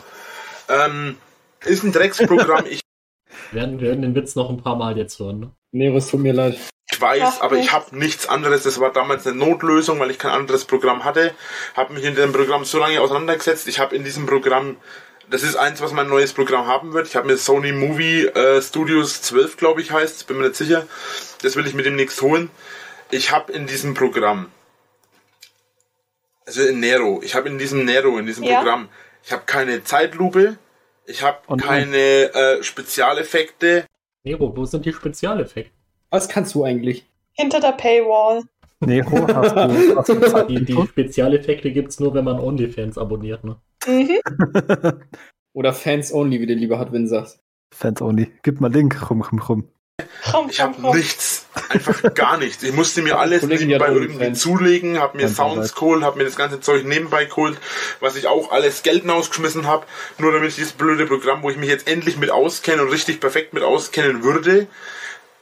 Speaker 4: dieser.
Speaker 6: Ähm, ist ein Drecksprogramm, ich
Speaker 5: Wir werden, wir werden den Witz noch ein paar Mal jetzt hören. Ne?
Speaker 1: Nero, es tut mir leid.
Speaker 6: weiß,
Speaker 3: Macht
Speaker 6: aber ich
Speaker 3: nichts.
Speaker 6: habe nichts anderes. Das war damals eine Notlösung, weil ich kein anderes Programm hatte. Habe mich in dem Programm so lange auseinandergesetzt. Ich habe in diesem Programm, das ist eins, was mein neues Programm haben wird. Ich habe mir Sony Movie äh, Studios 12, glaube ich, heißt. Bin mir nicht sicher. Das will ich mir demnächst holen. Ich habe in diesem Programm, also in Nero, ich habe in diesem Nero, in diesem
Speaker 3: Ja.
Speaker 6: Programm, ich habe keine Zeitlupe. Ich habe
Speaker 4: Oh nein.
Speaker 6: keine äh, Spezialeffekte.
Speaker 5: Nero, wo sind die Spezialeffekte?
Speaker 1: Was kannst du eigentlich?
Speaker 3: Hinter der Paywall.
Speaker 4: Nero, hast du, hast du Zeit
Speaker 5: Die, die Spezialeffekte gibt es nur, wenn man OnlyFans abonniert. Ne?
Speaker 3: Mhm.
Speaker 1: Oder Fans Only, wie der lieber Hartwin sagt.
Speaker 4: Fans only. Gib mal Link. Rum, rum, rum.
Speaker 3: Komm,
Speaker 6: Ich
Speaker 3: komm,
Speaker 6: habe
Speaker 3: komm.
Speaker 6: nichts, einfach gar nichts. Ich musste mir alles
Speaker 1: Kollegen, die
Speaker 6: nebenbei
Speaker 1: hat auch
Speaker 6: irgendwie
Speaker 1: Fans.
Speaker 6: zulegen, habe mir
Speaker 4: Ganz
Speaker 6: Sounds
Speaker 4: weit.
Speaker 6: geholt, habe mir das ganze Zeug nebenbei geholt, was ich auch alles Geld rausgeschmissen habe, nur damit ich dieses blöde Programm, wo ich mich jetzt endlich mit auskenne und richtig perfekt mit auskennen würde,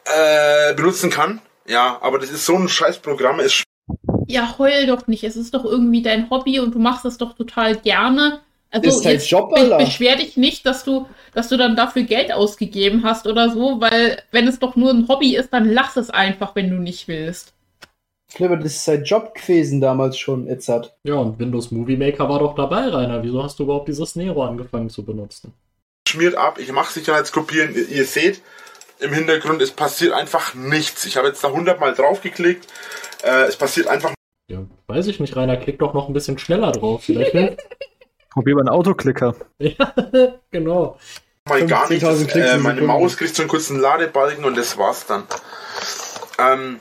Speaker 6: äh, benutzen kann. Ja, aber das ist so ein scheiß Programm, es sch-
Speaker 2: Ja, heul doch nicht. Es ist doch irgendwie dein Hobby und du machst das doch total gerne. Also
Speaker 1: Ist halt dein
Speaker 2: jetzt
Speaker 1: Job,
Speaker 2: be-
Speaker 1: Alter.
Speaker 2: beschwer dich nicht, dass du, dass du dann dafür Geld ausgegeben hast oder so, weil wenn es doch nur ein Hobby ist, dann lass es einfach, wenn du nicht willst.
Speaker 1: Flipper, das ist sein Job gewesen damals schon, Itzert.
Speaker 5: Ja, und Windows Movie Maker war doch dabei, Rainer. Wieso hast du überhaupt dieses Nero angefangen zu benutzen?
Speaker 6: schmiert ab, ich mache Sicherheitskopien, ihr, ihr seht, im Hintergrund, es passiert einfach nichts. Ich habe jetzt da hundertmal draufgeklickt, äh, es passiert einfach
Speaker 5: Ja, weiß ich nicht, Rainer. Klick doch noch ein bisschen schneller drauf. Vielleicht hilft.
Speaker 4: Probier mal einen Autoklicker.
Speaker 5: ja, genau.
Speaker 6: mal gar nicht.
Speaker 1: 15.000 Klicks
Speaker 6: äh,
Speaker 1: in
Speaker 6: meine
Speaker 1: Sekunde.
Speaker 6: Maus kriegt so einen kurzen Ladebalken und das war's dann. Ähm,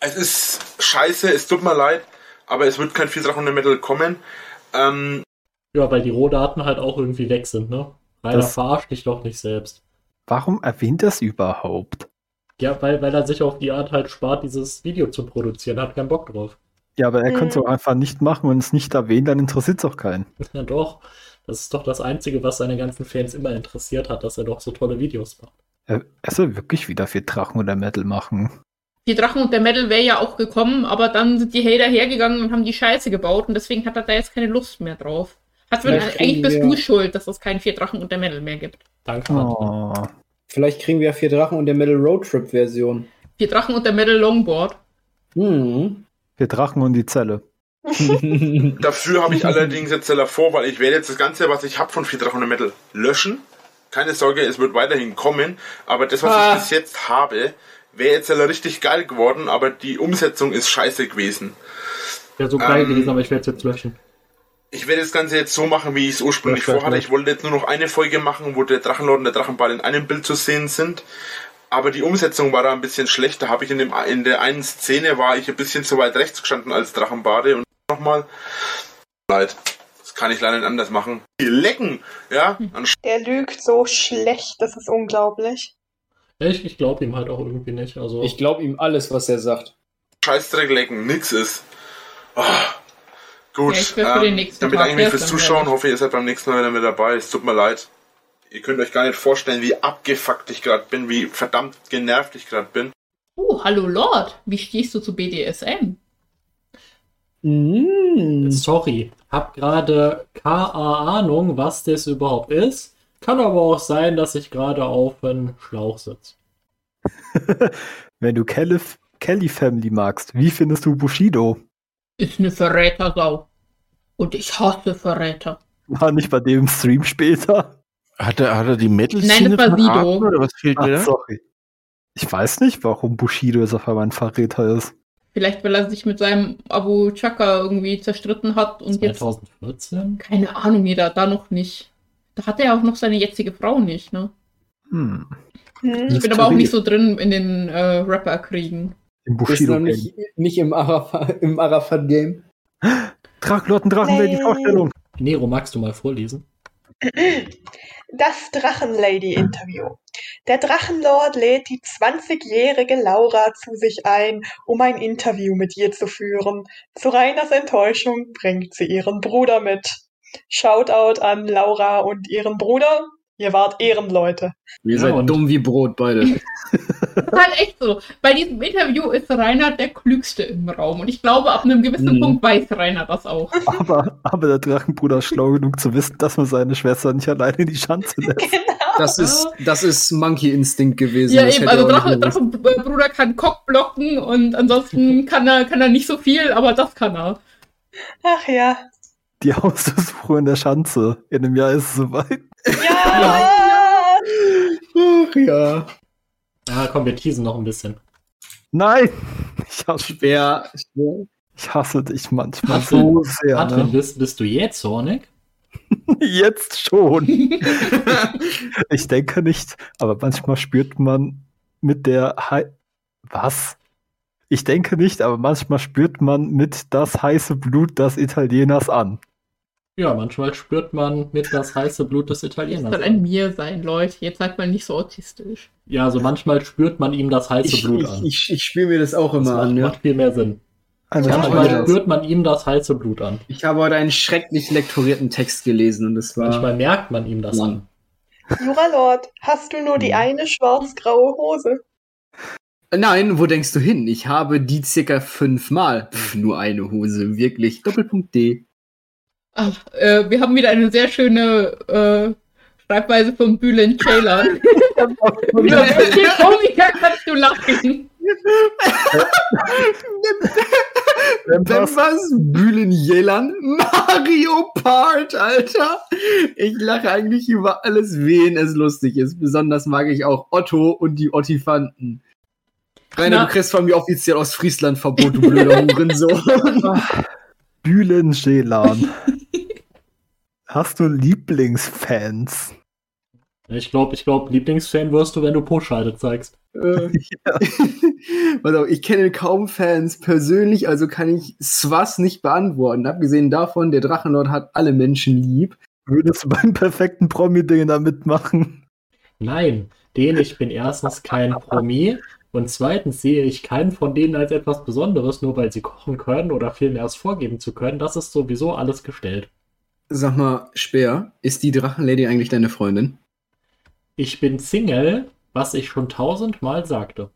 Speaker 6: es ist scheiße, es tut mir leid, aber es wird kein 400 Metal kommen. Ähm,
Speaker 5: Ja, weil die Rohdaten halt auch irgendwie weg sind, ne? Rainer,
Speaker 4: Das-
Speaker 5: verarsch dich doch nicht selbst.
Speaker 4: Warum erwähnt das überhaupt?
Speaker 5: Ja, weil, weil er sich auf die Art halt spart, dieses Video zu produzieren. Hat keinen Bock drauf.
Speaker 4: Ja, aber er
Speaker 3: Mhm.
Speaker 6: Hm.
Speaker 4: könnte es auch einfach nicht machen und es nicht erwähnen, dann interessiert es auch keinen.
Speaker 5: Ja, doch. Das ist doch das Einzige, was seine ganzen Fans immer interessiert hat, dass er doch so tolle Videos macht.
Speaker 4: Er, er soll Äh, also wirklich wieder vier Drachen oder Metal machen.
Speaker 2: Die Drachen und der Metal wäre ja auch gekommen, aber dann sind die Hater hergegangen und haben die Scheiße gebaut und deswegen hat er da jetzt keine Lust mehr drauf. Hat
Speaker 1: Ja,
Speaker 2: eigentlich
Speaker 1: kriegen
Speaker 2: bist
Speaker 1: wir-
Speaker 2: du schuld, dass es keinen Vier Drachen und der Metal mehr gibt.
Speaker 5: Danke. Martin.
Speaker 4: Oh.
Speaker 1: Vielleicht kriegen wir ja vier Drachen und der Metal Road Trip Version.
Speaker 2: Vier Drachen und der Metal Longboard.
Speaker 1: Hm.
Speaker 4: Vier Drachen und die Zelle.
Speaker 6: dafür habe ich allerdings jetzt Zeller vor, weil ich werde jetzt das Ganze, was ich habe von 400 Metal, löschen. Keine Sorge, es wird weiterhin kommen, aber das, was
Speaker 1: Ah.
Speaker 6: ich bis jetzt habe, wäre jetzt Zeller richtig geil geworden, aber die Umsetzung ist scheiße gewesen.
Speaker 5: Ja, so geil
Speaker 6: Ähm,
Speaker 5: gewesen, aber ich werde es jetzt löschen.
Speaker 6: Ich werde das Ganze jetzt so machen, wie ich es ursprünglich
Speaker 4: Ja, klar,
Speaker 6: vorhatte.
Speaker 4: klar.
Speaker 6: Ich wollte jetzt nur noch eine Folge machen, wo der Drachenlord und der Drachenball in einem Bild zu sehen sind. Aber die Umsetzung war da ein bisschen schlecht. Da habe ich in, dem, in der einen Szene war ich ein bisschen zu weit rechts gestanden als Drachenbade. Und nochmal, leid. Das kann ich leider nicht anders machen. Die lecken, ja? An
Speaker 3: Der lügt so schlecht, das ist unglaublich.
Speaker 5: Ja, ich ich glaube ihm halt auch irgendwie nicht. Also,
Speaker 1: Ich glaube ihm alles, was er sagt.
Speaker 6: Scheißdreck lecken, nix ist. Ah,
Speaker 2: Ja, ich
Speaker 6: gut,
Speaker 2: wär für den
Speaker 6: ähm,
Speaker 2: nächsten Tag
Speaker 6: dann bedanke ich mich
Speaker 2: wär's
Speaker 6: fürs
Speaker 2: dann
Speaker 6: Zuschauen.
Speaker 2: fertig.
Speaker 6: Hoffe, ihr seid beim nächsten Mal wieder mit dabei. Es tut mir leid. Ihr könnt euch gar nicht vorstellen, wie abgefuckt ich gerade bin, wie verdammt genervt ich gerade bin.
Speaker 2: Oh, hallo Lord, wie stehst du zu BDSM?
Speaker 1: Mm.
Speaker 5: sorry, hab gerade keine Ahnung, was das überhaupt ist. Kann aber auch sein, dass ich gerade auf einem Schlauch sitze.
Speaker 4: Wenn du Kelly, Kelly Family magst, wie findest du Bushido?
Speaker 2: ist eine Verrätersau. Und ich hasse Verräter.
Speaker 4: War nicht bei dem Stream später.
Speaker 7: Hat er, hat er die metal
Speaker 2: Nein, das war Sido.
Speaker 7: oder was fehlt mir
Speaker 4: Ah,
Speaker 7: da?
Speaker 4: sorry. Ich weiß nicht, warum Bushido jetzt auf einmal ein Verräter ist.
Speaker 2: Vielleicht, weil er sich mit seinem Abu Chaka irgendwie zerstritten hat und jetzt.
Speaker 5: 2014?
Speaker 2: Keine Ahnung, jeder da noch nicht. Da hat er auch noch seine jetzige Frau nicht, ne?
Speaker 4: Hm.
Speaker 2: Ich
Speaker 3: Hm.
Speaker 2: bin aber auch nicht so drin in den äh, Rapper-Kriegen.
Speaker 4: Im
Speaker 1: Ist noch
Speaker 4: Bushido.
Speaker 1: nicht, nicht im Arafat-Game. Im Arafat -Game.
Speaker 4: Drachenlotten, Drachenlady,
Speaker 3: Nee.
Speaker 4: Vorstellung.
Speaker 5: Nero, magst du mal vorlesen?
Speaker 3: Das Drachenlady-Interview. Der Drachenlord lädt die 20-jährige Laura zu sich ein, um ein Interview mit ihr zu führen. Zu Rainers Enttäuschung bringt sie ihren Bruder mit. Shoutout an Laura und ihren Bruder. Ihr wart Ehrenleute.
Speaker 1: Ihr
Speaker 5: Ja, und-
Speaker 1: seid dumm wie Brot beide.
Speaker 2: Das ist halt echt so. Bei diesem Interview ist Rainer der Klügste im Raum. Und ich glaube, ab einem gewissen
Speaker 1: Mhm.
Speaker 2: Punkt weiß Rainer das auch.
Speaker 4: Aber, aber der Drachenbruder ist schlau genug zu wissen, dass man seine Schwester nicht alleine in die Schanze lässt.
Speaker 1: Das ist, das ist Monkey Instinct gewesen.
Speaker 2: Ja,
Speaker 1: das
Speaker 2: eben,
Speaker 1: hätte
Speaker 2: also
Speaker 1: er auch
Speaker 2: Drache,
Speaker 1: nicht gewusst.
Speaker 2: Drachenbruder kann Cock blocken und ansonsten kann er, kann er nicht so viel, aber das kann er.
Speaker 3: Ach ja.
Speaker 4: Die Hausbesuche in der Schanze. In einem Jahr ist es soweit.
Speaker 3: Ja!
Speaker 1: Ach ja.
Speaker 5: Ah, komm, wir teasen noch ein bisschen.
Speaker 4: Nein! Ich hasse,
Speaker 1: Schwer.
Speaker 4: ich hasse dich manchmal
Speaker 5: Advin-
Speaker 4: so sehr.
Speaker 5: Advin,
Speaker 4: Ne?
Speaker 5: bist, bist du jetzt zornig?
Speaker 4: Jetzt schon. ich denke nicht, aber manchmal spürt man mit der Hei Was? Ich denke nicht, aber manchmal spürt man mit das heiße Blut des Italieners an.
Speaker 5: Ja, manchmal spürt man mit das heiße Blut des
Speaker 2: Das
Speaker 5: Italieners.
Speaker 2: soll ein Mir sein, Leute. Jetzt seid mal nicht so autistisch.
Speaker 5: Ja, also manchmal spürt man ihm das heiße
Speaker 1: Ich,
Speaker 5: Blut
Speaker 1: ich,
Speaker 5: an.
Speaker 1: ich, ich spiele mir das auch
Speaker 5: das
Speaker 1: immer
Speaker 5: macht,
Speaker 1: an. Ja.
Speaker 5: macht viel mehr Sinn.
Speaker 4: Eine
Speaker 1: Ja,
Speaker 4: Freude.
Speaker 5: Manchmal
Speaker 1: aber-
Speaker 5: spürt man ihm das heiße Blut an.
Speaker 1: Ich habe heute einen schrecklich lektorierten Text gelesen und das war.
Speaker 5: Manchmal merkt man ihm das
Speaker 1: Ja.
Speaker 5: an.
Speaker 3: Jura Lord, hast du nur die eine schwarz-graue Hose?
Speaker 1: Nein, wo denkst du hin? Ich habe die circa fünfmal. Pff, nur eine Hose, wirklich. Doppelpunkt D.
Speaker 2: Ach, äh, wir haben wieder eine sehr schöne äh, Schreibweise von Bülent Taylor. Über welche Komiker kannst du lachen?
Speaker 1: Bembas, Bühlen, Jelan, Mario Part, Alter. Ich lache eigentlich über alles, wen es lustig ist. Besonders mag ich auch Otto und die Ottifanten. Rainer,
Speaker 2: Na.
Speaker 1: du kriegst von mir offiziell aus Friesland Verbot, du blöder Hurensohn.
Speaker 4: Bühlen Gelan. Hast du Lieblingsfans?
Speaker 5: Ich glaube, ich glaub, Lieblingsfan wirst du, wenn du Po-Scheide zeigst.
Speaker 1: Äh, Warte, auf, ich kenne kaum Fans persönlich, also kann ich Swas nicht beantworten. Abgesehen davon, der Drachenlord hat alle Menschen lieb.
Speaker 4: Würdest du beim perfekten Promi-Ding da mitmachen?
Speaker 5: Nein, den ich bin erstens kein Promi und zweitens sehe ich keinen von denen als etwas Besonderes, nur weil sie kochen können oder vielmehr es vorgeben zu können. Das ist sowieso alles gestellt.
Speaker 1: Sag mal, Speer, ist die Drachenlady eigentlich deine Freundin?
Speaker 5: Ich bin Single, was ich schon tausendmal sagte.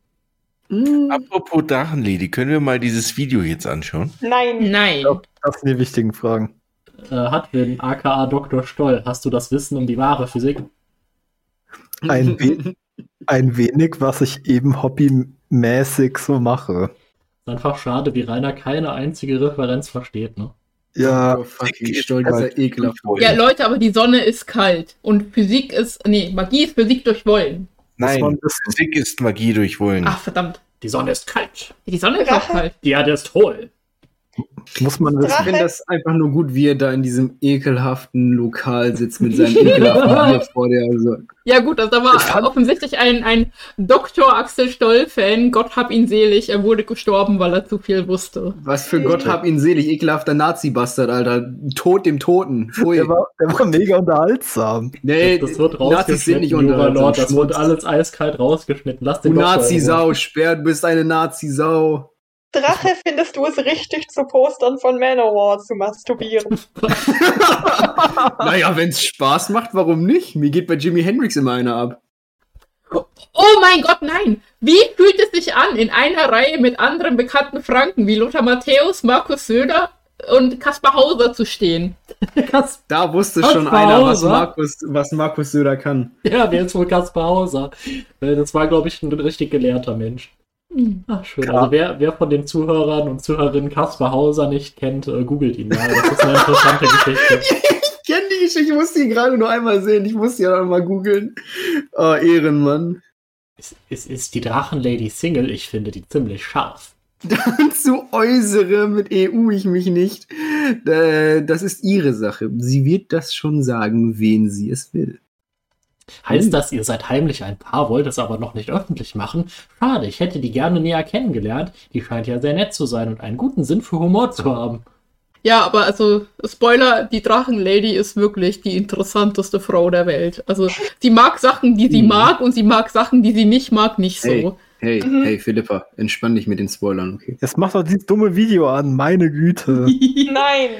Speaker 7: Mm.
Speaker 1: Hm,
Speaker 7: Apropos Drachenlady, können wir mal dieses Video jetzt anschauen?
Speaker 3: Nein.
Speaker 2: Nein.
Speaker 4: Das sind die wichtigen Fragen.
Speaker 5: Äh, Hadwin, aka Dr. Stoll, hast du das Wissen um die wahre Physik?
Speaker 4: Ein, we ein wenig, was ich eben hobbymäßig so mache.
Speaker 5: Ist einfach schade, wie Rainer keine einzige Referenz versteht, ne?
Speaker 4: Ja, halt
Speaker 1: Oh, fucking stolz, dieser ekelhaft.
Speaker 2: Ja, Leute, aber die Sonne ist kalt. Und Physik ist. Nee, Magie ist Physik durch Wollen.
Speaker 4: muss man
Speaker 7: Nein,
Speaker 4: wissen.
Speaker 7: Physik ist Magie durch
Speaker 6: Hm.
Speaker 7: Wollen.
Speaker 2: Ach, verdammt.
Speaker 5: Die Sonne ist kalt.
Speaker 2: Die Sonne ist auch kalt.
Speaker 5: Die Erde ist hohl.
Speaker 4: Muss man
Speaker 1: Ich
Speaker 4: wissen.
Speaker 3: Drache.
Speaker 1: finde das einfach nur gut, wie er da in diesem ekelhaften Lokal sitzt mit seinem ekelhaften Bier vor der. Also,
Speaker 2: Ja, gut, also da war offensichtlich ein, ein Dr. Axel Stoll-Fan. Gott hab ihn selig. Er wurde gestorben, weil er zu viel wusste.
Speaker 1: was für Gott hab ihn selig, ekelhafter Nazi-Bastard, Alter. Tod dem Toten. Pfui.
Speaker 4: Der war, der war mega unterhaltsam.
Speaker 1: Nee,
Speaker 5: das wird
Speaker 1: Äh, Nazis sind
Speaker 5: rausgeschnitten,
Speaker 1: nicht
Speaker 5: Jura Lord. Das wird
Speaker 1: unter.
Speaker 5: alles eiskalt rausgeschnitten. Lass
Speaker 1: Du
Speaker 5: den Doktor in Ruhe.
Speaker 1: Nazi-Sau, Sperr, du bist eine Nazi-Sau.
Speaker 3: Drache, findest du es richtig, zu Postern von Manowar zu masturbieren?
Speaker 1: Naja, wenn's Spaß macht, warum nicht? Mir geht bei Jimi Hendrix immer einer ab.
Speaker 2: Oh mein Gott, nein! Wie fühlt es sich an, in einer Reihe mit anderen bekannten Franken wie Lothar Matthäus, Markus Söder und Kaspar Hauser zu stehen?
Speaker 5: Kas-
Speaker 1: Da wusste
Speaker 5: Was
Speaker 1: schon
Speaker 5: war
Speaker 1: einer, was
Speaker 5: Hauser?
Speaker 1: Markus, was Markus Söder kann.
Speaker 5: Ja, wer ist wohl Kaspar Hauser? Äh, Das war, glaube ich, ein richtig gelehrter Mensch.
Speaker 2: Hm.
Speaker 5: Ach, schön. Also wer, wer von den Zuhörern und Zuhörerinnen Kaspar Hauser nicht kennt, äh, googelt ihn mal. Das ist eine interessante Geschichte.
Speaker 1: Ich kenne die Geschichte, ich musste die gerade nur einmal sehen. Ich musste ja dann mal googeln. Oh, Ehrenmann.
Speaker 5: Ist, ist, ist die Drachenlady Single? Ich finde die ziemlich scharf.
Speaker 1: Dazu äußere mit EU ich mich nicht. Äh, Das ist ihre Sache. Sie wird das schon sagen, wen sie es will. Hm.
Speaker 5: Heißt das, ihr seid heimlich ein Paar, wollt es aber noch nicht öffentlich machen? Schade, ich hätte die gerne näher kennengelernt. Die scheint ja sehr nett zu sein und einen guten Sinn für Humor zu haben.
Speaker 2: Ja, aber also, Spoiler, die Drachenlady ist wirklich die interessanteste Frau der Welt. Also, sie mag Sachen, die sie
Speaker 1: Mhm.
Speaker 2: mag und sie mag Sachen, die sie nicht mag, nicht so.
Speaker 1: Hey, hey,
Speaker 3: Mhm.
Speaker 1: hey, Philippa, entspann dich mit den Spoilern, okay?
Speaker 4: Jetzt mach doch dieses dumme Video an, meine Güte.
Speaker 3: Nein.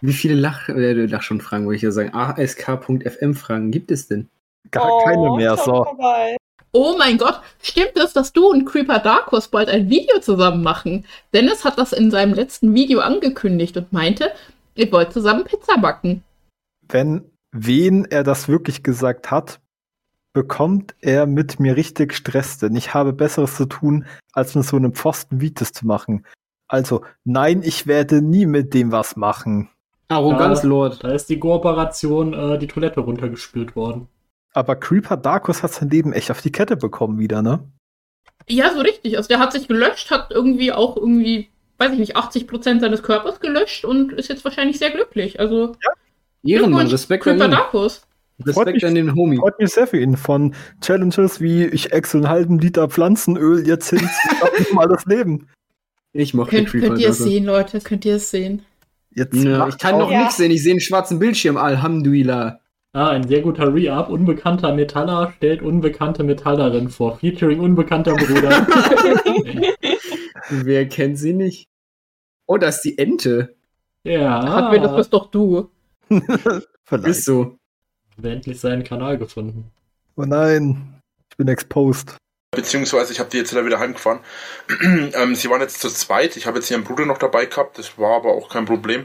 Speaker 1: Wie viele Lach, äh, Lach schon Fragen, wollte ich ja sagen, ask.fm Fragen gibt es denn?
Speaker 4: Gar
Speaker 3: Oh,
Speaker 4: keine mehr.
Speaker 3: schon
Speaker 4: So.
Speaker 3: vorbei.
Speaker 2: Oh mein Gott, stimmt es, dass du und Creeper Darkus bald ein Video zusammen machen? Dennis hat das in seinem letzten Video angekündigt und meinte, ihr wollt zusammen Pizza backen.
Speaker 4: Wenn wen er das wirklich gesagt hat, bekommt er mit mir richtig Stress, denn ich habe Besseres zu tun, als mit so einem Pfosten Vitis zu machen. Also, nein, ich werde nie mit dem was machen.
Speaker 1: Arroganz,
Speaker 5: Ja.
Speaker 1: Lord.
Speaker 5: Da ist die Kooperation äh, die Toilette runtergespült worden.
Speaker 4: Aber Creeper Darkus hat sein Leben echt auf die Kette bekommen wieder, ne?
Speaker 2: Ja, so richtig. Also der hat sich gelöscht, hat irgendwie auch irgendwie, weiß ich nicht, 80% seines Körpers gelöscht und ist jetzt wahrscheinlich sehr glücklich. Also
Speaker 1: Ehrenmann,
Speaker 2: Glückwunsch,
Speaker 1: Respekt an
Speaker 2: Creeper
Speaker 1: ihn.
Speaker 2: Darkus.
Speaker 4: Freut mich.
Speaker 1: Respekt an den Homie.
Speaker 4: Freut mich sehr für ihn. Von Challenges wie ich exe einen halben Liter Pflanzenöl jetzt hin zu mal das Leben.
Speaker 1: Ich mochte
Speaker 2: Könnt,
Speaker 1: Creeper.
Speaker 2: könnt ihr es
Speaker 1: Darkus.
Speaker 2: sehen, Leute? Könnt ihr es sehen?
Speaker 4: Jetzt
Speaker 1: Ja,
Speaker 4: macht
Speaker 1: ich kann
Speaker 4: auch-
Speaker 1: noch
Speaker 3: Ja.
Speaker 1: nichts sehen, ich sehe einen schwarzen Bildschirm, Alhamdulillah.
Speaker 5: Ah, ein sehr guter Re-Up. Unbekannter Metaller stellt unbekannte Metallerin vor. Featuring unbekannter Bruder.
Speaker 1: Wer kennt sie nicht? Oh, das ist die Ente.
Speaker 5: ja.
Speaker 2: Hat
Speaker 1: Ah.
Speaker 2: mir das bist doch du.
Speaker 4: Vielleicht.
Speaker 1: Ist so.
Speaker 5: Haben wir endlich seinen Kanal gefunden.
Speaker 4: Oh nein, ich bin exposed.
Speaker 6: Beziehungsweise ich habe die jetzt leider wieder heimgefahren. ähm, sie waren jetzt zu zweit. Ich habe jetzt ihren Bruder noch dabei gehabt. Das war aber auch kein Problem.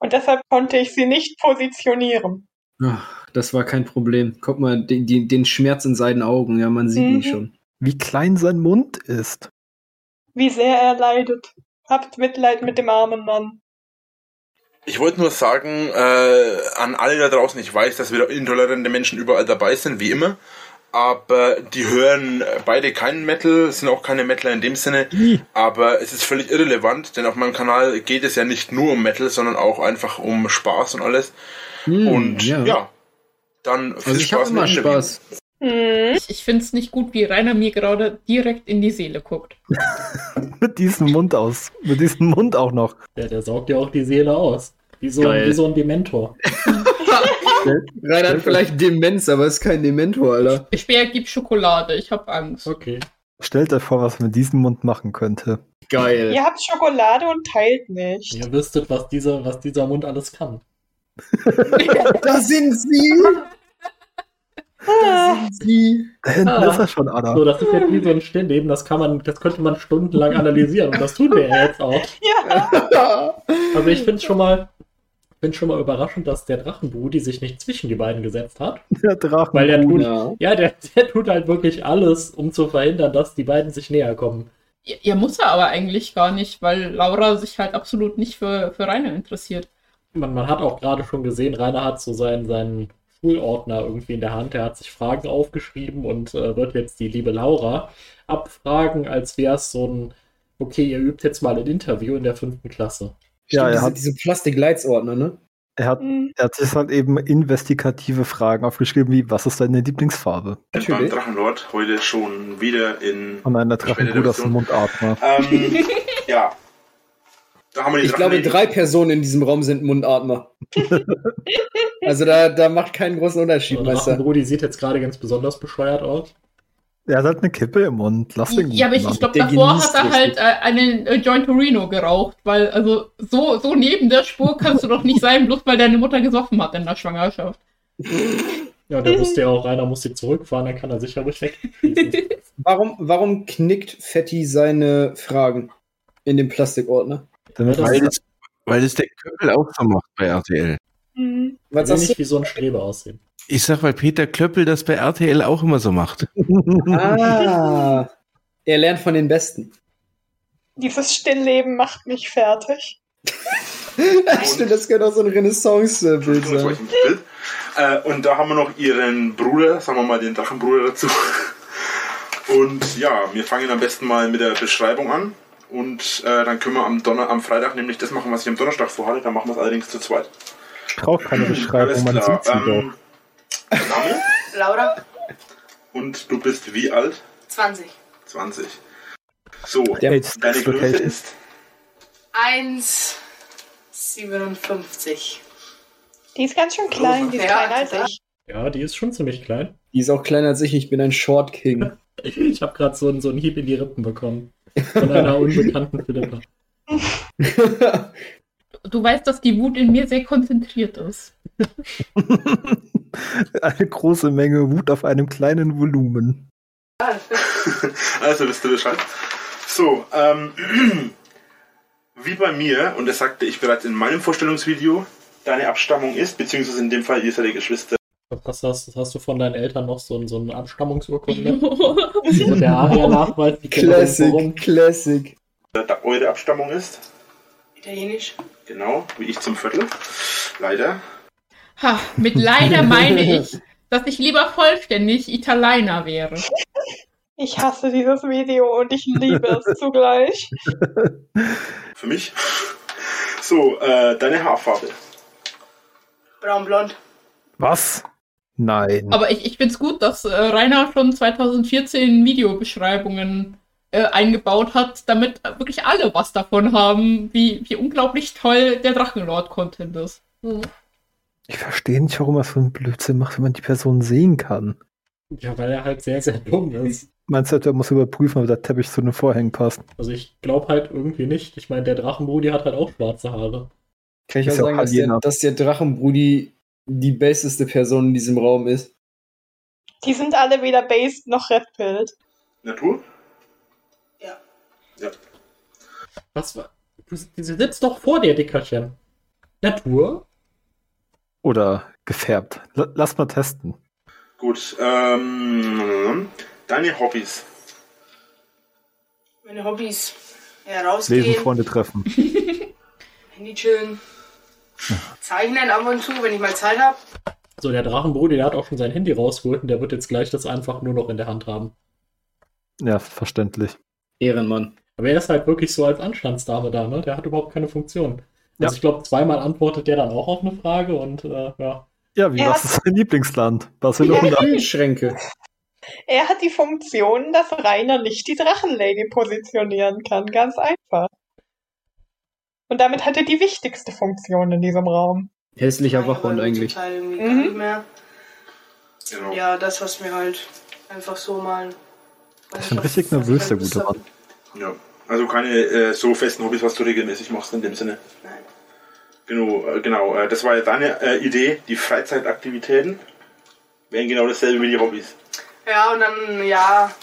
Speaker 3: Und deshalb konnte ich sie nicht positionieren.
Speaker 1: Ach, das war kein Problem. Guck mal, den, den, den Schmerz in seinen Augen, ja, man sieht ihn
Speaker 3: Mhm.
Speaker 1: schon.
Speaker 4: Wie klein sein Mund ist.
Speaker 3: Wie sehr er leidet. Habt Mitleid mit dem armen Mann.
Speaker 6: Ich wollte nur sagen, äh, an alle da draußen, ich weiß, dass wieder intolerante Menschen überall dabei sind, wie immer. Aber die hören beide keinen Metal, sind auch keine Metaler in dem Sinne.
Speaker 4: Ih.
Speaker 6: Aber es ist völlig irrelevant, denn auf meinem Kanal geht es ja nicht nur um Metal, sondern auch einfach um Spaß und alles.
Speaker 1: Hm,
Speaker 6: Und ja, dann viel
Speaker 1: Also ich habe
Speaker 6: mit
Speaker 1: immer
Speaker 6: dem Interview.
Speaker 1: Spaß.
Speaker 3: Hm.
Speaker 2: Ich, ich finde es nicht gut, wie Rainer mir gerade direkt in die Seele guckt.
Speaker 4: Mit diesem Mund aus. Mit diesem Mund auch noch.
Speaker 5: Der, der saugt ja auch die Seele aus. Wie so,
Speaker 1: Geil.
Speaker 5: wie so ein Dementor.
Speaker 1: Rainer hat vielleicht Demenz, aber ist kein Dementor, Alter.
Speaker 2: Ich Speer gibt Schokolade, ich habe Angst.
Speaker 5: Okay.
Speaker 4: Stellt euch vor, was man mit diesem Mund machen könnte.
Speaker 1: Geil.
Speaker 3: Ihr habt Schokolade und teilt nicht.
Speaker 5: Ihr wüsstet, was dieser, was dieser Mund alles kann.
Speaker 1: Da sind sie. Da sind sie.
Speaker 4: Da hinten
Speaker 5: Ah.
Speaker 4: ist er schon, Ada.
Speaker 5: So, das ist jetzt wie so ein Stillleben, das kann man, das könnte man stundenlang analysieren und das tun wir ja jetzt auch.
Speaker 3: Ja,
Speaker 5: Also ich finde schon mal, bin schon mal überraschend, dass der Drachenbrudi sich nicht zwischen die beiden gesetzt hat.
Speaker 4: Der Drachen.
Speaker 5: Weil der tut,
Speaker 1: Ja.
Speaker 5: ja, der, der tut halt wirklich alles, um zu verhindern, dass die beiden sich näher kommen.
Speaker 2: Ja, ja, muss er aber eigentlich gar nicht, weil Laura sich halt absolut nicht für, für Rainer interessiert.
Speaker 5: Man, man hat auch gerade schon gesehen, Rainer hat so seinen, seinen Schulordner irgendwie in der Hand. Der hat sich Fragen aufgeschrieben und äh, wird jetzt die liebe Laura abfragen, als wäre es so ein, okay, ihr übt jetzt mal ein Interview in der fünften Klasse.
Speaker 4: Ja, er
Speaker 1: diese,
Speaker 4: hat-
Speaker 1: diese Plastikleitsordner, ne?
Speaker 4: Er hat,
Speaker 3: Hm.
Speaker 4: er hat sich halt eben investigative Fragen aufgeschrieben, wie, was ist deine Lieblingsfarbe?
Speaker 6: Beim
Speaker 1: Natürlich.
Speaker 6: Drachenlord heute schon wieder in.
Speaker 4: Von einer Drachenbruder aus dem Mundatmer.
Speaker 6: Ähm, ja. Da haben wir die
Speaker 1: Ich glaube, drei Personen in diesem Raum sind Mundatmer. also da, da macht keinen großen Unterschied,
Speaker 5: Und
Speaker 1: Meister.
Speaker 5: Drachenbrudi Also sieht jetzt gerade ganz besonders bescheuert aus.
Speaker 4: Er hat halt eine Kippe im Mund. Lass den
Speaker 2: Ja, aber ich,
Speaker 4: Mund
Speaker 2: ich glaube,
Speaker 1: Der
Speaker 2: davor
Speaker 1: genießt
Speaker 2: hat er halt
Speaker 1: richtig.
Speaker 2: äh, einen äh, Joint Torino geraucht, weil also so, so neben der Spur kannst du doch nicht sein, bloß weil deine Mutter gesoffen hat in der Schwangerschaft.
Speaker 5: Ja, der wusste ja auch, Rainer muss sie zurückfahren, dann kann er sicher ruhig wegschießen.
Speaker 1: Warum, warum knickt Fetti seine Fragen in dem Plastikordner?
Speaker 4: machen, damit
Speaker 5: Ja,
Speaker 4: man-
Speaker 7: Weil es, weil es der Klöppel auch so macht bei RTL.
Speaker 3: Hm.
Speaker 1: Was
Speaker 5: Will
Speaker 1: sagst
Speaker 5: nicht wie so ein Streber aussehen.
Speaker 7: Ich sag, weil Peter Klöppel das bei RTL auch immer so macht.
Speaker 1: du? Ah, Er lernt von den Besten.
Speaker 3: Dieses Stillleben macht mich fertig.
Speaker 1: Stimmt, das könnte auch so ein Renaissance-Bild
Speaker 6: Das war
Speaker 1: sein.
Speaker 6: echt ein Bild. Äh, und da haben wir noch ihren Bruder, sagen wir mal den Drachenbruder dazu. Und ja, wir fangen am besten mal mit der Beschreibung an. Und äh, dann können wir am, Donner am Freitag nämlich das machen, was ich am Donnerstag vorhatte. Dann machen wir es allerdings zu zweit.
Speaker 4: Ich brauche keine Beschreibung, man sieht sie doch.
Speaker 6: Ähm, Name?
Speaker 8: Laura,
Speaker 6: Und du bist wie alt?
Speaker 8: 20.
Speaker 6: 20. So,
Speaker 1: Der-
Speaker 4: Age
Speaker 6: deine
Speaker 4: stands for
Speaker 6: Größe
Speaker 4: Kate.
Speaker 6: ist?
Speaker 8: 1, 57.
Speaker 3: Die ist ganz schön klein, die ist
Speaker 8: Ja,
Speaker 3: kleiner als
Speaker 8: total.
Speaker 3: ich.
Speaker 5: Ja, die ist schon ziemlich klein.
Speaker 1: Die ist auch kleiner als ich, ich bin ein Short King.
Speaker 5: Ich habe gerade so, einen- so einen Hieb in die Rippen bekommen. Von einer unbekannten Philippa.
Speaker 2: Du weißt, dass die Wut in mir sehr konzentriert ist.
Speaker 4: Eine große Menge Wut auf einem kleinen Volumen.
Speaker 6: Also wisst ihr Bescheid. So, ähm, wie bei mir, und das sagte ich bereits in meinem Vorstellungsvideo, deine Abstammung ist, beziehungsweise in dem Fall, ihr seid ja Geschwister.
Speaker 5: Was hast, hast du von deinen Eltern noch so, ein- so eine Abstammungsurkunde? so der Aria-Nachweis. die kennen
Speaker 1: Classic,
Speaker 5: Genau, warum.
Speaker 1: Classic.
Speaker 6: Da eure Abstammung ist,
Speaker 8: Italienisch.
Speaker 6: genau, wie ich zum Viertel. Leider.
Speaker 2: Ha, mit leider meine ich, dass ich lieber vollständig Italiener wäre.
Speaker 3: Ich hasse dieses Video und ich liebe es zugleich.
Speaker 6: Für mich. So, äh, deine Haarfarbe.
Speaker 8: Braun-blond.
Speaker 4: Was? Nein.
Speaker 2: Aber ich, ich finde es gut, dass äh, Rainer schon 2014 Videobeschreibungen äh, eingebaut hat, damit wirklich alle was davon haben, wie, wie unglaublich toll der Drachenlord-Content ist.
Speaker 4: Ich verstehe nicht, warum man so einen Blödsinn macht, wenn man die Person sehen kann.
Speaker 5: Ja, weil er halt sehr, sehr dumm ist.
Speaker 4: Meinst du, etwa, er muss überprüfen, ob der Teppich zu den Vorhängen passt?
Speaker 5: Also ich glaube halt irgendwie nicht. Ich meine, der Drachenbrudi hat halt auch schwarze Haare.
Speaker 1: Kann ich auch
Speaker 4: Ist ja auch
Speaker 1: sagen, dass der,
Speaker 4: Italiener.
Speaker 1: dass der Drachenbrudi die besteste Person in diesem Raum ist.
Speaker 3: Die sind alle weder based noch redpilled.
Speaker 6: Natur?
Speaker 8: Ja.
Speaker 6: Ja.
Speaker 5: Was war. du- Sie sitzt doch vor dir, Dickerchen. Natur?
Speaker 4: Oder gefärbt? L lass mal testen.
Speaker 6: Gut, ähm, deine Hobbys.
Speaker 8: Meine Hobbys. Ja, rausgehen.
Speaker 4: Lesen, Freunde treffen.
Speaker 8: Handy chillen. Zeichnen ab und zu, wenn ich mal Zeit habe.
Speaker 5: So, der Drachenbrudi, der hat auch schon sein Handy rausgeholt und der wird jetzt gleich das einfach nur noch in der Hand haben.
Speaker 4: Ja, verständlich.
Speaker 1: Ehrenmann.
Speaker 5: Aber er ist halt wirklich so als Anstandsdame da, ne? Der hat überhaupt keine Funktion.
Speaker 4: Ja.
Speaker 5: Also ich glaube, zweimal antwortet der dann auch auf eine Frage und äh, ja.
Speaker 4: Ja, wie,
Speaker 3: Ja.
Speaker 4: was ist dein Lieblingsland? Barcelona.
Speaker 1: Kühlschränke.
Speaker 3: Er hat die Funktion, dass Rainer nicht die Drachenlady positionieren kann. Ganz einfach. Und damit hat er die wichtigste Funktion in diesem Raum.
Speaker 1: Hässlicher
Speaker 8: Aber
Speaker 1: Wachhund
Speaker 8: zum
Speaker 1: eigentlich.
Speaker 8: Teil irgendwie
Speaker 3: Mhm.
Speaker 8: gar nicht mehr.
Speaker 6: Genau.
Speaker 8: Ja, das, was mir halt einfach so mal.
Speaker 4: ist schon richtig nervös, der gute Mann.
Speaker 6: Ja. Also keine äh, so festen Hobbys, was du regelmäßig machst in dem Sinne.
Speaker 8: Nein.
Speaker 6: Genau, äh, genau. Äh, das war ja deine äh, Idee. Die Freizeitaktivitäten wären genau dasselbe wie die Hobbys.
Speaker 8: Ja, und dann, ja.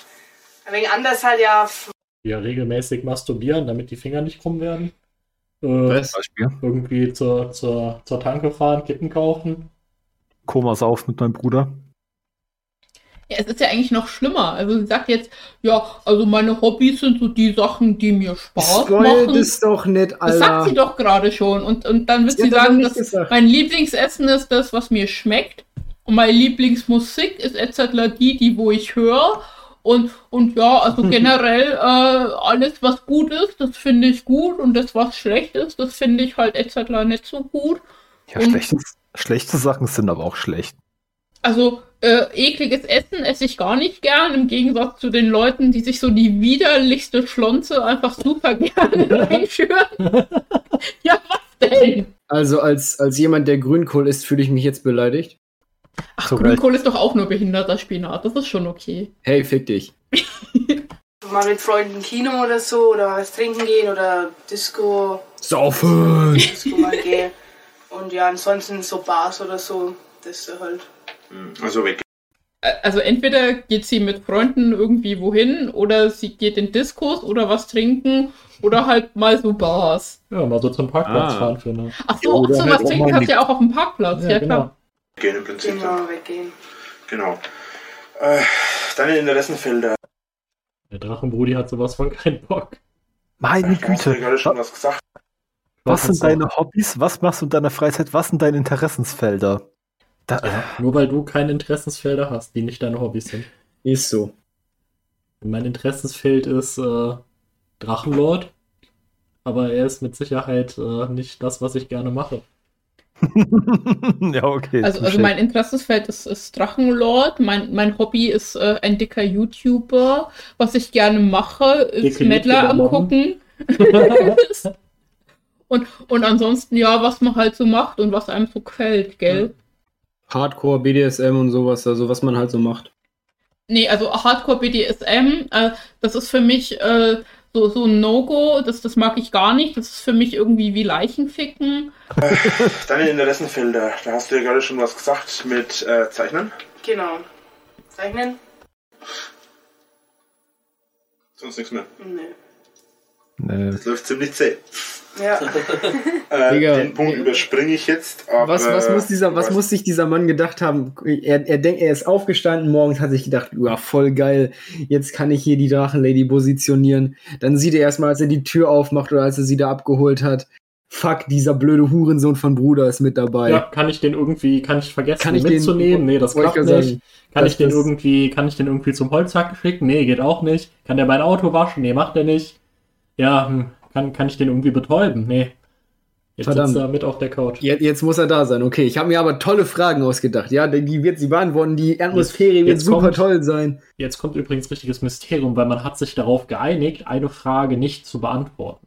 Speaker 8: Ein wenig anders halt, ja. f-
Speaker 5: Ja, regelmäßig masturbieren, damit die Finger nicht krumm werden. Äh,
Speaker 1: Was?
Speaker 4: Beispiel.
Speaker 5: Irgendwie zur, zur, zur Tanke fahren, Kippen kaufen.
Speaker 4: Koma sauf mit meinem Bruder.
Speaker 2: Ja, es ist ja eigentlich noch schlimmer. Also sie sagt jetzt, ja, also meine Hobbys sind so die Sachen, die mir Spaß
Speaker 1: Spoil
Speaker 2: machen.
Speaker 1: das doch nicht,
Speaker 2: Das sagt
Speaker 1: Alter.
Speaker 2: sie doch gerade schon. Und, und dann wird
Speaker 1: Sie
Speaker 2: sie
Speaker 1: hat das
Speaker 2: sagen,
Speaker 1: noch
Speaker 2: dass
Speaker 1: nicht gesagt.
Speaker 2: mein Lieblingsessen ist das, was mir schmeckt. Und meine Lieblingsmusik ist etc. die, die wo ich höre. Und, und ja, also generell äh, alles, was gut ist, das finde ich gut. Und das, was schlecht ist, das finde ich halt etc. nicht so gut.
Speaker 4: Ja,
Speaker 2: Und-
Speaker 4: schlechtes, schlechte Sachen sind aber auch schlecht.
Speaker 2: Also äh, ekliges Essen esse ich gar nicht gern, im Gegensatz zu den Leuten, die sich so die widerlichste Schlonze einfach super gerne reinschüren. ja, was denn?
Speaker 1: Also als, als jemand, der Grünkohl isst, fühle ich mich jetzt beleidigt.
Speaker 2: Ach,
Speaker 4: So
Speaker 2: Grünkohl ist doch auch nur behinderter Spinat. Das ist schon okay.
Speaker 1: Hey, fick dich.
Speaker 8: Mal mit Freunden Kino oder so, oder was trinken gehen, oder Disco,
Speaker 1: Saufen!
Speaker 8: Disco mal gehen. Und ja, ansonsten so Bars oder so. Das ist halt.
Speaker 6: Hm, Also weg.
Speaker 2: Ä- Also entweder geht sie mit Freunden irgendwie wohin oder sie geht in Diskos oder was trinken oder halt mal so Bars.
Speaker 5: Ja, mal so zum Parkplatz
Speaker 7: Ah.
Speaker 5: fahren für eine. genau.
Speaker 2: Ach so,
Speaker 7: Ja, oder
Speaker 2: ach so
Speaker 7: halt
Speaker 2: was
Speaker 7: auch
Speaker 2: trinken
Speaker 7: mal genau.
Speaker 2: kannst du ja auch auf dem Parkplatz. Ja, klar.
Speaker 6: Gehen im Prinzip.
Speaker 8: Genau, weggehen.
Speaker 6: Genau. Äh, deine Interessenfelder.
Speaker 5: Der Drachenbrudi hat sowas von keinen Bock.
Speaker 1: Äh,
Speaker 4: Meine
Speaker 6: Ich hast mir
Speaker 4: Güte.
Speaker 6: gerade schon was gesagt.
Speaker 4: Was sind
Speaker 5: Sag,
Speaker 4: deine Hobbys? Was machst du in deiner Freizeit? Was sind deine Interessensfelder? Da,
Speaker 5: Nur weil du keine Interessensfelder hast, die nicht deine Hobbys sind.
Speaker 1: Ist so.
Speaker 5: Mein Interessensfeld ist äh, Drachenlord, aber er ist mit Sicherheit äh, nicht das, was ich gerne mache.
Speaker 4: ja, okay.
Speaker 2: Also, also
Speaker 4: touché.
Speaker 2: mein Interessensfeld ist, ist Drachenlord, mein, mein Hobby ist äh, ein dicker YouTuber. Was ich gerne mache, ist
Speaker 5: Dicke
Speaker 2: Meddler
Speaker 5: YouTuber machen.
Speaker 2: angucken. und, und ansonsten, ja, was man halt so macht und was einem so gefällt, gell?
Speaker 1: Hardcore, BDSM und sowas, also was man halt so macht.
Speaker 2: Nee, also Hardcore BDSM, äh, das ist für mich äh, so, so ein No-Go, das, das mag ich gar nicht. Das ist für mich irgendwie wie Leichenficken.
Speaker 6: Deine Interessenfelder, da hast du ja gerade schon was gesagt mit äh, Zeichnen.
Speaker 8: Genau. Zeichnen?
Speaker 6: Sonst nichts mehr.
Speaker 8: Nee.
Speaker 4: Nö.
Speaker 6: Das läuft ziemlich zäh.
Speaker 8: Ja.
Speaker 6: Äh,
Speaker 1: Digga.
Speaker 6: Den Punkt überspringe ich jetzt. Aber
Speaker 1: Was, was, muss dieser, was
Speaker 6: weiß-
Speaker 1: muss sich dieser Mann gedacht haben? Er, er, denkt, er ist aufgestanden morgens, hat sich gedacht, ja, voll geil, jetzt kann ich hier die Drachenlady positionieren. Dann sieht er erstmal, als er die Tür aufmacht oder als er sie da abgeholt hat, fuck, dieser blöde Hurensohn von Bruder ist mit dabei.
Speaker 5: Ja, kann ich den irgendwie, kann ich vergessen
Speaker 1: Kann ich den-
Speaker 5: mitzunehmen? nee, das
Speaker 1: wollte ich
Speaker 5: klappt nicht.
Speaker 1: ja sagen,
Speaker 5: kann
Speaker 1: dass
Speaker 5: ich den
Speaker 1: das-
Speaker 5: irgendwie, kann ich den irgendwie zum Holzhacken schicken? Nee, geht auch nicht. Kann der mein Auto waschen? Nee, macht er nicht. Ja, hm, kann, kann ich den irgendwie betäuben? Nee. Jetzt
Speaker 1: Verdammt.
Speaker 5: sitzt er mit auf der Couch.
Speaker 1: Jetzt, jetzt muss er da sein, okay. Ich habe mir aber tolle Fragen ausgedacht. Ja, die die wird sie beantworten. Die Atmosphäre wird
Speaker 5: jetzt
Speaker 1: super
Speaker 5: kommt-
Speaker 1: toll sein.
Speaker 5: Jetzt kommt übrigens richtiges Mysterium, weil man hat sich darauf geeinigt, eine Frage nicht zu beantworten.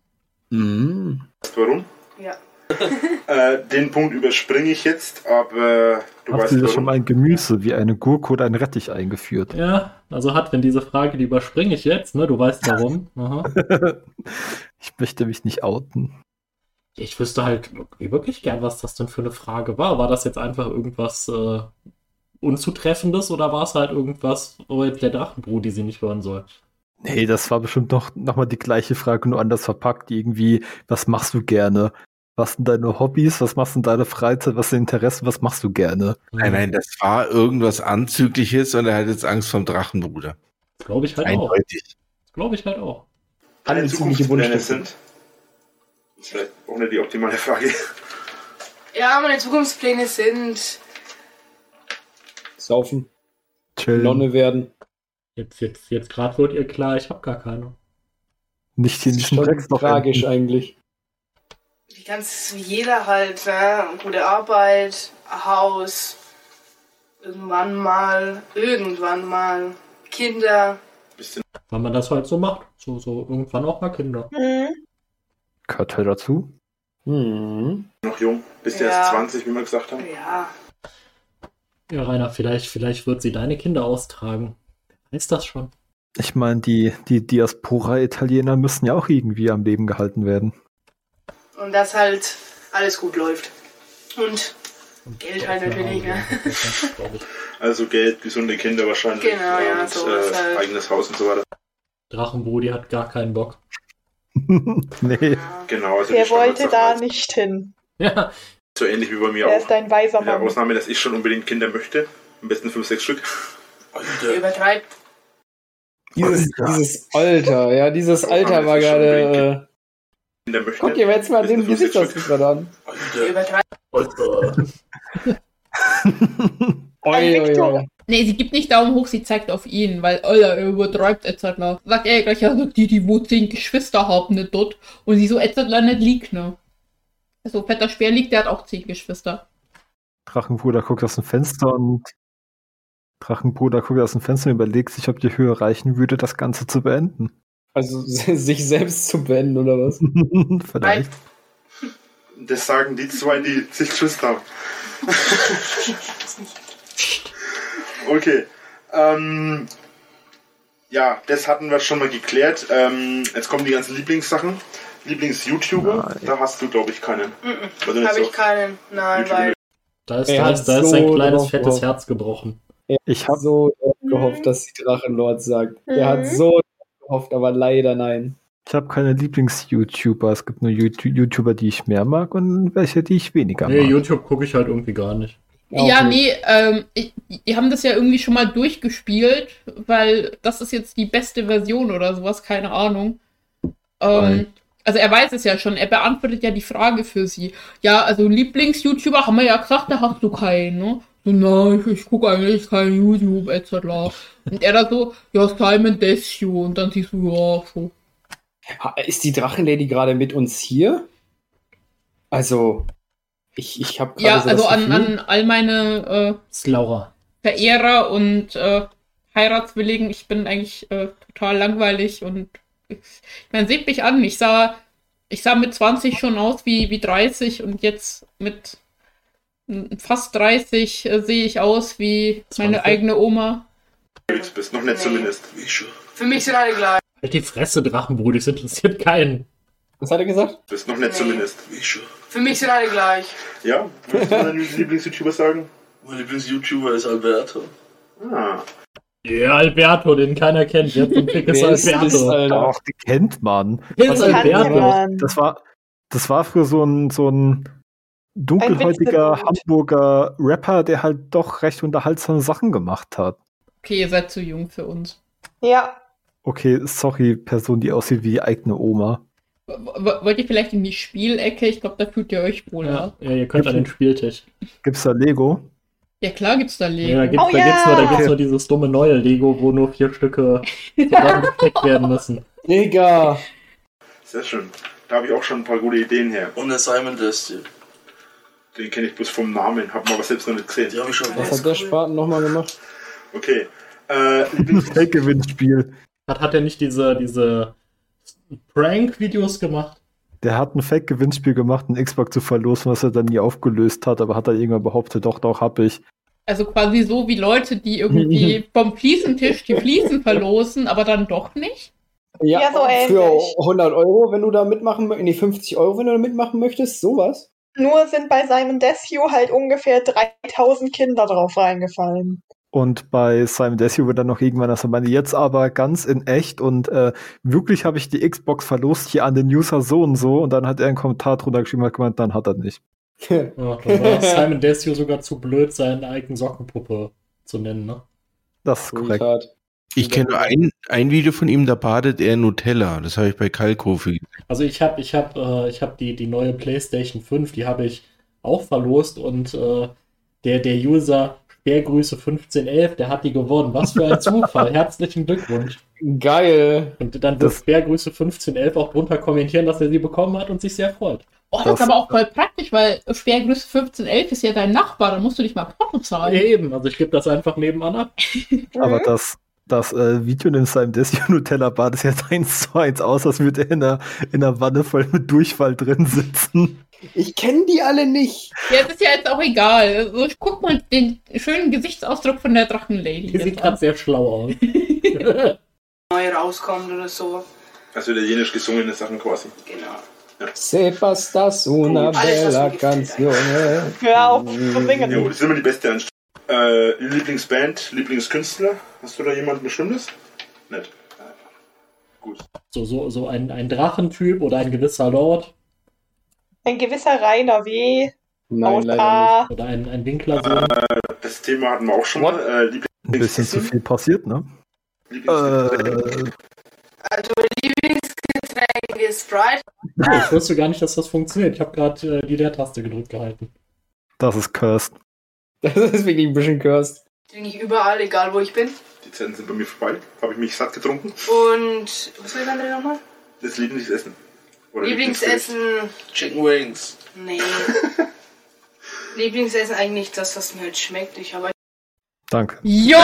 Speaker 1: Mhm.
Speaker 6: Warum?
Speaker 8: ja.
Speaker 6: Äh, den Punkt überspringe ich jetzt, aber du
Speaker 4: Hast
Speaker 6: weißt
Speaker 4: du dir
Speaker 6: warum.
Speaker 4: schon mal ein Gemüse wie eine Gurke oder ein Rettich eingeführt?
Speaker 5: Ja, also hat, wenn diese Frage, die überspringe ich jetzt, ne? Du weißt warum. Aha.
Speaker 4: ich möchte mich nicht outen.
Speaker 5: Ich wüsste halt wirklich gern, was das denn für eine Frage war. War das jetzt einfach irgendwas äh, Unzutreffendes oder war es halt irgendwas, wo jetzt der Drachenbrot, die sie nicht hören soll?
Speaker 4: Nee, das war bestimmt noch, noch mal die gleiche Frage, nur anders verpackt. Irgendwie, was machst du gerne? Was sind deine Hobbys? Was machst du in deiner Freizeit? Was sind Interessen? Was machst du gerne?
Speaker 7: Nein, nein, das war irgendwas Anzügliches und er hat jetzt Angst vom Drachenbruder.
Speaker 5: Glaube ich
Speaker 7: Genau.
Speaker 5: halt auch.
Speaker 7: Eindeutig.
Speaker 5: Das glaube ich halt auch.
Speaker 1: Alle
Speaker 6: Deine
Speaker 1: ziemliche
Speaker 6: Zukunftspläne
Speaker 1: Wunschliste.
Speaker 6: sind. Das ist vielleicht auch nicht die optimale Frage.
Speaker 8: Ja, meine Zukunftspläne sind.
Speaker 1: Saufen,
Speaker 4: Chill.
Speaker 1: Nonne werden.
Speaker 5: Jetzt, jetzt, jetzt gerade wird ihr klar, ich habe gar keine.
Speaker 4: Nicht
Speaker 1: Das
Speaker 4: in
Speaker 1: ist
Speaker 4: diesem
Speaker 1: schon
Speaker 4: Text noch
Speaker 1: tragisch
Speaker 4: enden.
Speaker 1: eigentlich.
Speaker 8: Wie ganz wie jeder halt, ne? Gute Arbeit, ein Haus, irgendwann mal, irgendwann mal, Kinder.
Speaker 5: Weil man das halt so macht. So, so irgendwann auch mal Kinder.
Speaker 3: Mhm.
Speaker 4: Gehört halt dazu.
Speaker 1: Mhm.
Speaker 6: Noch jung, bist ja
Speaker 8: Ja.
Speaker 6: erst 20, wie wir gesagt haben.
Speaker 8: Ja,
Speaker 5: Ja, Rainer, vielleicht, vielleicht wird sie deine Kinder austragen. Wer Weiß das schon?
Speaker 4: Ich meine, die, die Diaspora-Italiener müssen ja auch irgendwie am Leben gehalten werden.
Speaker 8: und dass halt alles gut läuft. Und Geld halt natürlich, ne?
Speaker 5: Glaub ich.
Speaker 6: Also Geld, gesunde Kinder wahrscheinlich.
Speaker 8: Genau, ja,
Speaker 6: und,
Speaker 8: so
Speaker 6: äh,
Speaker 8: ist halt.
Speaker 6: Eigenes Haus und so weiter.
Speaker 5: Drachenbrudi hat gar keinen Bock.
Speaker 4: nee.
Speaker 8: ja.
Speaker 6: Genau, also
Speaker 3: Der
Speaker 6: die
Speaker 3: wollte
Speaker 6: Standardsachen
Speaker 3: da
Speaker 6: halt.
Speaker 3: nicht hin.
Speaker 5: Ja,
Speaker 6: So ähnlich wie bei mir
Speaker 3: Er
Speaker 6: auch.
Speaker 3: ist ein weiser
Speaker 6: Mit der
Speaker 3: Mann.
Speaker 6: Ausnahme, dass ich schon unbedingt Kinder möchte. Am besten 5, 6 Stück.
Speaker 8: übertreibt.
Speaker 1: Dieses,
Speaker 4: Alter. Oh,
Speaker 1: dieses Alter, ja, dieses Alter war gerade. Äh,
Speaker 6: Kinder möchte.
Speaker 1: guck dir jetzt mal den Gesichtsausdruck gerade an.
Speaker 8: Übertreibt.
Speaker 1: Oi, oi,
Speaker 3: Victor.
Speaker 1: oi.
Speaker 2: Nee, sie gibt nicht Daumen hoch, sie zeigt auf ihn, weil Alter, er übertreibt Edzardler. Sagt er gleich, also die, die wo zehn Geschwister haben, nicht dort. Und sie so Edzardler nicht liegt, ne? Also fetter Speer liegt, der hat auch zehn Geschwister.
Speaker 4: Drachenbruder guckt aus dem Fenster und Drachenbruder guckt aus dem Fenster und überlegt sich, ob die Höhe reichen würde, das Ganze zu beenden.
Speaker 1: Also sich selbst zu beenden oder was?
Speaker 4: Vielleicht.
Speaker 6: Das sagen die zwei, die sich Geschwister haben. Okay. Ähm, ja, das hatten wir schon mal geklärt. Ähm, jetzt kommen die ganzen Lieblingssachen. Lieblings-YouTuber,
Speaker 4: Nein.
Speaker 6: da hast du, glaube ich, keinen.
Speaker 8: Mhm.
Speaker 6: Weil du Also nicht
Speaker 8: Habe
Speaker 6: so-
Speaker 8: ich keinen. Nein,
Speaker 6: YouTube
Speaker 8: weil.
Speaker 5: da ist,
Speaker 1: Er
Speaker 5: da
Speaker 1: hat
Speaker 5: ist, da ist
Speaker 1: so
Speaker 5: sein kleines,
Speaker 1: drauf
Speaker 5: fettes
Speaker 1: gehofft.
Speaker 5: Herz gebrochen.
Speaker 4: Ich
Speaker 1: hab
Speaker 4: habe
Speaker 1: so drauf gehofft, dass die Drachenlord sagt. Er hat so drauf gehofft, aber leider nein.
Speaker 4: ich hab keine Lieblings-YouTuber. Es gibt nur Youtu- YouTuber, die ich mehr mag und welche, die ich weniger
Speaker 5: Nee,
Speaker 4: mag.
Speaker 5: YouTube gucke ich halt irgendwie gar nicht.
Speaker 2: ja, nee, ähm, ich, die haben das ja irgendwie schon mal durchgespielt, weil das ist jetzt die beste Version oder sowas, keine Ahnung. Ähm, also er weiß es ja schon, er beantwortet ja die Frage für sie. Ja, also Lieblings-YouTuber haben wir ja gesagt, da hast du keinen, ne? So, nein, ich, ich gucke eigentlich kein YouTube, etc. Und er da so, ja, Simon Desio. Und dann siehst du, ja, so.
Speaker 1: Ha- Ist die Drachenlady gerade mit uns hier? Also, ich, ich habe gerade
Speaker 2: Ja,
Speaker 1: so
Speaker 2: also
Speaker 1: das
Speaker 2: an,
Speaker 1: Gefühl,
Speaker 2: an all meine äh,
Speaker 5: Ist Laura.
Speaker 2: Verehrer und äh, Heiratswilligen. Ich bin eigentlich äh, total langweilig und ich ich meine, seht mich an. Ich sah, ich sah mit 20 schon aus wie, wie 30 und jetzt mit mm, fast 30 äh, sehe ich aus wie
Speaker 5: 20.
Speaker 2: meine eigene Oma.
Speaker 6: unterwegs bist. Noch nicht
Speaker 8: Nee.
Speaker 6: zumindest. Ich schon.
Speaker 8: Für mich sind alle gleich.
Speaker 5: Halt die Fresse, Drachenbrut, das interessiert keinen.
Speaker 1: was hat er gesagt?
Speaker 6: Bist noch nicht
Speaker 8: Nee.
Speaker 6: zumindest. Ich schon.
Speaker 8: Für mich sind alle gleich.
Speaker 6: Ja? Willst du meinen Lieblings-YouTuber sagen?
Speaker 9: Mein Lieblings-YouTuber ist Alberto.
Speaker 6: Ah.
Speaker 5: Ja, Alberto, den keiner kennt. Jetzt ein dickes
Speaker 1: Wer ist das,
Speaker 5: Alberto.
Speaker 1: Alter?
Speaker 4: Ach, die kennt man.
Speaker 5: Hills
Speaker 3: Kann
Speaker 5: Alberto.
Speaker 3: man.
Speaker 4: Das war, das war früher so ein, so ein dunkelhäutiger
Speaker 3: Ein Witzebrot.
Speaker 4: Hamburger Rapper, der halt doch recht unterhaltsame Sachen gemacht hat.
Speaker 2: Okay, ihr seid zu jung für uns.
Speaker 3: Ja,
Speaker 4: Okay, sorry, Person, die aussieht wie die eigene Oma.
Speaker 2: W w- wollt ihr vielleicht in die Spielecke? Ich glaube, da fühlt ihr euch wohl.
Speaker 5: Ja,
Speaker 2: Ja,
Speaker 5: ja, ihr könnt an den Spieltisch.
Speaker 4: Gibt's da Lego?
Speaker 2: ja klar gibt's da
Speaker 5: Ja,
Speaker 2: Lego.
Speaker 5: da gibt's,
Speaker 3: Oh
Speaker 5: da,
Speaker 3: ja!
Speaker 5: gibt's nur, da gibt's nur dieses dumme neue Lego, wo nur vier Stücke zusammengesteckt werden müssen.
Speaker 1: Digga!
Speaker 6: Sehr schön. Da habe ich auch schon ein paar gute Ideen her.
Speaker 9: Und der Simon Desti.
Speaker 6: Den kenne ich bloß vom Namen. Hab mal aber selbst noch nicht
Speaker 9: Die
Speaker 6: gesehen.
Speaker 9: habe ich schon
Speaker 1: Was
Speaker 8: ist
Speaker 1: hat der
Speaker 8: cool.
Speaker 1: Spaten nochmal gemacht?
Speaker 6: Okay. Äh, Lieblings-
Speaker 4: Fake-Gewinnspiel.
Speaker 5: Hat, hat er nicht diese, diese Prank-Videos gemacht?
Speaker 4: Der hat ein Fake-Gewinnspiel gemacht, ein Xbox zu verlosen, was er dann nie aufgelöst hat, aber hat er irgendwann behauptet, doch, doch, hab ich.
Speaker 2: Also quasi so wie Leute, die irgendwie vom Fliesentisch die Fliesen verlosen, aber dann doch nicht.
Speaker 3: Ja, so ähnlich.
Speaker 1: Für 100 Euro, wenn du da mitmachen möchtest. Nee, 50 Euro, wenn du da mitmachen möchtest. Sowas.
Speaker 3: nur sind bei Simon Desio halt ungefähr 3000 Kinder drauf reingefallen.
Speaker 4: Und bei Simon Desio wird dann noch irgendwann, dass er meinte, jetzt aber ganz in echt und äh, wirklich habe ich die Xbox verlost hier an den User so und so und dann hat er einen Kommentar drunter geschrieben und hat gemeint, dann hat er nicht.
Speaker 5: Ja, dann war Simon Desio sogar zu blöd, seine eigene Sockenpuppe zu nennen, ne?
Speaker 4: Das ist korrekt.
Speaker 1: Sweetheart.
Speaker 7: Ich kenne nur ein, ein Video von ihm, da badet er in Nutella. Das habe ich bei Kalkofe gesehen.
Speaker 5: Also ich habe ich hab, äh, ich hab die, die neue PlayStation 5, die habe ich auch verlost und äh, der, der User Sperrgrüße 1511, der hat die gewonnen. Was für ein Zufall. Herzlichen Glückwunsch.
Speaker 1: Geil.
Speaker 5: Und dann wird
Speaker 4: Das-
Speaker 5: Sperrgrüße 1511 auch drunter kommentieren, dass er sie bekommen hat und sich sehr freut.
Speaker 2: Oh, das, ist
Speaker 4: Das-
Speaker 2: aber auch voll praktisch, weil Sperrgröße 1511 ist ja dein Nachbar, da musst du nicht mal Porto zahlen.
Speaker 5: Ja, eben, also ich gebe das einfach nebenan ab.
Speaker 4: Aber
Speaker 1: Mhm.
Speaker 4: das, das äh, Video in dem Simon Desio Nutella Bad ist jetzt eins zu eins aus, als würde er in einer, in einer Wanne voll mit Durchfall drin sitzen.
Speaker 1: Ich kenne die alle nicht.
Speaker 2: Ja, das ist ja jetzt auch egal. Also, ich guck mal den schönen Gesichtsausdruck von der Drachenlady.
Speaker 5: Die sieht
Speaker 2: jetzt an.
Speaker 5: gerade sehr schlau aus.
Speaker 8: Neu rauskommt oder so.
Speaker 6: Also italienisch gesungene Sachen quasi.
Speaker 8: Genau.
Speaker 1: Sepas das una
Speaker 8: Alles,
Speaker 1: bella
Speaker 8: was mir
Speaker 1: canzone.
Speaker 3: Hör auf zu singen.
Speaker 6: Jo, das ist immer die beste Anstrengung. Äh, Lieblingsband, Lieblingskünstler? Hast du da jemanden Bestimmtes? Nett.
Speaker 5: So, so, so ein, ein Drachentyp oder ein gewisser Lord
Speaker 3: Ein gewisser Rainer W.
Speaker 1: Nein,
Speaker 3: aus
Speaker 1: leider
Speaker 3: A.
Speaker 5: oder ein, ein Winklersohn.
Speaker 6: Das Thema hatten wir auch schon mal. Äh, Liebl-
Speaker 4: Ein bisschen zu viel passiert, ne?
Speaker 6: Lieblings
Speaker 4: Äh,
Speaker 8: Also Lieblingsgetränk ist Sprite.
Speaker 5: Ah, Ich wusste gar nicht, dass das funktioniert. Ich habe gerade äh, die Leertaste gedrückt gehalten.
Speaker 4: das ist cursed.
Speaker 1: nicht. Das ist wirklich ein bisschen cursed.
Speaker 8: Trinke ich überall, egal wo ich bin.
Speaker 6: die Zeiten sind bei mir vorbei. Habe ich mich satt getrunken.
Speaker 8: Und was will ich dann nochmal?
Speaker 6: Das Lieblingsessen. Oder
Speaker 8: Lieblingsessen.
Speaker 9: Chicken Wings.
Speaker 8: Nee. Lieblingsessen eigentlich das, was mir halt schmeckt. Ich habe
Speaker 4: Danke.
Speaker 2: Jo!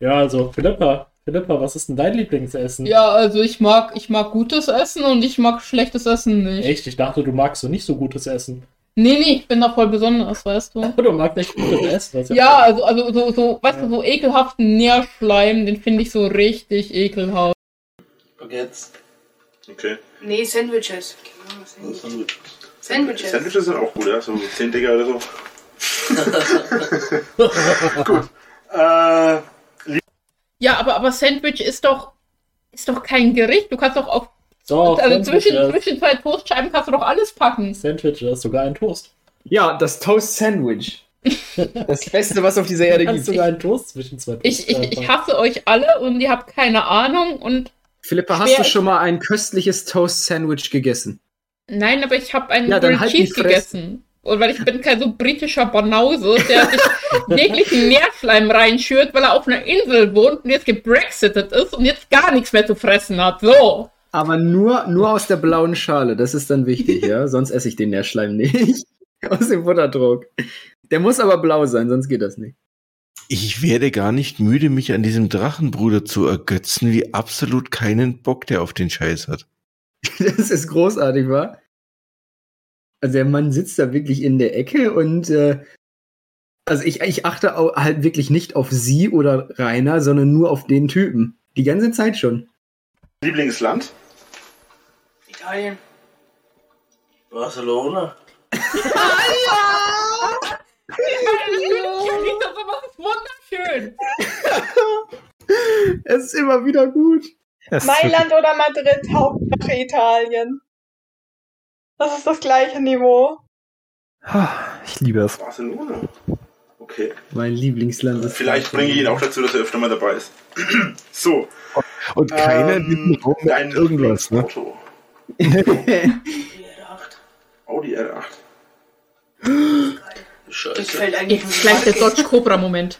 Speaker 5: Ja, also Philippa, Philippa, was ist denn dein Lieblingsessen?
Speaker 2: Ja, also ich mag, ich mag gutes Essen und ich mag schlechtes Essen nicht.
Speaker 5: Echt? Ich dachte, du magst so nicht so gutes Essen.
Speaker 2: Nee, nee, ich bin da voll besonders, weißt du.
Speaker 5: Du magst echt gutes Essen. das ist
Speaker 2: Ja, also, also so, so, weißt du, so ekelhaften Nährschleim, den finde ich so richtig ekelhaft.
Speaker 9: Baguettes.
Speaker 6: Okay.
Speaker 8: Nee, Sandwiches. Keine Ahnung,
Speaker 9: Was
Speaker 8: Sandwiches.
Speaker 9: haben wir?
Speaker 8: Sandwiches.
Speaker 6: Sandwiches sind auch gut, ja? So 10 Digger oder so. gut. Äh,
Speaker 2: Ja, aber, aber Sandwich ist doch, ist doch kein Gericht. Du kannst doch auf
Speaker 5: Doch,
Speaker 2: Also zwischen,
Speaker 5: Sandwiches.
Speaker 2: zwischen zwei Toastscheiben kannst du doch alles packen.
Speaker 5: Sandwiches, sogar ein Toast.
Speaker 1: Ja, das Toast Sandwich. Das Beste, was auf dieser
Speaker 5: Du
Speaker 1: Erde
Speaker 5: kannst
Speaker 1: gibt.
Speaker 5: sogar einen Toast zwischen zwei
Speaker 2: Ich, ich, ich
Speaker 5: Toastscheiben
Speaker 2: hasse euch alle und ihr habt keine Ahnung und
Speaker 1: Philippa, hast
Speaker 2: Schwer
Speaker 1: du
Speaker 2: ist-
Speaker 1: schon mal ein köstliches Toast Sandwich gegessen?
Speaker 2: nein, aber ich habe einen
Speaker 1: Ja, dann
Speaker 2: Grilled
Speaker 1: halt die
Speaker 2: Cheese
Speaker 1: Fresse.
Speaker 2: gegessen. Und weil ich bin kein so britischer Banause, der sich jeglichen Meerschleim reinschürt, weil er auf einer Insel wohnt und jetzt gebrexitet ist und jetzt gar nichts mehr zu fressen hat. So.
Speaker 1: Aber nur, nur aus der blauen Schale, das ist dann wichtig, ja? Sonst esse ich den Nährschleim nicht. Aus dem Butterdruck. Der muss aber blau sein, sonst geht das nicht.
Speaker 7: Ich werde gar nicht müde, mich an diesem Drachenbruder zu ergötzen, wie absolut keinen Bock der auf den Scheiß hat.
Speaker 1: Das ist großartig, wa? Also der Mann sitzt da wirklich in der Ecke und äh, also ich, ich achte au- halt wirklich nicht auf sie oder Rainer, sondern nur auf den Typen. Die ganze Zeit schon.
Speaker 6: Lieblingsland?
Speaker 8: Italien.
Speaker 9: Barcelona?
Speaker 2: Das ist wunderschön.
Speaker 1: Es ist immer wieder gut.
Speaker 4: Es ist
Speaker 3: Mailand oder Madrid, Hauptsache Italien. Das ist das gleiche Niveau.
Speaker 4: wirklich- Ah, Ich liebe es.
Speaker 6: Barcelona. Okay.
Speaker 1: Mein Lieblingsland ist.
Speaker 6: Vielleicht bringe ich ihn auch dazu, dass er öfter mal dabei ist. so.
Speaker 7: Und keiner
Speaker 6: ähm,
Speaker 7: ähm, Raum
Speaker 6: dein
Speaker 7: merkt irgendwas, ne?
Speaker 6: Auto.
Speaker 8: Ja,
Speaker 6: Audi R8.
Speaker 8: Das
Speaker 9: Scheiße.
Speaker 8: fällt eigentlich
Speaker 2: Jetzt gleich der Dodge Cobra Moment.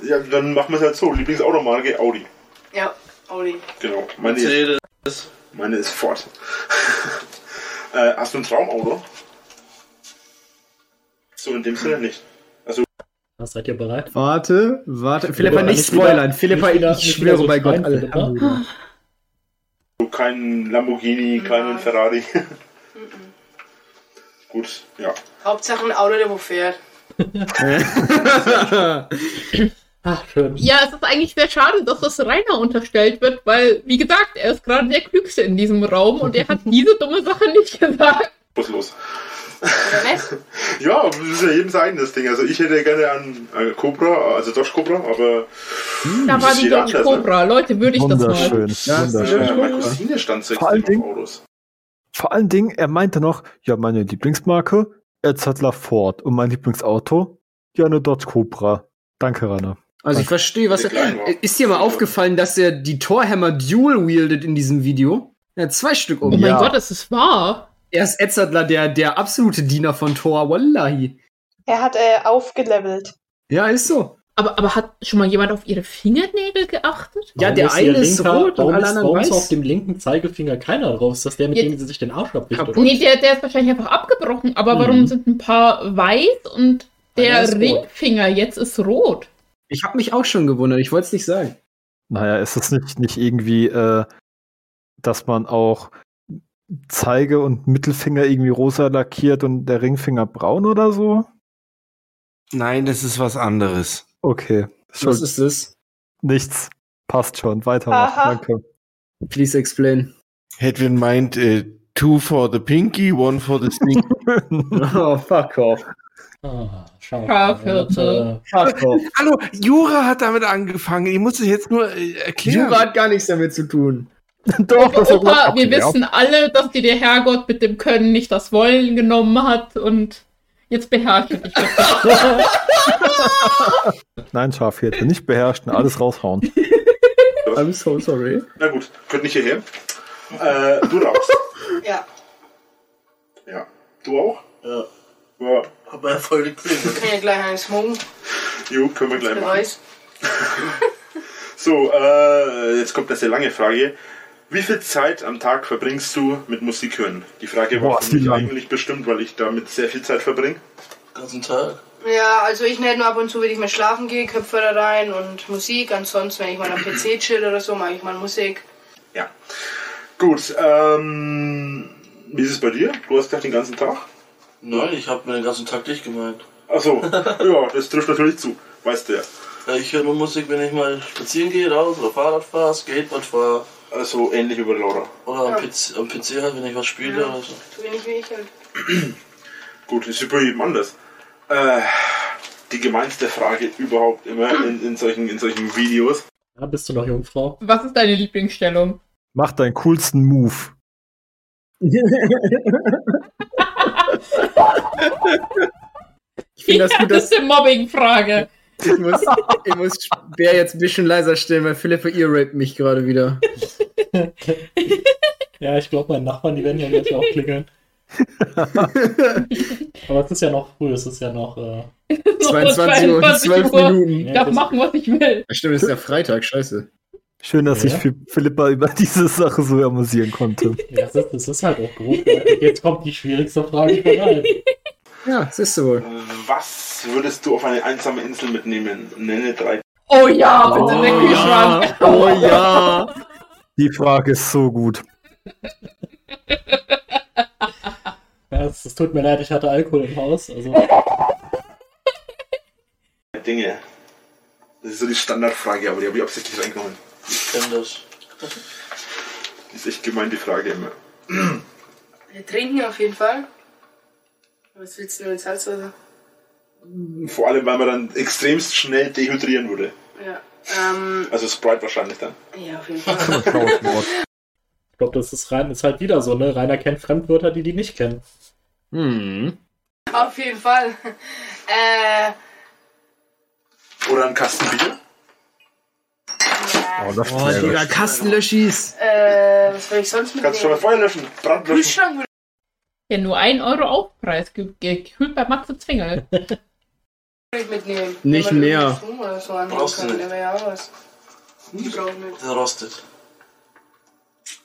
Speaker 6: Ja, dann machen wir es halt so. Lieblingsautomarke Audi.
Speaker 8: Ja, Audi.
Speaker 6: Genau. Meine ist,
Speaker 9: Mercedes.
Speaker 6: meine ist Ford. äh, hast du ein Traumauto? So in dem
Speaker 2: Hm.
Speaker 6: Sinne nicht.
Speaker 5: Was seid ihr bereit?
Speaker 1: Warte, warte. Philippa,
Speaker 5: Ja,
Speaker 1: nicht
Speaker 5: nicht wieder-
Speaker 1: spoilern. Philippa,
Speaker 5: nicht wieder-
Speaker 1: ich
Speaker 5: nicht
Speaker 1: schwöre
Speaker 5: wieder so
Speaker 1: bei Gott,
Speaker 5: schreien,
Speaker 1: alle
Speaker 5: Philippa.
Speaker 1: haben Hunger.
Speaker 6: So kein Lamborghini, keinen
Speaker 8: Nein.
Speaker 6: Ferrari. Gut, ja.
Speaker 8: Hauptsache ein Auto, der wo fährt.
Speaker 5: Ach, schön.
Speaker 2: Ja, es ist eigentlich sehr schade, dass das Rainer unterstellt wird, weil, wie gesagt, er ist gerade der Klügste in diesem Raum und er hat diese dumme Sache nicht gesagt.
Speaker 6: Was los?
Speaker 8: Oder nicht?
Speaker 6: Ja, das ist ja jedem sein eigenes Ding. Also ich hätte gerne einen, einen Cobra, also Dodge Cobra, aber
Speaker 2: Hm. Da war
Speaker 6: Das
Speaker 2: die
Speaker 6: ist jeder
Speaker 2: Dodge
Speaker 6: anders, ne?
Speaker 2: Cobra. Leute, würde ich das mal.
Speaker 4: Wunderschön.
Speaker 1: Ja, das ist
Speaker 6: äh,
Speaker 1: schön.
Speaker 4: wunderschön.
Speaker 6: meine Cousine stand
Speaker 4: Vor allen
Speaker 6: 60
Speaker 4: Dingen-
Speaker 6: Autos.
Speaker 4: Vor allen Dingen, er meinte noch, ja, meine Lieblingsmarke, Ed Zettler Ford. Und mein Lieblingsauto, ja, eine Dodge Cobra. Danke, Rainer.
Speaker 1: Also ich verstehe, was
Speaker 6: Der klein war.
Speaker 1: er, ist dir mal aufgefallen, dass er die Torhammer Dual wieldet in diesem Video? Er hat zwei Stück
Speaker 2: Oh
Speaker 1: oben.
Speaker 2: mein
Speaker 4: Ja.
Speaker 2: Gott, das ist wahr.
Speaker 1: Er ist Edzardler, der, der absolute Diener von Thor. Wallahi.
Speaker 3: Er hat äh, aufgelevelt.
Speaker 1: Ja, ist so.
Speaker 2: Aber, aber hat schon mal jemand auf ihre Fingernägel geachtet?
Speaker 1: Ja,
Speaker 5: Warum
Speaker 1: der
Speaker 5: ist
Speaker 1: eine
Speaker 5: ihr
Speaker 1: ist
Speaker 5: linker-
Speaker 1: rot und
Speaker 5: warum
Speaker 1: alle
Speaker 5: ist-
Speaker 1: anderen
Speaker 5: Warum ist
Speaker 1: weiß?
Speaker 5: auf dem linken Zeigefinger keiner drauf? Ist das der, mit
Speaker 2: Jetzt-
Speaker 5: dem sie sich den Arsch
Speaker 1: Kaputt.
Speaker 5: abwickelt?
Speaker 2: Nee, der, der ist wahrscheinlich einfach abgebrochen, aber
Speaker 5: Mhm.
Speaker 2: warum sind ein paar weiß und
Speaker 5: Einer
Speaker 2: der
Speaker 5: ist rot.
Speaker 2: Ringfinger jetzt ist rot?
Speaker 1: Ich habe mich auch schon gewundert. Ich wollte es nicht sagen.
Speaker 4: Naja, ist es nicht, nicht irgendwie, äh, dass man auch Zeige und Mittelfinger irgendwie rosa lackiert und der Ringfinger braun oder so?
Speaker 7: Nein, das ist was anderes.
Speaker 4: Okay,
Speaker 1: Was ist das?
Speaker 4: nichts. Passt schon, weitermachen.
Speaker 3: Aha.
Speaker 4: Danke.
Speaker 1: Please explain.
Speaker 7: Hedwin meint, äh, two for the pinky, one for the stinky.
Speaker 1: Oh, fuck off.
Speaker 5: Ah, schau.
Speaker 2: Schafhirte.
Speaker 1: Fuck off.
Speaker 7: Hallo, Jura hat damit angefangen. Ich muss es jetzt nur äh, erklären.
Speaker 1: Jura hat gar nichts damit zu tun.
Speaker 4: Doch,
Speaker 2: Opa,
Speaker 4: das hat man
Speaker 2: wir
Speaker 4: abgewehrt.
Speaker 2: wissen alle, dass dir der Herrgott mit dem Können nicht das Wollen genommen hat und jetzt beherrsche dich.
Speaker 4: Nein, Schafhirte, nicht beherrschen, alles raushauen.
Speaker 1: I'm so sorry.
Speaker 6: Na gut, könnt nicht hierher. Äh, du raus.
Speaker 8: Ja,
Speaker 6: ja. Du auch?
Speaker 9: Ja.
Speaker 6: Ja.
Speaker 9: Hab mal voll
Speaker 8: wir
Speaker 9: geklingelt.
Speaker 8: können ja gleich einen smoken.
Speaker 6: Jo, können wir gleich
Speaker 8: Wer
Speaker 6: machen.
Speaker 8: weiß.
Speaker 6: So, äh, jetzt kommt eine sehr lange Frage. Wie viel Zeit am Tag verbringst du mit Musik hören? Die Frage war
Speaker 4: Boah, ist
Speaker 6: für
Speaker 4: die
Speaker 6: mich
Speaker 4: lang.
Speaker 6: eigentlich bestimmt, weil ich damit sehr viel Zeit verbringe.
Speaker 9: Ganzen Tag.
Speaker 8: Ja, also ich nenne nur ab und zu, wenn ich mal schlafen gehe, Kopfhörer rein und Musik. Ansonsten, wenn ich mal am PC chill oder so, mache ich mal Musik.
Speaker 6: Ja. Gut, ähm, wie ist es bei dir? Du hast gesagt den ganzen Tag?
Speaker 9: Nein, ich hab mir den ganzen Tag dicht gemeint.
Speaker 6: Achso, ja, das trifft natürlich zu. Weißt du ja.
Speaker 9: Ja, Ich höre nur Musik, wenn ich mal spazieren gehe, raus oder Fahrrad fahre, Skateboard fahre
Speaker 6: Also ähnlich wie bei Laura.
Speaker 9: oder am, PC, am PC halt, wenn ich was spiele oder so.
Speaker 8: So bin ich wie ich halt.
Speaker 6: Gut, ist über jedem anders. Äh, die gemeinste Frage überhaupt immer in, in, solchen, in solchen Videos.
Speaker 5: Ja, bist du noch Jungfrau?
Speaker 2: Was ist deine Lieblingsstellung?
Speaker 4: Mach deinen coolsten Move.
Speaker 1: Ich finde das gut,
Speaker 2: das
Speaker 1: dass
Speaker 2: ist eine Mobbing-Frage.
Speaker 1: ich muss, ich muss Bär jetzt ein bisschen leiser stellen, weil Philipp earrapt mich gerade wieder.
Speaker 5: Ja, ich glaube, meine Nachbarn, die werden ja gleich auch klingeln. Aber es ist ja noch früh, es ist ja noch. Äh,
Speaker 1: 22 Uhr und 12 Minuten.
Speaker 2: Ich darf machen, was ich will.
Speaker 1: Ja, stimmt, es ist ja Freitag, scheiße.
Speaker 4: Schön, dass
Speaker 5: Ja.
Speaker 4: ich für Philippa über diese Sache so amüsieren konnte.
Speaker 5: ja, es ist, es ist halt auch grob. Jetzt kommt die schwierigste Frage von allen.
Speaker 1: Ja, siehst du wohl.
Speaker 6: Was würdest du auf eine einsame Insel mitnehmen? Nenne drei.
Speaker 2: Oh ja, bitte der Kühlschrank.
Speaker 4: Oh ja! Die Frage ist so gut.
Speaker 5: Ja, es, es tut mir leid, ich hatte Alkohol im Haus. Also,
Speaker 6: Dinge. Das ist so die Standardfrage, aber die habe ich absichtlich reingenommen.
Speaker 9: Ich kenn das.
Speaker 6: Die ist echt gemein, die Frage immer.
Speaker 8: Wir trinken auf jeden Fall. Was willst du denn mit Salzwasser?
Speaker 6: Vor allem, weil man dann extremst schnell dehydrieren würde.
Speaker 8: Ja. Ähm,
Speaker 6: Also Sprite wahrscheinlich dann.
Speaker 8: ja, auf jeden Fall.
Speaker 5: ich glaube, das ist, rein, ist halt wieder so, ne? Rainer kennt Fremdwörter, die die nicht kennen.
Speaker 1: Hm.
Speaker 8: auf jeden Fall. Äh,
Speaker 6: Oder ein Kasten Bier.
Speaker 4: Oh, das
Speaker 1: Oh, Digga, Kastenlöschis.
Speaker 8: äh, was soll ich sonst
Speaker 6: Kannst schon mal
Speaker 8: mitnehmen?
Speaker 6: Feuer löschen, Brand löschen.
Speaker 8: Kühlschrank würde
Speaker 2: Ja, nur 1 Euro Aufpreis ge- gekühlt bei Matze Zwingel.
Speaker 8: ich mitnehmen.
Speaker 1: Nicht
Speaker 8: Wenn man
Speaker 1: mehr.
Speaker 8: irgendwie Strom Oder so anmachen
Speaker 9: Brauchst du
Speaker 8: kann,
Speaker 9: nicht.
Speaker 8: der wäre ja auch was. Die brauchen wir.
Speaker 9: Der rostet.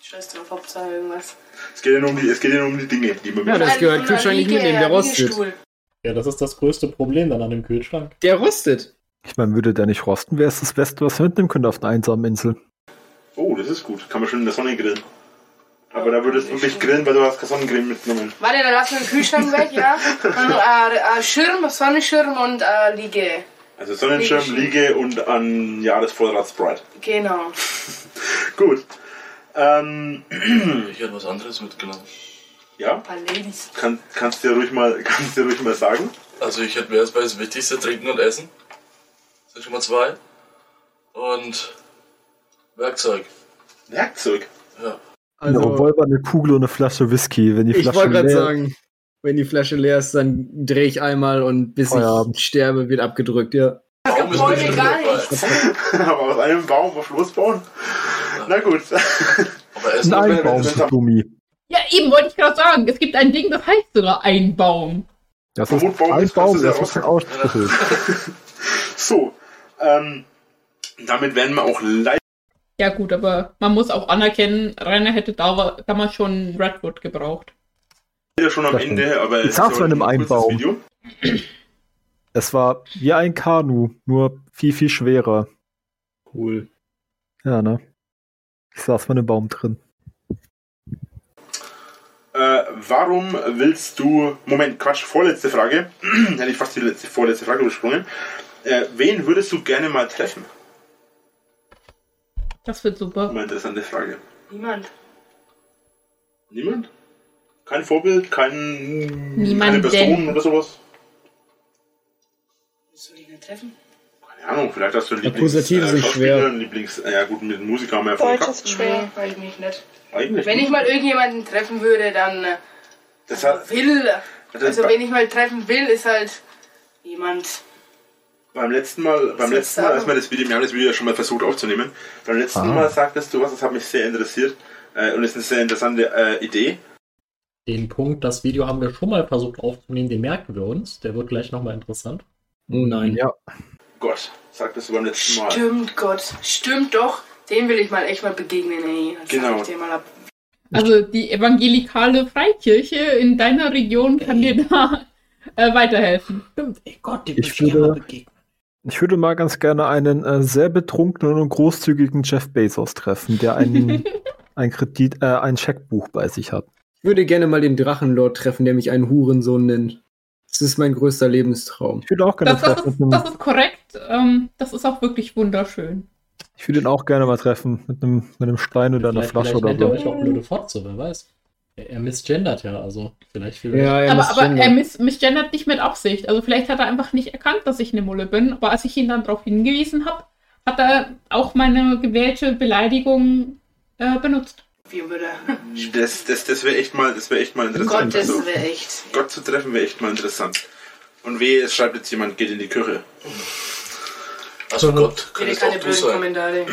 Speaker 8: Scheiß drauf, Hauptsache irgendwas. Äh,
Speaker 6: Es geht ja nur um die, es geht ja nur um die Dinge, die man
Speaker 1: Ja,
Speaker 6: mit.
Speaker 1: das gehört Kühlschrank nicht mitnehmen, der rostet.
Speaker 8: Liegestuhl.
Speaker 5: Ja, das ist das größte Problem dann an dem Kühlschrank.
Speaker 1: Der rostet.
Speaker 4: Ich meine, würde der nicht rosten, wäre es das Beste, was wir mitnehmen können auf einer einsamen Insel.
Speaker 6: Oh, das ist gut. Kann man schön in der Sonne grillen. Aber da würdest du wirklich grillen, weil du hast keine Sonnencreme mitgenommen.
Speaker 8: Warte, dann lassen wir den Kühlschrank weg, ja? Und, äh, äh, Schirm, Sonnenschirm und äh, Liege.
Speaker 6: Also Sonnenschirm, Liege und ein Jahresvorrat Sprite.
Speaker 8: Genau.
Speaker 6: Gut. Ähm,
Speaker 9: Ich hätte was anderes mitgenommen.
Speaker 6: ja,
Speaker 8: Ein paar Ladies.
Speaker 6: kann, kannst du dir ruhig mal, kannst dir ruhig mal sagen.
Speaker 9: Also ich hätte mir erstmal das Wichtigste trinken und essen. Das sind schon mal zwei. Und Werkzeug.
Speaker 6: Werkzeug.
Speaker 9: Ja.
Speaker 4: Ein
Speaker 1: Also,
Speaker 4: Revolver, eine Kugel und eine Flasche Whisky, wenn die
Speaker 1: ich
Speaker 4: Flasche
Speaker 1: wollte gerade
Speaker 4: leer-
Speaker 1: sagen, wenn die Flasche leer ist, dann drehe ich einmal und bis
Speaker 4: Feierabend.
Speaker 1: ich sterbe, wird abgedrückt, ja.
Speaker 9: Baum
Speaker 8: Gebäude
Speaker 9: bestimmt
Speaker 8: gar
Speaker 9: dabei.
Speaker 8: nichts.
Speaker 6: Aber aus einem Baum was losbauen? Na gut.
Speaker 9: Aber Essen
Speaker 6: Nein.
Speaker 4: Ein Baum, du Dummi.
Speaker 2: Ja, eben wollte ich gerade sagen, es gibt ein Ding, das heißt sogar ein Baum.
Speaker 4: Das ist
Speaker 6: Rotbaum
Speaker 4: ein
Speaker 6: ist-
Speaker 4: Baum,
Speaker 6: das ist ja
Speaker 4: das ist ein Ausschüttel.
Speaker 6: So. Ähm, damit wären wir auch leicht.
Speaker 2: Ja gut, aber man muss auch anerkennen, Rainer hätte da, damals schon Redwood gebraucht.
Speaker 6: Ja, schon am
Speaker 4: Das
Speaker 6: Ende, aber
Speaker 4: Ich saß
Speaker 6: ist
Speaker 4: bei
Speaker 6: heute
Speaker 4: einem
Speaker 6: ein kurzes
Speaker 4: Einbaum.
Speaker 6: Video.
Speaker 4: Es war wie ein Kanu, nur viel, viel schwerer.
Speaker 1: Cool.
Speaker 4: Ja, ne? Ich saß mit einem Baum drin.
Speaker 6: Äh, warum willst du. Moment, Quatsch, vorletzte Frage. Hätte ich fast die letzte, vorletzte Frage übersprungen. Äh, wen würdest du gerne mal treffen?
Speaker 2: Das wird super.
Speaker 6: Mal interessante Frage.
Speaker 8: Niemand.
Speaker 6: Niemand? Kein Vorbild, kein.
Speaker 2: Niemanden.
Speaker 6: Keine Person oder sowas?
Speaker 8: Was soll ich denn treffen?
Speaker 6: Keine Ahnung, vielleicht hast du einen
Speaker 1: Ja,
Speaker 6: Lieblings.
Speaker 1: Akkusative sind
Speaker 6: Schauspieler,
Speaker 1: schwer.
Speaker 6: einen Lieblings. Äh, ja, gut, mit Musiker haben wir ja vorhin
Speaker 3: Deutsch
Speaker 6: gehabt.
Speaker 3: ist schwer.
Speaker 8: Nee, weiß ich mich nicht.
Speaker 6: Eigentlich.
Speaker 8: Wenn ich mal irgendjemanden treffen würde, dann äh,
Speaker 6: das hat,
Speaker 8: will.
Speaker 6: das
Speaker 8: Also
Speaker 6: bei-
Speaker 8: wenn ich mal treffen will, ist halt jemand.
Speaker 6: Beim letzten Mal, beim
Speaker 8: soll ich
Speaker 6: letzten Mal, als
Speaker 8: sagen?
Speaker 6: wir das Video, wir haben das Video ja schon mal versucht aufzunehmen. Beim letzten
Speaker 4: Ah.
Speaker 6: Mal sagtest du was, das hat mich sehr interessiert äh, und ist eine sehr interessante äh, Idee.
Speaker 5: Den Punkt, das Video haben wir schon mal versucht aufzunehmen, den merken wir uns. Der wird gleich nochmal interessant.
Speaker 1: Oh nein.
Speaker 4: Ja.
Speaker 6: Gott, sagtest du beim letzten Mal.
Speaker 8: Stimmt Gott. Stimmt doch. Dem will ich mal echt mal begegnen, ey. Dann sag
Speaker 6: Genau.
Speaker 8: Ich den mal ab.
Speaker 2: Also die evangelikale Freikirche in deiner Region kann dir da äh, weiterhelfen.
Speaker 5: Stimmt, ey Gott, die
Speaker 4: Ich würde- Ich würde mal ganz gerne einen äh, sehr betrunkenen und großzügigen Jeff Bezos treffen, der einen, ein Kredit, äh, ein Scheckbuch bei sich hat.
Speaker 1: Ich würde gerne mal den Drachenlord treffen, der mich einen Hurensohn nennt. Das ist mein größter Lebenstraum.
Speaker 4: Ich würde auch gerne
Speaker 2: Das, das,
Speaker 4: treffen
Speaker 2: ist,
Speaker 4: mit einem,
Speaker 2: das ist korrekt. Ähm, das ist auch wirklich wunderschön.
Speaker 4: ich würde ihn auch gerne mal treffen mit einem, mit einem Stein oder einer
Speaker 5: Vielleicht,
Speaker 4: Flasche
Speaker 5: vielleicht
Speaker 4: oder
Speaker 5: nennt er
Speaker 4: so.
Speaker 5: euch auch blöde Fotze, wer weiß. Er, er misgendert ja, also vielleicht, vielleicht.
Speaker 1: Ja, er
Speaker 2: aber
Speaker 1: muss
Speaker 2: aber
Speaker 1: gendern.
Speaker 2: er miss, misgendert nicht mit Absicht. Also vielleicht hat er einfach nicht erkannt, dass ich eine Mulle bin. Aber als ich ihn dann darauf hingewiesen habe, hat er auch meine gewählte Beleidigung äh, benutzt.
Speaker 8: wir würde.
Speaker 6: Das, das, das wäre echt mal, das wäre echt mal interessant.
Speaker 8: Gott, das
Speaker 6: also,
Speaker 8: wäre echt.
Speaker 6: Gott zu treffen wäre echt mal interessant. Und wehe, es schreibt jetzt jemand, geht in die Kirche.
Speaker 9: Also Gott
Speaker 8: Bitte
Speaker 9: könntest
Speaker 8: keine
Speaker 9: auch du
Speaker 8: blöden
Speaker 9: sein.
Speaker 8: Kommentare.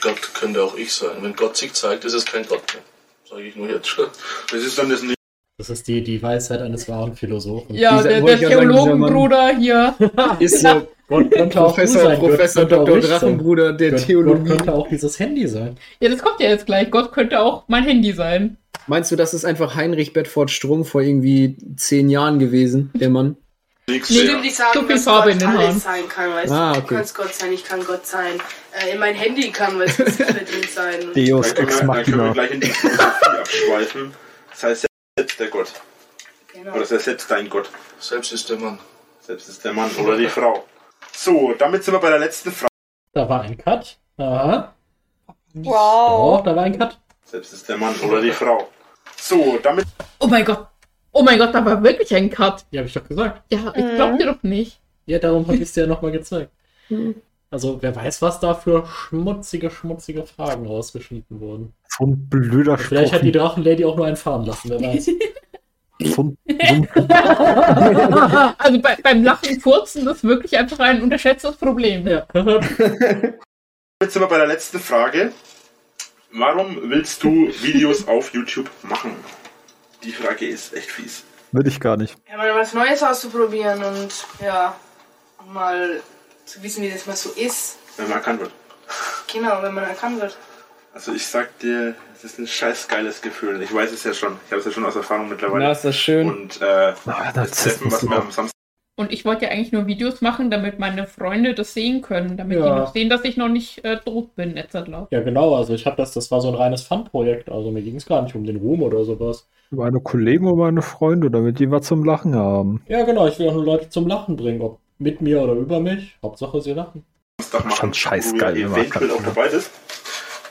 Speaker 9: Gott könnte auch ich sein. Wenn Gott sich zeigt, ist es kein Gott mehr. Sage ich nur jetzt schon.
Speaker 6: Das ist dann das Nächste.
Speaker 5: Das ist die, die Weisheit eines wahren Philosophen.
Speaker 2: Ja,
Speaker 1: Dieser-
Speaker 2: der, der
Speaker 1: wollte ich ja sagen, dieser
Speaker 2: Theologenbruder hier.
Speaker 1: Ist hier
Speaker 5: Gott könnte auch du
Speaker 1: Professor,
Speaker 5: sein. Gott
Speaker 1: Professor
Speaker 5: könnte auch
Speaker 1: Dr.
Speaker 5: ich sein.
Speaker 1: Drachenbruder der
Speaker 5: Gott, Gott
Speaker 1: Theologie.
Speaker 5: könnte auch dieses Handy sein.
Speaker 2: Ja, das kommt ja jetzt gleich. Gott könnte auch mein Handy sein.
Speaker 1: Meinst du, das ist einfach Heinrich Bedford Strom vor irgendwie zehn Jahren gewesen, der Mann?
Speaker 8: Ich will
Speaker 6: Jahr.
Speaker 8: ihm nicht sagen,
Speaker 2: So viel
Speaker 8: dass
Speaker 2: Farbe in
Speaker 8: Gott
Speaker 2: den
Speaker 8: alles
Speaker 2: Haaren.
Speaker 8: sein kann, weißt
Speaker 1: Ah,
Speaker 8: du?
Speaker 1: okay.
Speaker 8: Du kannst Gott sein, ich kann Gott sein. Äh, in mein Handy kann, weißt du, es kann nicht drin sein.
Speaker 4: Deus
Speaker 6: Dann können
Speaker 4: Ex
Speaker 6: wir, dann können wir
Speaker 4: Machina.
Speaker 6: gleich in die Philosophie abschweifen. Das heißt, selbst der Gott.
Speaker 8: Genau.
Speaker 6: Oder das heißt, selbst dein Gott.
Speaker 9: Selbst ist der Mann.
Speaker 6: Selbst ist der Mann oder die Frau. So, damit sind wir bei der letzten Frage.
Speaker 5: Da war ein Cut. Aha. Oh,
Speaker 3: Wow.
Speaker 5: da war ein Cut.
Speaker 6: Selbst ist der Mann oder die Frau. So, damit
Speaker 2: Oh mein Gott. Oh mein Gott, da war wirklich ein Cut.
Speaker 5: Die habe ich doch gesagt.
Speaker 2: Ja, ich glaub dir doch nicht.
Speaker 5: Ja, darum habe ich es dir ja nochmal gezeigt.
Speaker 2: Mhm.
Speaker 5: Also, wer weiß, was da für schmutzige, schmutzige Fragen rausgeschnitten wurden.
Speaker 4: So ein blöder
Speaker 5: Vielleicht
Speaker 4: Spruch.
Speaker 5: hat die Drachenlady auch nur einen fahren lassen, wer weiß.
Speaker 4: So ein, so ein
Speaker 2: also bei, beim Lachen furzen ist wirklich einfach ein unterschätztes Problem.
Speaker 5: Ja.
Speaker 6: sind wir bei der letzten Frage. Warum willst du Videos auf YouTube machen? Die Frage ist echt fies.
Speaker 4: Würde ich gar nicht.
Speaker 8: Ja, mal was Neues auszuprobieren und ja, mal zu wissen, wie das mal so ist.
Speaker 6: Wenn man erkannt wird.
Speaker 8: Genau, wenn man erkannt wird.
Speaker 6: Also ich sag dir, es ist ein scheiß geiles Gefühl. Ich weiß es ja schon. Ich habe es ja schon aus Erfahrung
Speaker 1: Na,
Speaker 6: mittlerweile.
Speaker 1: ist das schön.
Speaker 6: Und äh,
Speaker 4: Ah,
Speaker 6: das Treffen, was wir am Samstag
Speaker 2: Und ich wollte ja eigentlich nur Videos machen, damit meine Freunde das sehen können, damit die
Speaker 5: Ja.
Speaker 2: noch sehen, dass ich noch nicht äh, tot bin, etc.
Speaker 5: ja, genau. Also, ich habe das, das war so ein reines Fun-Projekt. Also, mir ging es gar nicht um den Ruhm oder sowas.
Speaker 4: meine Kollegen und meine Freunde, damit die was zum Lachen haben.
Speaker 5: Ja, genau. Ich will auch nur Leute zum Lachen bringen. Ob mit mir oder über mich. Hauptsache, sie lachen.
Speaker 6: Samstag machen,
Speaker 4: Schon scheißgeil,
Speaker 6: wo ihr
Speaker 4: wenn man
Speaker 6: eventuell
Speaker 4: kann,
Speaker 6: auch
Speaker 4: ne?
Speaker 6: dabei bist.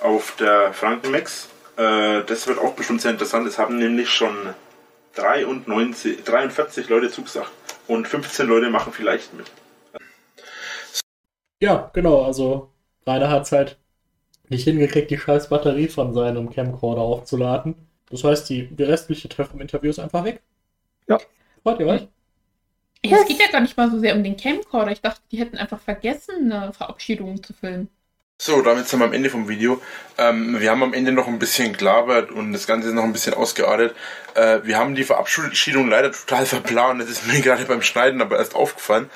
Speaker 6: Auf der Frankenmax. Äh, das wird auch bestimmt sehr interessant. Es haben nämlich schon 93, 43 Leute zugesagt. Und 15 Leute machen vielleicht mit.
Speaker 5: Ja, genau, also Rainer hat's halt nicht hingekriegt, die scheiß Batterie von seinem Camcorder aufzuladen. Das heißt, die, die restliche Treffen im Interview ist einfach weg.
Speaker 4: Ja.
Speaker 5: Freut ihr euch?
Speaker 2: Ey, Es geht ja gar nicht mal so sehr um den Camcorder. Ich dachte, die hätten einfach vergessen, eine Verabschiedung zu filmen.
Speaker 6: So, damit sind wir am Ende vom Video. Ähm, wir haben am Ende noch ein bisschen gelabert und das Ganze ist noch ein bisschen ausgeartet. Äh, wir haben die Verabschiedung leider total verplant. Das ist mir gerade beim Schneiden aber erst aufgefallen.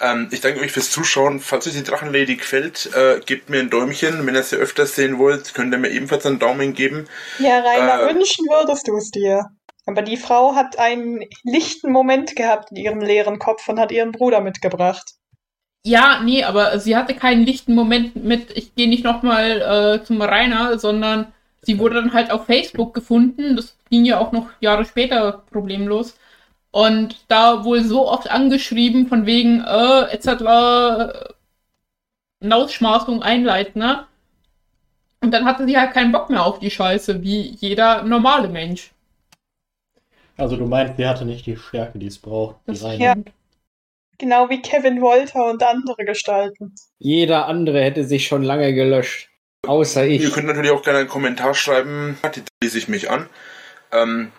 Speaker 6: Ähm, ich danke euch fürs Zuschauen. Falls euch die Drachenlady gefällt, äh, gebt mir ein Däumchen. Wenn ihr sie öfters sehen wollt, könnt ihr mir ebenfalls einen Daumen geben.
Speaker 3: Ja, Rainer,
Speaker 6: Äh.
Speaker 3: wünschen würdest du es dir. Aber die Frau hat einen lichten Moment gehabt in ihrem leeren Kopf und hat ihren Bruder mitgebracht.
Speaker 2: Ja, nee, aber sie hatte keinen lichten Moment mit, ich gehe nicht nochmal äh, zum Rainer, sondern sie wurde dann halt auf Facebook gefunden. Das ging ja auch noch Jahre später problemlos. Und da wohl so oft angeschrieben von wegen, äh, etc. Nausschmaßung einleiten, ne? Und dann hatte sie halt keinen Bock mehr auf die Scheiße, wie jeder normale Mensch.
Speaker 5: Also du meinst, sie hatte nicht die Stärke, die es braucht, die
Speaker 2: Das
Speaker 5: rein.
Speaker 3: Ja. Genau wie Kevin Wolter und andere Gestalten.
Speaker 1: Jeder andere hätte sich schon lange gelöscht. Außer ich.
Speaker 6: Ihr könnt natürlich auch gerne einen Kommentar schreiben. Die lese ich mich an. Ähm,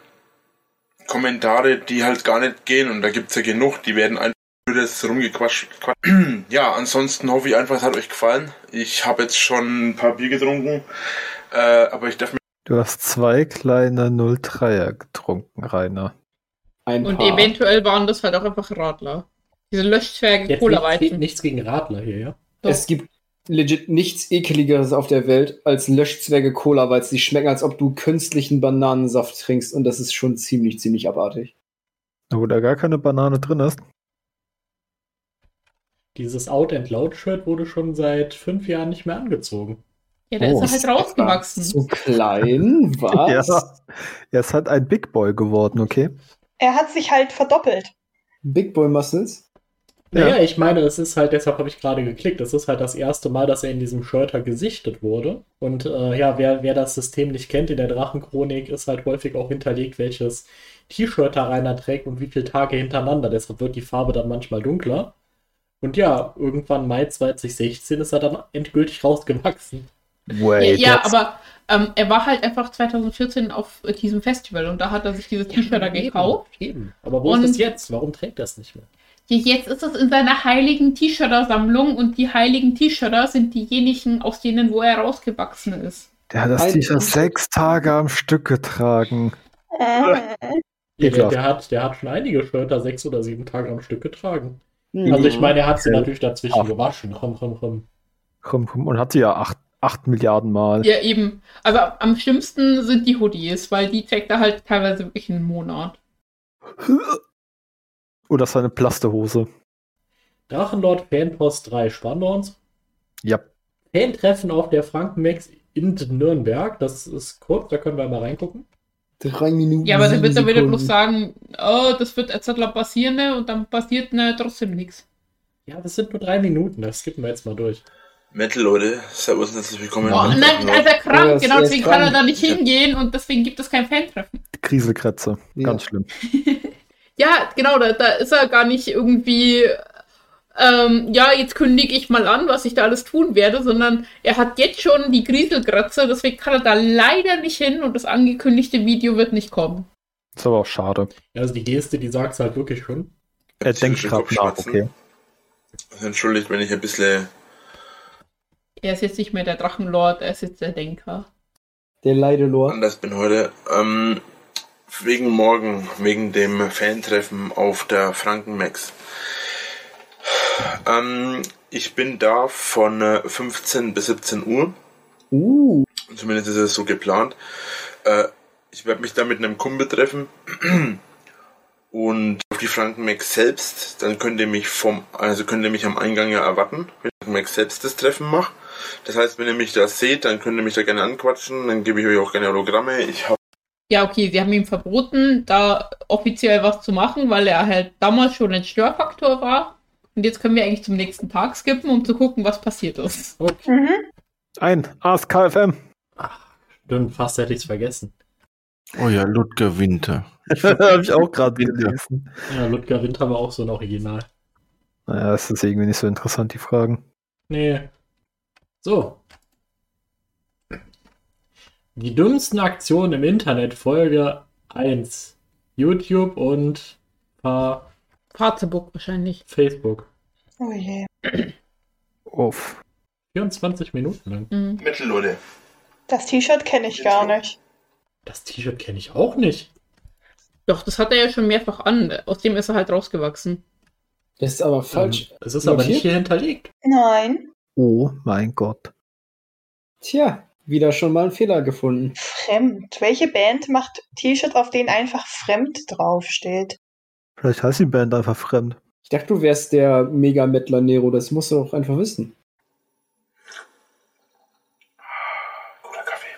Speaker 6: Kommentare, die halt gar nicht gehen und da gibt's ja genug, die werden einfach würde es rumgequatscht. Quatsch- Ja, ansonsten hoffe ich einfach, es hat euch gefallen. Ich habe jetzt schon ein paar Bier getrunken, äh, aber ich darf mich
Speaker 4: Du hast zwei kleine 03er getrunken, Rainer.
Speaker 1: Ein
Speaker 2: Und
Speaker 1: paar.
Speaker 2: eventuell waren das halt auch einfach Radler. Diese löschzwerge
Speaker 5: Jetzt nichts,
Speaker 2: Cola-Weizen.
Speaker 5: gegen- nichts gegen Radler hier, ja?
Speaker 1: Es gibt legit nichts ekeligeres auf der Welt als Löschzwerge Cola, weil sie schmecken, als ob du künstlichen Bananensaft trinkst und das ist schon ziemlich, ziemlich abartig.
Speaker 4: Wo da gar keine Banane drin ist.
Speaker 5: Dieses Out and Loud Shirt wurde schon seit fünf Jahren nicht mehr angezogen.
Speaker 2: Ja, da
Speaker 4: Oh,
Speaker 2: ist er halt rausgewachsen.
Speaker 1: So klein, was?
Speaker 4: Ja. Er ist halt ein Big Boy geworden, okay?
Speaker 3: Er hat sich halt verdoppelt.
Speaker 1: Big Boy Muscles?
Speaker 5: Naja, ich meine, es ist halt, deshalb habe ich gerade geklickt, es ist halt das erste Mal, dass er in diesem Shirter gesichtet wurde. Und äh, ja, wer, wer das System nicht kennt in der Drachenchronik, ist halt häufig auch hinterlegt, welches T-Shirt da Rainer trägt und wie viele Tage hintereinander. Deshalb wird die Farbe dann manchmal dunkler. Und ja, irgendwann Mai 2016 ist er dann endgültig rausgewachsen.
Speaker 4: Wait,
Speaker 2: ja, ja
Speaker 4: that's-
Speaker 2: aber ähm, er war halt einfach 2014 auf äh, diesem Festival und da hat er sich dieses T-Shirt da gekauft.
Speaker 5: Eben. Aber wo
Speaker 2: Und-
Speaker 5: ist das jetzt? Warum trägt er es nicht mehr?
Speaker 2: Ja, jetzt ist es in seiner heiligen T-Shirt-Sammlung und die heiligen T-Shirter sind diejenigen, aus denen, wo er rausgewachsen ist.
Speaker 4: der hat das
Speaker 1: Ein-
Speaker 4: T-Shirt sechs Tage am Stück getragen.
Speaker 5: Der,
Speaker 4: Ekelhaft.
Speaker 5: der, hat, der hat schon einige Schwerter sechs oder sieben Tage am Stück getragen. Also ich meine, er hat sie
Speaker 4: Hm. Ja.
Speaker 5: natürlich dazwischen
Speaker 4: Ah.
Speaker 5: gewaschen. Komm, komm, komm.
Speaker 4: Rum, rum, Und hatte ja acht, acht Milliarden Mal.
Speaker 2: Ja, eben. Also am schlimmsten sind die Hoodies, weil die trägt er halt teilweise wirklich einen Monat.
Speaker 4: Oder seine Plastehose.
Speaker 5: Drachenlord Fanpost 3 Spannons.
Speaker 4: Ja.
Speaker 5: Fan-Treffen auf der Frankenmax in Nürnberg. Das ist kurz, da können wir mal reingucken.
Speaker 1: Drei Minuten.
Speaker 2: Ja, aber dann
Speaker 1: sieben
Speaker 2: wird er wieder
Speaker 1: Sekunden.
Speaker 2: bloß sagen, oh, das wird etc. passieren ne? und dann passiert ne, trotzdem nichts.
Speaker 5: Ja, das sind nur drei Minuten, das skippen wir jetzt mal durch.
Speaker 6: Metal, Leute. Servus und herzlich willkommen.
Speaker 2: Oh,
Speaker 6: beim
Speaker 2: nein,
Speaker 6: Drachenlord.
Speaker 2: also er
Speaker 1: Ja,
Speaker 2: krank,
Speaker 1: das-
Speaker 2: genau
Speaker 1: er ist
Speaker 2: deswegen
Speaker 1: krank.
Speaker 2: kann er da nicht hingehen und deswegen gibt es kein Fantreffen.
Speaker 4: Kriselkrätze.
Speaker 1: Ja.
Speaker 4: Ganz schlimm.
Speaker 2: Ja, genau, da, da ist er gar nicht irgendwie, ähm, ja, jetzt kündige ich mal an, was ich da alles tun werde, sondern er hat jetzt schon die Grieselkratze, deswegen kann er da leider nicht hin und das angekündigte Video wird nicht kommen.
Speaker 4: Ist aber auch schade.
Speaker 5: Ja, Also die Geste, die sagt es halt wirklich schon.
Speaker 4: Er
Speaker 6: Ich
Speaker 4: denkt
Speaker 6: hab
Speaker 4: gerade nach,
Speaker 6: Kopfschmerzen.
Speaker 4: okay.
Speaker 6: Also Entschuldigt, wenn ich ein bisschen.
Speaker 2: Er ist jetzt nicht mehr der Drachenlord, er ist jetzt der Denker.
Speaker 1: Der Leidelor.
Speaker 6: anders bin heute. Ähm, wegen morgen, wegen dem Fantreffen auf der Frankenmax. Ähm, ich bin da von äh, 15 bis 17 Uhr.
Speaker 1: Uh,
Speaker 6: Zumindest ist es so geplant. Äh, ich werde mich da mit einem Kumpel treffen. Und auf die Frankenmax selbst, dann könnt ihr mich vom, also könnt ihr mich am Eingang ja erwarten, wenn die Frankenmax selbst das Treffen macht. Das heißt, wenn ihr mich da seht, dann könnt ihr mich da gerne anquatschen, dann gebe ich euch auch gerne Hologramme. Ich habe
Speaker 2: Ja, okay, sie haben ihm verboten, da offiziell was zu machen, weil er halt damals schon ein Störfaktor war. Und jetzt können wir eigentlich zum nächsten Tag skippen, um zu gucken, was passiert ist.
Speaker 3: Mhm.
Speaker 4: Ein ASKFM.
Speaker 5: Dünn, fast hätte ich es vergessen.
Speaker 7: Oh ja, Ludger Winter.
Speaker 4: Habe ich auch gerade
Speaker 7: Winter.
Speaker 4: gelesen.
Speaker 5: Ja, Ludger Winter war auch so ein Original.
Speaker 4: Naja, es ist irgendwie nicht so interessant, die Fragen.
Speaker 5: Nee. So. Die dümmsten Aktionen im Internet, Folge 1. YouTube und äh,
Speaker 2: Fahrzeug wahrscheinlich.
Speaker 5: Facebook.
Speaker 3: Oh je.
Speaker 4: Uff.
Speaker 5: 24 Minuten lang.
Speaker 2: Mhm.
Speaker 6: Mittel, Leute.
Speaker 3: Das T-Shirt kenne ich gar nicht.
Speaker 5: Das T-Shirt kenne ich auch nicht.
Speaker 2: Doch, das hat er ja schon mehrfach an. Aus dem ist er halt rausgewachsen.
Speaker 1: das ist aber falsch.
Speaker 5: Ähm, Es ist aber
Speaker 1: Notiert?
Speaker 5: nicht hier hinterlegt.
Speaker 3: Nein.
Speaker 4: Oh mein Gott.
Speaker 1: Tja, wieder schon mal einen Fehler gefunden.
Speaker 3: Fremd. Welche Band macht T-Shirts, auf denen einfach fremd draufsteht?
Speaker 4: Vielleicht heißt die Band einfach fremd.
Speaker 1: Ich dachte, du wärst der Mega-Mettler Nero, das musst du doch einfach wissen.
Speaker 6: Guter Kaffee.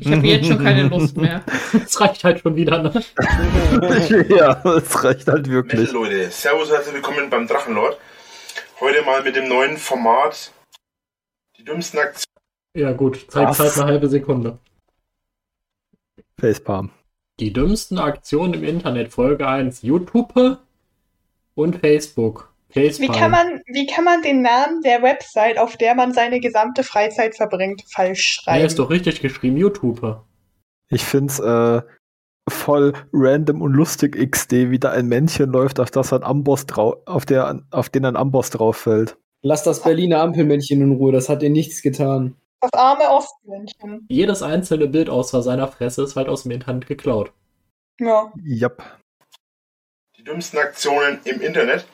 Speaker 2: Ich habe jetzt schon keine Lust mehr.
Speaker 5: Das reicht halt schon wieder. Ne?
Speaker 4: ja, das reicht halt
Speaker 6: Mittel,
Speaker 4: wirklich.
Speaker 6: Leute. Servus, herzlich willkommen beim Drachenlord. Heute mal mit dem neuen Format. Die dümmsten Aktionen.
Speaker 5: Ja gut, zeigt
Speaker 4: Was?
Speaker 5: halt eine halbe Sekunde.
Speaker 4: Facepalm.
Speaker 5: Die dümmsten Aktionen im Internet, Folge 1. YouTube und Facebook.
Speaker 3: Wie
Speaker 5: Facebook.
Speaker 3: kann, man, wie kann man den Namen der Website, auf der man seine gesamte Freizeit verbringt, falsch
Speaker 5: Nee,
Speaker 3: schreiben?
Speaker 5: ist doch richtig geschrieben, YouTuber.
Speaker 4: Ich find's äh, voll random und lustig XD, wie da ein Männchen läuft, auf das ein Amboss drauf, auf der, auf den ein Amboss drauf fällt.
Speaker 1: Lass das Berliner Ampelmännchen in Ruhe, das hat dir nichts getan.
Speaker 3: Das arme Ostmännchen.
Speaker 5: Jedes einzelne Bild außer seiner Fresse ist halt aus dem Internet geklaut.
Speaker 3: Ja.
Speaker 4: Jap.
Speaker 6: Die dümmsten Aktionen im Internet.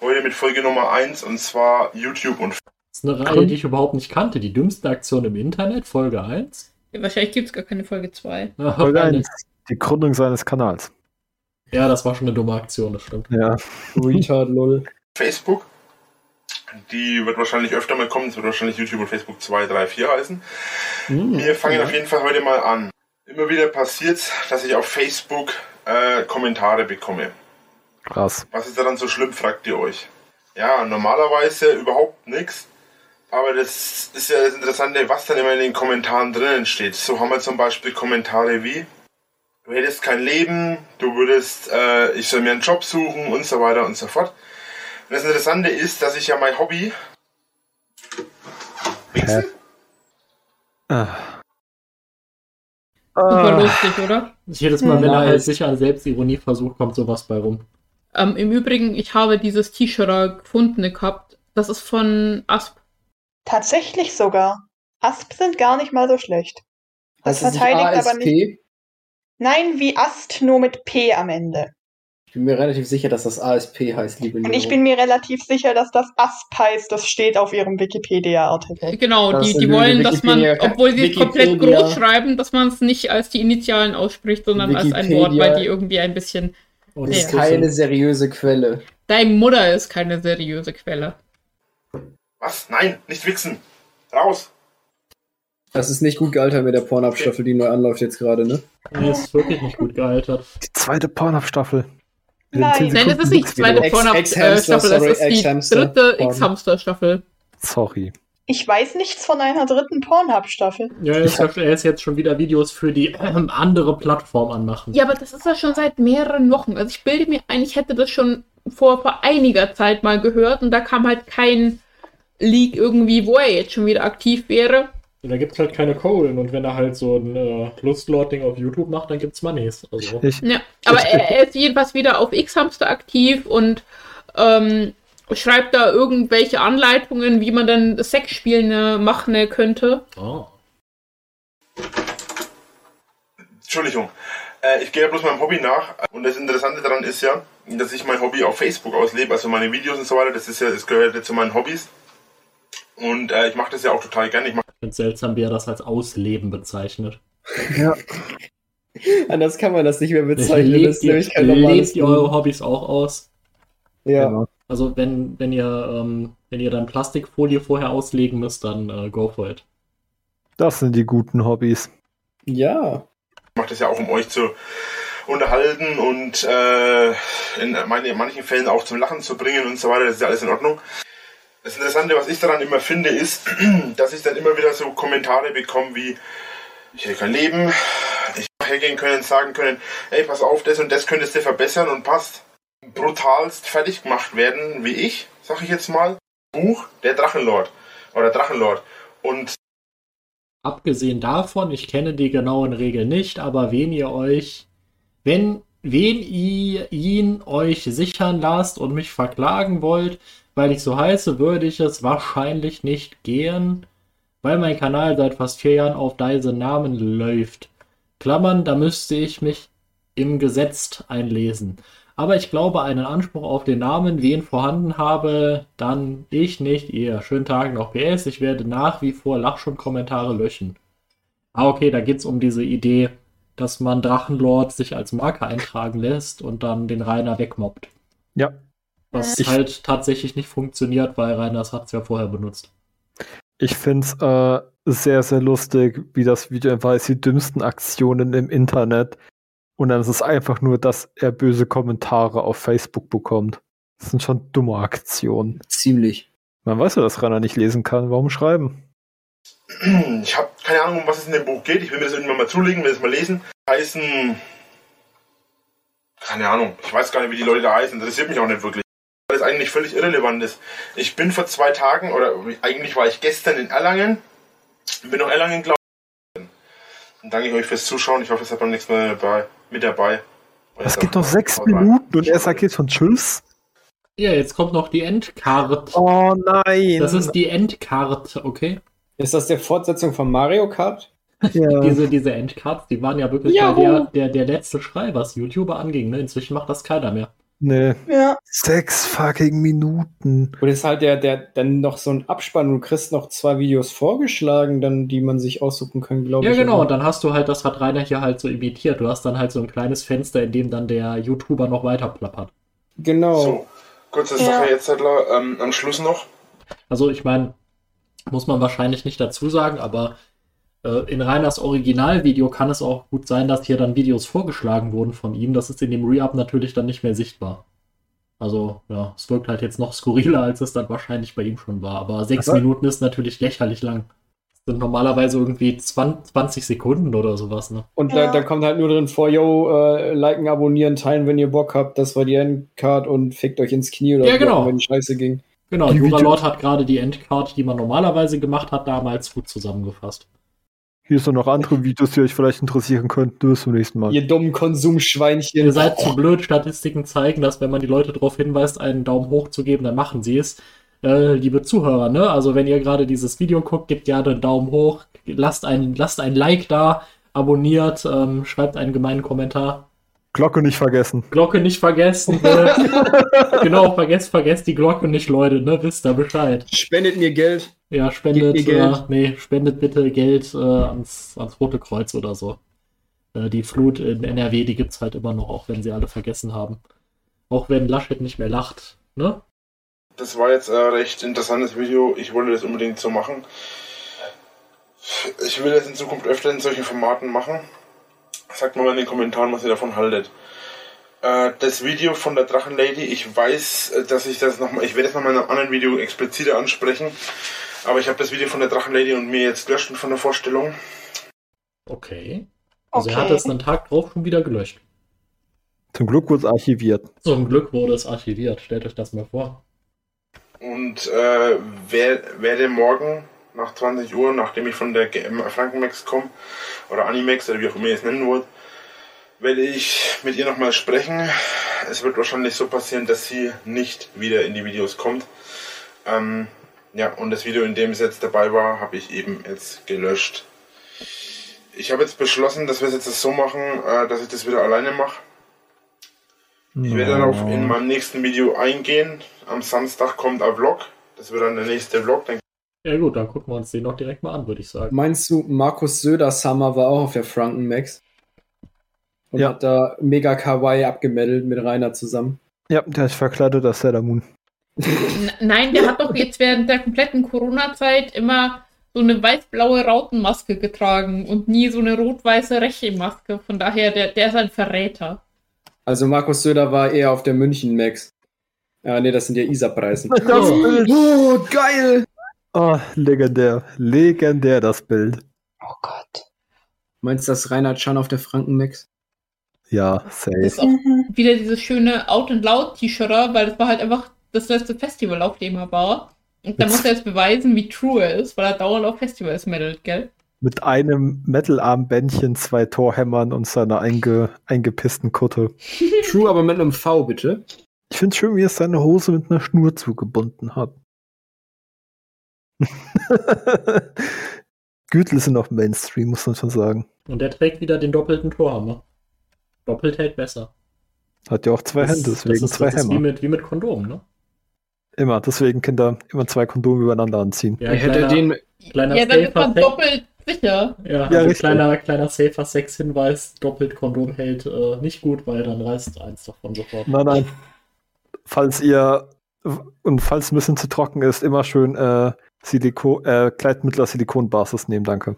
Speaker 6: Heute mit Folge Nummer 1 und zwar YouTube und
Speaker 5: Das ist eine Reihe, die ich überhaupt nicht kannte. Die dümmsten Aktionen im Internet, Folge 1.
Speaker 2: Ja, wahrscheinlich gibt es gar keine Folge 2.
Speaker 4: Folge 1. Die Gründung seines Kanals.
Speaker 5: Ja, das war schon eine dumme Aktion, das stimmt.
Speaker 4: Ja.
Speaker 1: Retard, lol.
Speaker 6: Facebook. Die wird wahrscheinlich öfter mal kommen. Es wird wahrscheinlich YouTube und Facebook 2, 3, 4 heißen.
Speaker 1: Hm,
Speaker 6: Wir fangen auf jeden Fall heute mal an. Immer wieder passiert, dass ich auf Facebook äh, Kommentare bekomme.
Speaker 4: Krass.
Speaker 6: Was ist daran so schlimm, fragt ihr euch. Ja, normalerweise überhaupt nichts. Aber das ist ja das Interessante, was dann immer in den Kommentaren drinnen steht. So haben wir zum Beispiel Kommentare wie, du hättest kein Leben, du würdest, äh, ich soll mir einen Job suchen und so weiter und so fort. Und das Interessante ist, dass ich ja mein Hobby
Speaker 10: Wichsen?
Speaker 4: Ah.
Speaker 2: Super
Speaker 4: Ah,
Speaker 2: lustig, oder?
Speaker 5: Jedes Mal, wenn er
Speaker 1: Nice.
Speaker 5: halt sicher an Selbstironie versucht, kommt sowas bei rum.
Speaker 2: Ähm, Im Übrigen, ich habe dieses T-Shirt gefundene gehabt. Das ist von Asp.
Speaker 3: Tatsächlich sogar. Asp sind gar nicht mal so schlecht. Das
Speaker 1: Heißt es nicht
Speaker 3: verteidigt
Speaker 1: ASP?
Speaker 3: aber nicht- Nein, wie Ast, nur mit P am Ende.
Speaker 1: Ich bin mir relativ sicher, dass das ASP heißt, liebe
Speaker 3: Und ich bin mir relativ sicher, dass das Asp heißt. Das steht auf ihrem Wikipedia-Artikel.
Speaker 2: Genau,
Speaker 1: Das
Speaker 2: die,
Speaker 1: ist
Speaker 2: die
Speaker 1: in
Speaker 2: wollen,
Speaker 1: der
Speaker 2: dass man,
Speaker 1: Wikipedia-
Speaker 2: obwohl sie es komplett
Speaker 1: Wikipedia-
Speaker 2: groß schreiben, dass man es nicht als die Initialen ausspricht, sondern als ein
Speaker 1: Wikipedia-
Speaker 2: Wort, weil die irgendwie ein bisschen.
Speaker 5: Und
Speaker 1: Das
Speaker 2: Ja.
Speaker 1: ist keine seriöse Quelle.
Speaker 2: Deine Mutter ist keine seriöse Quelle.
Speaker 6: Was? Nein, nicht wichsen. Raus.
Speaker 1: Das ist nicht gut gealtert mit der Pornhub-Staffel, die neu anläuft jetzt gerade, ne?
Speaker 5: Nee, ist wirklich nicht gut gealtert.
Speaker 4: die zweite Pornhub-Staffel. Mit den
Speaker 3: Nein.
Speaker 4: 10
Speaker 2: Nein, das
Speaker 4: Sekunden
Speaker 2: ist nicht die zweite
Speaker 1: Ex- Ex-Hamster,
Speaker 2: Pornhub-Staffel, das
Speaker 1: sorry,
Speaker 2: ist die
Speaker 1: Ex-Hamster.
Speaker 2: dritte
Speaker 1: Porn.
Speaker 2: X-Hamster-Staffel.
Speaker 4: Sorry.
Speaker 3: Ich weiß nichts von einer dritten Pornhub-Staffel.
Speaker 5: Ja, jetzt, er ist jetzt schon wieder Videos für die ähm, andere Plattform anmachen.
Speaker 2: Ja, aber das ist ja schon seit mehreren Wochen. Also ich bilde mir ein, ich hätte das schon vor, vor einiger Zeit mal gehört und da kam halt kein Leak irgendwie, wo er jetzt schon wieder aktiv wäre.
Speaker 5: Und Da gibt's halt keine Kohlen. Und wenn er halt so ein äh, Lustlord-Ding auf YouTube macht, dann gibt's Moneys. Also,
Speaker 4: Ich,
Speaker 2: Ja, aber er, er ist jedenfalls wieder auf X-Hamster aktiv und ähm, schreibt da irgendwelche Anleitungen, wie man dann Sexspiele machen könnte.
Speaker 5: oh.
Speaker 6: Entschuldigung. Äh, ich gehe ja bloß meinem Hobby nach. Und das Interessante daran ist ja, dass ich mein Hobby auf Facebook auslebe. Also meine Videos und so weiter, das ist ja, das gehört ja zu meinen Hobbys. Und äh, ich mache das ja auch total gerne. Ich mache
Speaker 5: Ich find's seltsam, wie er das als Ausleben bezeichnet.
Speaker 1: Anders kann man das nicht mehr bezeichnen. Das
Speaker 5: Lebt
Speaker 1: ist
Speaker 5: ihr,
Speaker 1: nämlich kein normales
Speaker 5: lebt ihr eure
Speaker 1: Leben.
Speaker 5: Hobbys auch aus?
Speaker 1: Ja.
Speaker 4: genau.
Speaker 5: Also wenn, wenn ihr ähm, wenn ihr dann Plastikfolie vorher auslegen müsst, dann äh, go for it.
Speaker 4: Das sind die guten Hobbys.
Speaker 1: ja.
Speaker 6: mache das ja auch, um euch zu unterhalten und äh, in, meine, in manchen Fällen auch zum Lachen zu bringen und so weiter. Das ist ja alles in Ordnung. Das Interessante, was ich daran immer finde, ist, dass ich dann immer wieder so Kommentare bekomme wie, ich hätte kein Leben, ich hätte hergehen können, sagen können, ey, pass auf, das und das könntest du verbessern und passt. Brutalst fertig gemacht werden, wie ich, sag ich jetzt mal, Buch, der Drachenlord oder Drachenlord. Und
Speaker 5: Abgesehen davon, ich kenne die genauen Regeln nicht, aber wen ihr euch, wenn, wen ihr ihn euch sichern lasst und mich verklagen wollt, weil ich so heiße, würde ich es wahrscheinlich nicht gehen, weil mein Kanal seit fast vier Jahren auf deinen Namen läuft. Klammern, da müsste ich mich im Gesetz einlesen. Aber ich glaube, einen Anspruch auf den Namen, wen vorhanden habe, dann ich nicht, ihr. Schönen Tag noch. PS, ich werde nach wie vor Lach- und Kommentare löschen. Ah, okay, da geht's um diese Idee, dass man Drachenlord sich als Marke eintragen lässt und dann den Rainer wegmobbt.
Speaker 4: Ja.
Speaker 5: Was
Speaker 4: Ich-
Speaker 5: halt tatsächlich nicht funktioniert, weil Rainer das hat's ja vorher benutzt.
Speaker 4: Ich finde es äh, sehr, sehr lustig, wie das Video einfach ist, die dümmsten Aktionen im Internet. Und dann ist es einfach nur, dass er böse Kommentare auf Facebook bekommt. Das sind schon dumme Aktionen.
Speaker 1: Ziemlich.
Speaker 4: Man weiß ja, dass Rainer nicht lesen kann. Warum schreiben?
Speaker 6: Ich habe keine Ahnung, um was es in dem Buch geht. Ich will mir das irgendwann mal zulegen, will das mal lesen. Heißen. Keine Ahnung. Ich weiß gar nicht, wie die Leute da heißen. Interessiert mich auch nicht wirklich. Weil es eigentlich völlig irrelevant ist. Ich bin vor zwei Tagen, oder eigentlich war ich gestern in Erlangen. Bin nach Erlangen gelaufen. Dann danke ich euch fürs Zuschauen. Ich hoffe, es hat beim nächsten Mal bei, mit dabei.
Speaker 4: Es gibt noch sechs
Speaker 6: Haut rein.
Speaker 4: Minuten und er sagt jetzt schon Tschüss.
Speaker 5: Ja, jetzt kommt noch die Endcard.
Speaker 4: Oh nein.
Speaker 5: Das ist die Endcard, okay?
Speaker 1: Ist das der Fortsetzung von Mario Kart?
Speaker 4: ja.
Speaker 5: Diese, diese Endcards, die waren ja wirklich mal
Speaker 2: Juhu.
Speaker 5: der, der, der letzte Schrei, was YouTuber anging. Ne? Inzwischen macht das keiner mehr.
Speaker 4: Nee.
Speaker 3: Ja.
Speaker 4: Sechs fucking Minuten.
Speaker 1: Oder ist halt der, der dann noch so ein Abspann und du kriegst noch zwei Videos vorgeschlagen, dann, die man sich aussuchen kann, glaube
Speaker 5: Ja,
Speaker 1: ich.
Speaker 5: genau. Und
Speaker 1: Oder?
Speaker 5: dann hast du halt, das hat Rainer hier halt so imitiert. Du hast dann halt so ein kleines Fenster, in dem dann der YouTuber noch weiter plappert.
Speaker 1: Genau.
Speaker 6: So, kurze
Speaker 3: Ja.
Speaker 6: Sache jetzt, Zettler. Ähm, am Schluss noch.
Speaker 5: Also, ich meine, muss man wahrscheinlich nicht dazu sagen, aber äh, in Rainers Originalvideo kann es auch gut sein, dass hier dann Videos vorgeschlagen wurden von ihm. Das ist in dem Re-Up natürlich dann nicht mehr sichtbar. Also, ja, es wirkt halt jetzt noch skurriler, als es dann wahrscheinlich bei ihm schon war. Aber sechs
Speaker 4: Aber-
Speaker 5: Minuten ist natürlich lächerlich lang. Das sind normalerweise irgendwie 20, 20 Sekunden oder sowas, ne?
Speaker 1: Und
Speaker 3: Ja.
Speaker 1: da, da kommt halt nur drin vor, yo, äh, liken, abonnieren, teilen, wenn ihr Bock habt. Das war die Endcard und fickt euch ins Knie oder
Speaker 5: Ja,
Speaker 1: so,
Speaker 5: genau.
Speaker 1: wenn die Scheiße ging.
Speaker 5: Genau,
Speaker 4: Die
Speaker 5: Jura
Speaker 4: Video-
Speaker 5: Lord hat gerade die Endcard, die man normalerweise gemacht hat, damals gut zusammengefasst.
Speaker 4: Hier sind noch andere Videos, die euch vielleicht interessieren könnten. Bis zum nächsten Mal.
Speaker 11: Ihr dummen
Speaker 5: Ihr
Speaker 11: Konsumschweinchen.
Speaker 5: seid zu blöd, Statistiken zeigen, dass wenn man die Leute darauf hinweist, einen Daumen hoch zu geben, dann machen sie es. Äh, liebe Zuhörer, ne? Also wenn ihr gerade dieses Video guckt, gebt gerne einen Daumen hoch, lasst ein, lasst ein Like da, abonniert, ähm, schreibt einen gemeinen Kommentar.
Speaker 4: Glocke nicht vergessen.
Speaker 5: Glocke nicht vergessen. Ne? genau, vergesst, vergesst die Glocke nicht, Leute, ne? Wisst ihr Bescheid.
Speaker 1: Spendet mir Geld.
Speaker 5: Ja, spendet,
Speaker 1: Gebt mir
Speaker 5: äh,
Speaker 1: Geld.
Speaker 5: nee, spendet bitte Geld äh, ans, ans Rote Kreuz oder so. Äh, die Flut in NRW, die gibt's halt immer noch, auch wenn sie alle vergessen haben. Auch wenn Laschet nicht mehr lacht, ne?
Speaker 6: Das war jetzt ein recht interessantes Video. Ich wollte das unbedingt so machen. Ich will das in Zukunft öfter in solchen Formaten machen. Sagt mir mal in den Kommentaren, was ihr davon haltet. Äh, Das Video von der Drachenlady, ich weiß, äh, dass ich das nochmal, ich werde das nochmal in einem anderen Video expliziter ansprechen. Aber ich habe das Video von der Drachenlady und mir jetzt gelöscht von der Vorstellung.
Speaker 5: Okay. Also er hat
Speaker 3: Okay.
Speaker 5: das einen Tag drauf schon wieder gelöscht.
Speaker 4: Zum Glück wurde es archiviert.
Speaker 5: Zum Glück wurde es archiviert, stellt euch das mal vor.
Speaker 6: Und äh, wer, werde morgen nach 20 Uhr, nachdem ich von der GM Frankenmax komme, oder Animax, oder wie auch immer ihr es nennen wollt, werde ich mit ihr nochmal sprechen. Es wird wahrscheinlich so passieren, dass sie nicht wieder in die Videos kommt. Ähm, ja, und das Video, in dem es jetzt dabei war, habe ich eben jetzt gelöscht. Ich habe jetzt beschlossen, dass wir es jetzt so machen, äh, dass ich das wieder alleine mache. Ich werde darauf in meinem nächsten Video eingehen. Am Samstag kommt ein Vlog. Das wird dann der nächste Vlog. Dann
Speaker 5: Ja gut, dann gucken wir uns den noch direkt mal an, würde ich sagen.
Speaker 1: Meinst du, Markus Söder Summer war auch auf der Frankenmax? Und
Speaker 4: Ja.
Speaker 1: hat da mega Kawaii abgemeldet mit Rainer zusammen.
Speaker 4: Ja, der ist verkleidet als Sailor Moon.
Speaker 2: N nein, der hat doch jetzt während der kompletten Corona-Zeit immer so eine weiß-blaue Rautenmaske getragen und nie so eine rot-weiße Reche-Maske. Von daher, der, der ist ein Verräter.
Speaker 1: Also Markus Söder war eher auf der München Max. Ah, nee, das sind ja ISA-Preisen.
Speaker 4: Das Bild.
Speaker 1: Oh, geil!
Speaker 4: Oh, legendär. Legendär, das Bild.
Speaker 3: Oh Gott.
Speaker 1: Meinst du, dass Reinhard Schan auf der Frankenmax?
Speaker 4: Ja,
Speaker 2: Das
Speaker 4: safe.
Speaker 2: ist auch
Speaker 3: Mhm.
Speaker 2: wieder dieses schöne Out and Loud T-Shirt, weil das war halt einfach das letzte Festival, auf dem er war. Und da
Speaker 4: Jetzt-
Speaker 2: muss er jetzt beweisen, wie true er ist, weil er dauernd auf Festivals meddelt, gell?
Speaker 4: Mit einem Metal-Armbändchen, zwei Torhämmern und seiner einge eingepissten Kutte.
Speaker 1: True, aber mit einem V, bitte.
Speaker 4: Ich find's schön, wie er seine Hose mit einer Schnur zugebunden hat. Gürtel sind auch Mainstream, muss man schon sagen.
Speaker 5: Und der trägt wieder den doppelten Torhammer. Doppelt hält besser.
Speaker 4: Hat ja auch zwei Hände,
Speaker 5: das,
Speaker 4: deswegen
Speaker 5: das ist,
Speaker 4: zwei
Speaker 5: das ist wie
Speaker 4: Hämmer.
Speaker 5: mit, wie mit Kondom, ne?
Speaker 4: Immer, deswegen Kinder immer zwei Kondome übereinander anziehen.
Speaker 5: Ja,
Speaker 1: hätte er
Speaker 5: kleiner-
Speaker 1: den.
Speaker 5: Kleiner
Speaker 2: ja, dann ist
Speaker 5: Safer
Speaker 2: man
Speaker 5: Fact.
Speaker 2: doppelt sicher.
Speaker 5: Ja,
Speaker 4: Ja,
Speaker 5: also
Speaker 4: richtig.
Speaker 5: kleiner, kleiner safer Sex-Hinweis, doppelt Kondom hält äh, nicht gut, weil dann reißt eins davon sofort.
Speaker 4: Nein, nein. Falls ihr und falls ein bisschen zu trocken ist, immer schön äh, Siliko äh, Kleidmittler Silikonbasis nehmen, danke.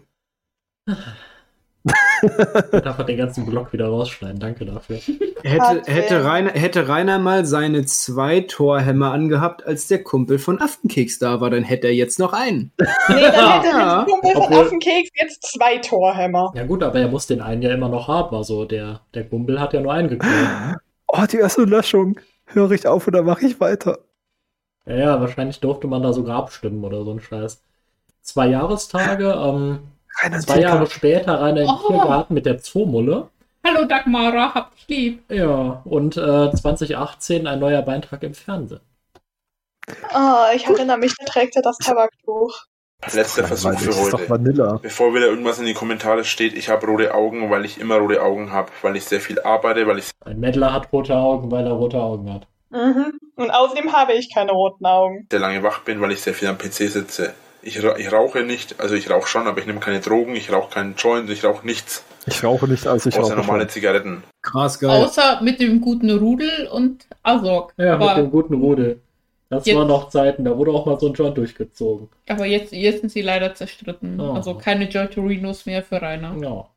Speaker 5: Ich darf halt den ganzen Block wieder rausschneiden, danke dafür.
Speaker 1: Hätte,
Speaker 3: Hat
Speaker 1: hätte,
Speaker 3: er.
Speaker 1: Rainer, hätte Rainer mal seine zwei Torhämmer angehabt, als der Kumpel von Aftenkeks da war, dann hätte er jetzt noch einen.
Speaker 3: Nee, dann hätte
Speaker 1: Ja.
Speaker 3: ja. Kumpel von
Speaker 5: Ah, Obwohl-
Speaker 3: Affenkeks jetzt zwei Torhämmer.
Speaker 5: Ja gut, aber er muss den einen ja immer noch haben, also der, der Gumbel hat ja nur einen gekriegt.
Speaker 4: Oh, die erste Löschung. Höre ich auf oder mache ich weiter?
Speaker 5: Ja, ja, wahrscheinlich durfte man da sogar abstimmen oder so ein Scheiß. Zwei Jahrestage, ähm,
Speaker 4: Rainer
Speaker 5: zwei Jahre später rein in den
Speaker 2: Oh.
Speaker 5: Tiergarten mit der Zoomulle.
Speaker 2: Hallo Dagmara, hab dich lieb.
Speaker 5: Ja, und äh, 2018 ein neuer Beitrag im Fernsehen.
Speaker 3: Ah, ich erinnere mich, da trägt er das Tabaktuch.
Speaker 6: Letzter Versuch
Speaker 4: Langweilig,
Speaker 6: für
Speaker 4: das ist doch
Speaker 6: heute.
Speaker 4: Vanilla.
Speaker 6: Bevor wieder irgendwas in die Kommentare steht, ich habe rote Augen, weil ich immer rote Augen habe, weil ich sehr viel arbeite, weil ich
Speaker 5: Ein Mädler hat rote Augen, weil er rote Augen hat.
Speaker 3: Mhm. Und außerdem habe ich keine roten Augen.
Speaker 6: sehr lange wach bin, weil ich sehr viel am PC sitze. Ich, ra- ich rauche nicht, also ich rauche schon, aber ich nehme keine Drogen, ich rauche keinen Joint, ich rauche nichts,
Speaker 4: Ich rauche nicht, als ich
Speaker 6: außer
Speaker 4: rauche.
Speaker 6: normale
Speaker 4: schon.
Speaker 6: Zigaretten.
Speaker 1: Krass geil.
Speaker 2: Außer mit dem guten Rudel und Azog.
Speaker 5: Ja, mit dem
Speaker 2: aber,
Speaker 5: guten Rudel. Das
Speaker 2: Jetzt-
Speaker 5: waren noch Zeiten, da wurde auch mal so ein Joint durchgezogen.
Speaker 2: aber jetzt, jetzt sind sie leider zerstritten.
Speaker 5: Oh.
Speaker 2: Also keine Joy Torinos mehr für Rainer.
Speaker 5: Ja.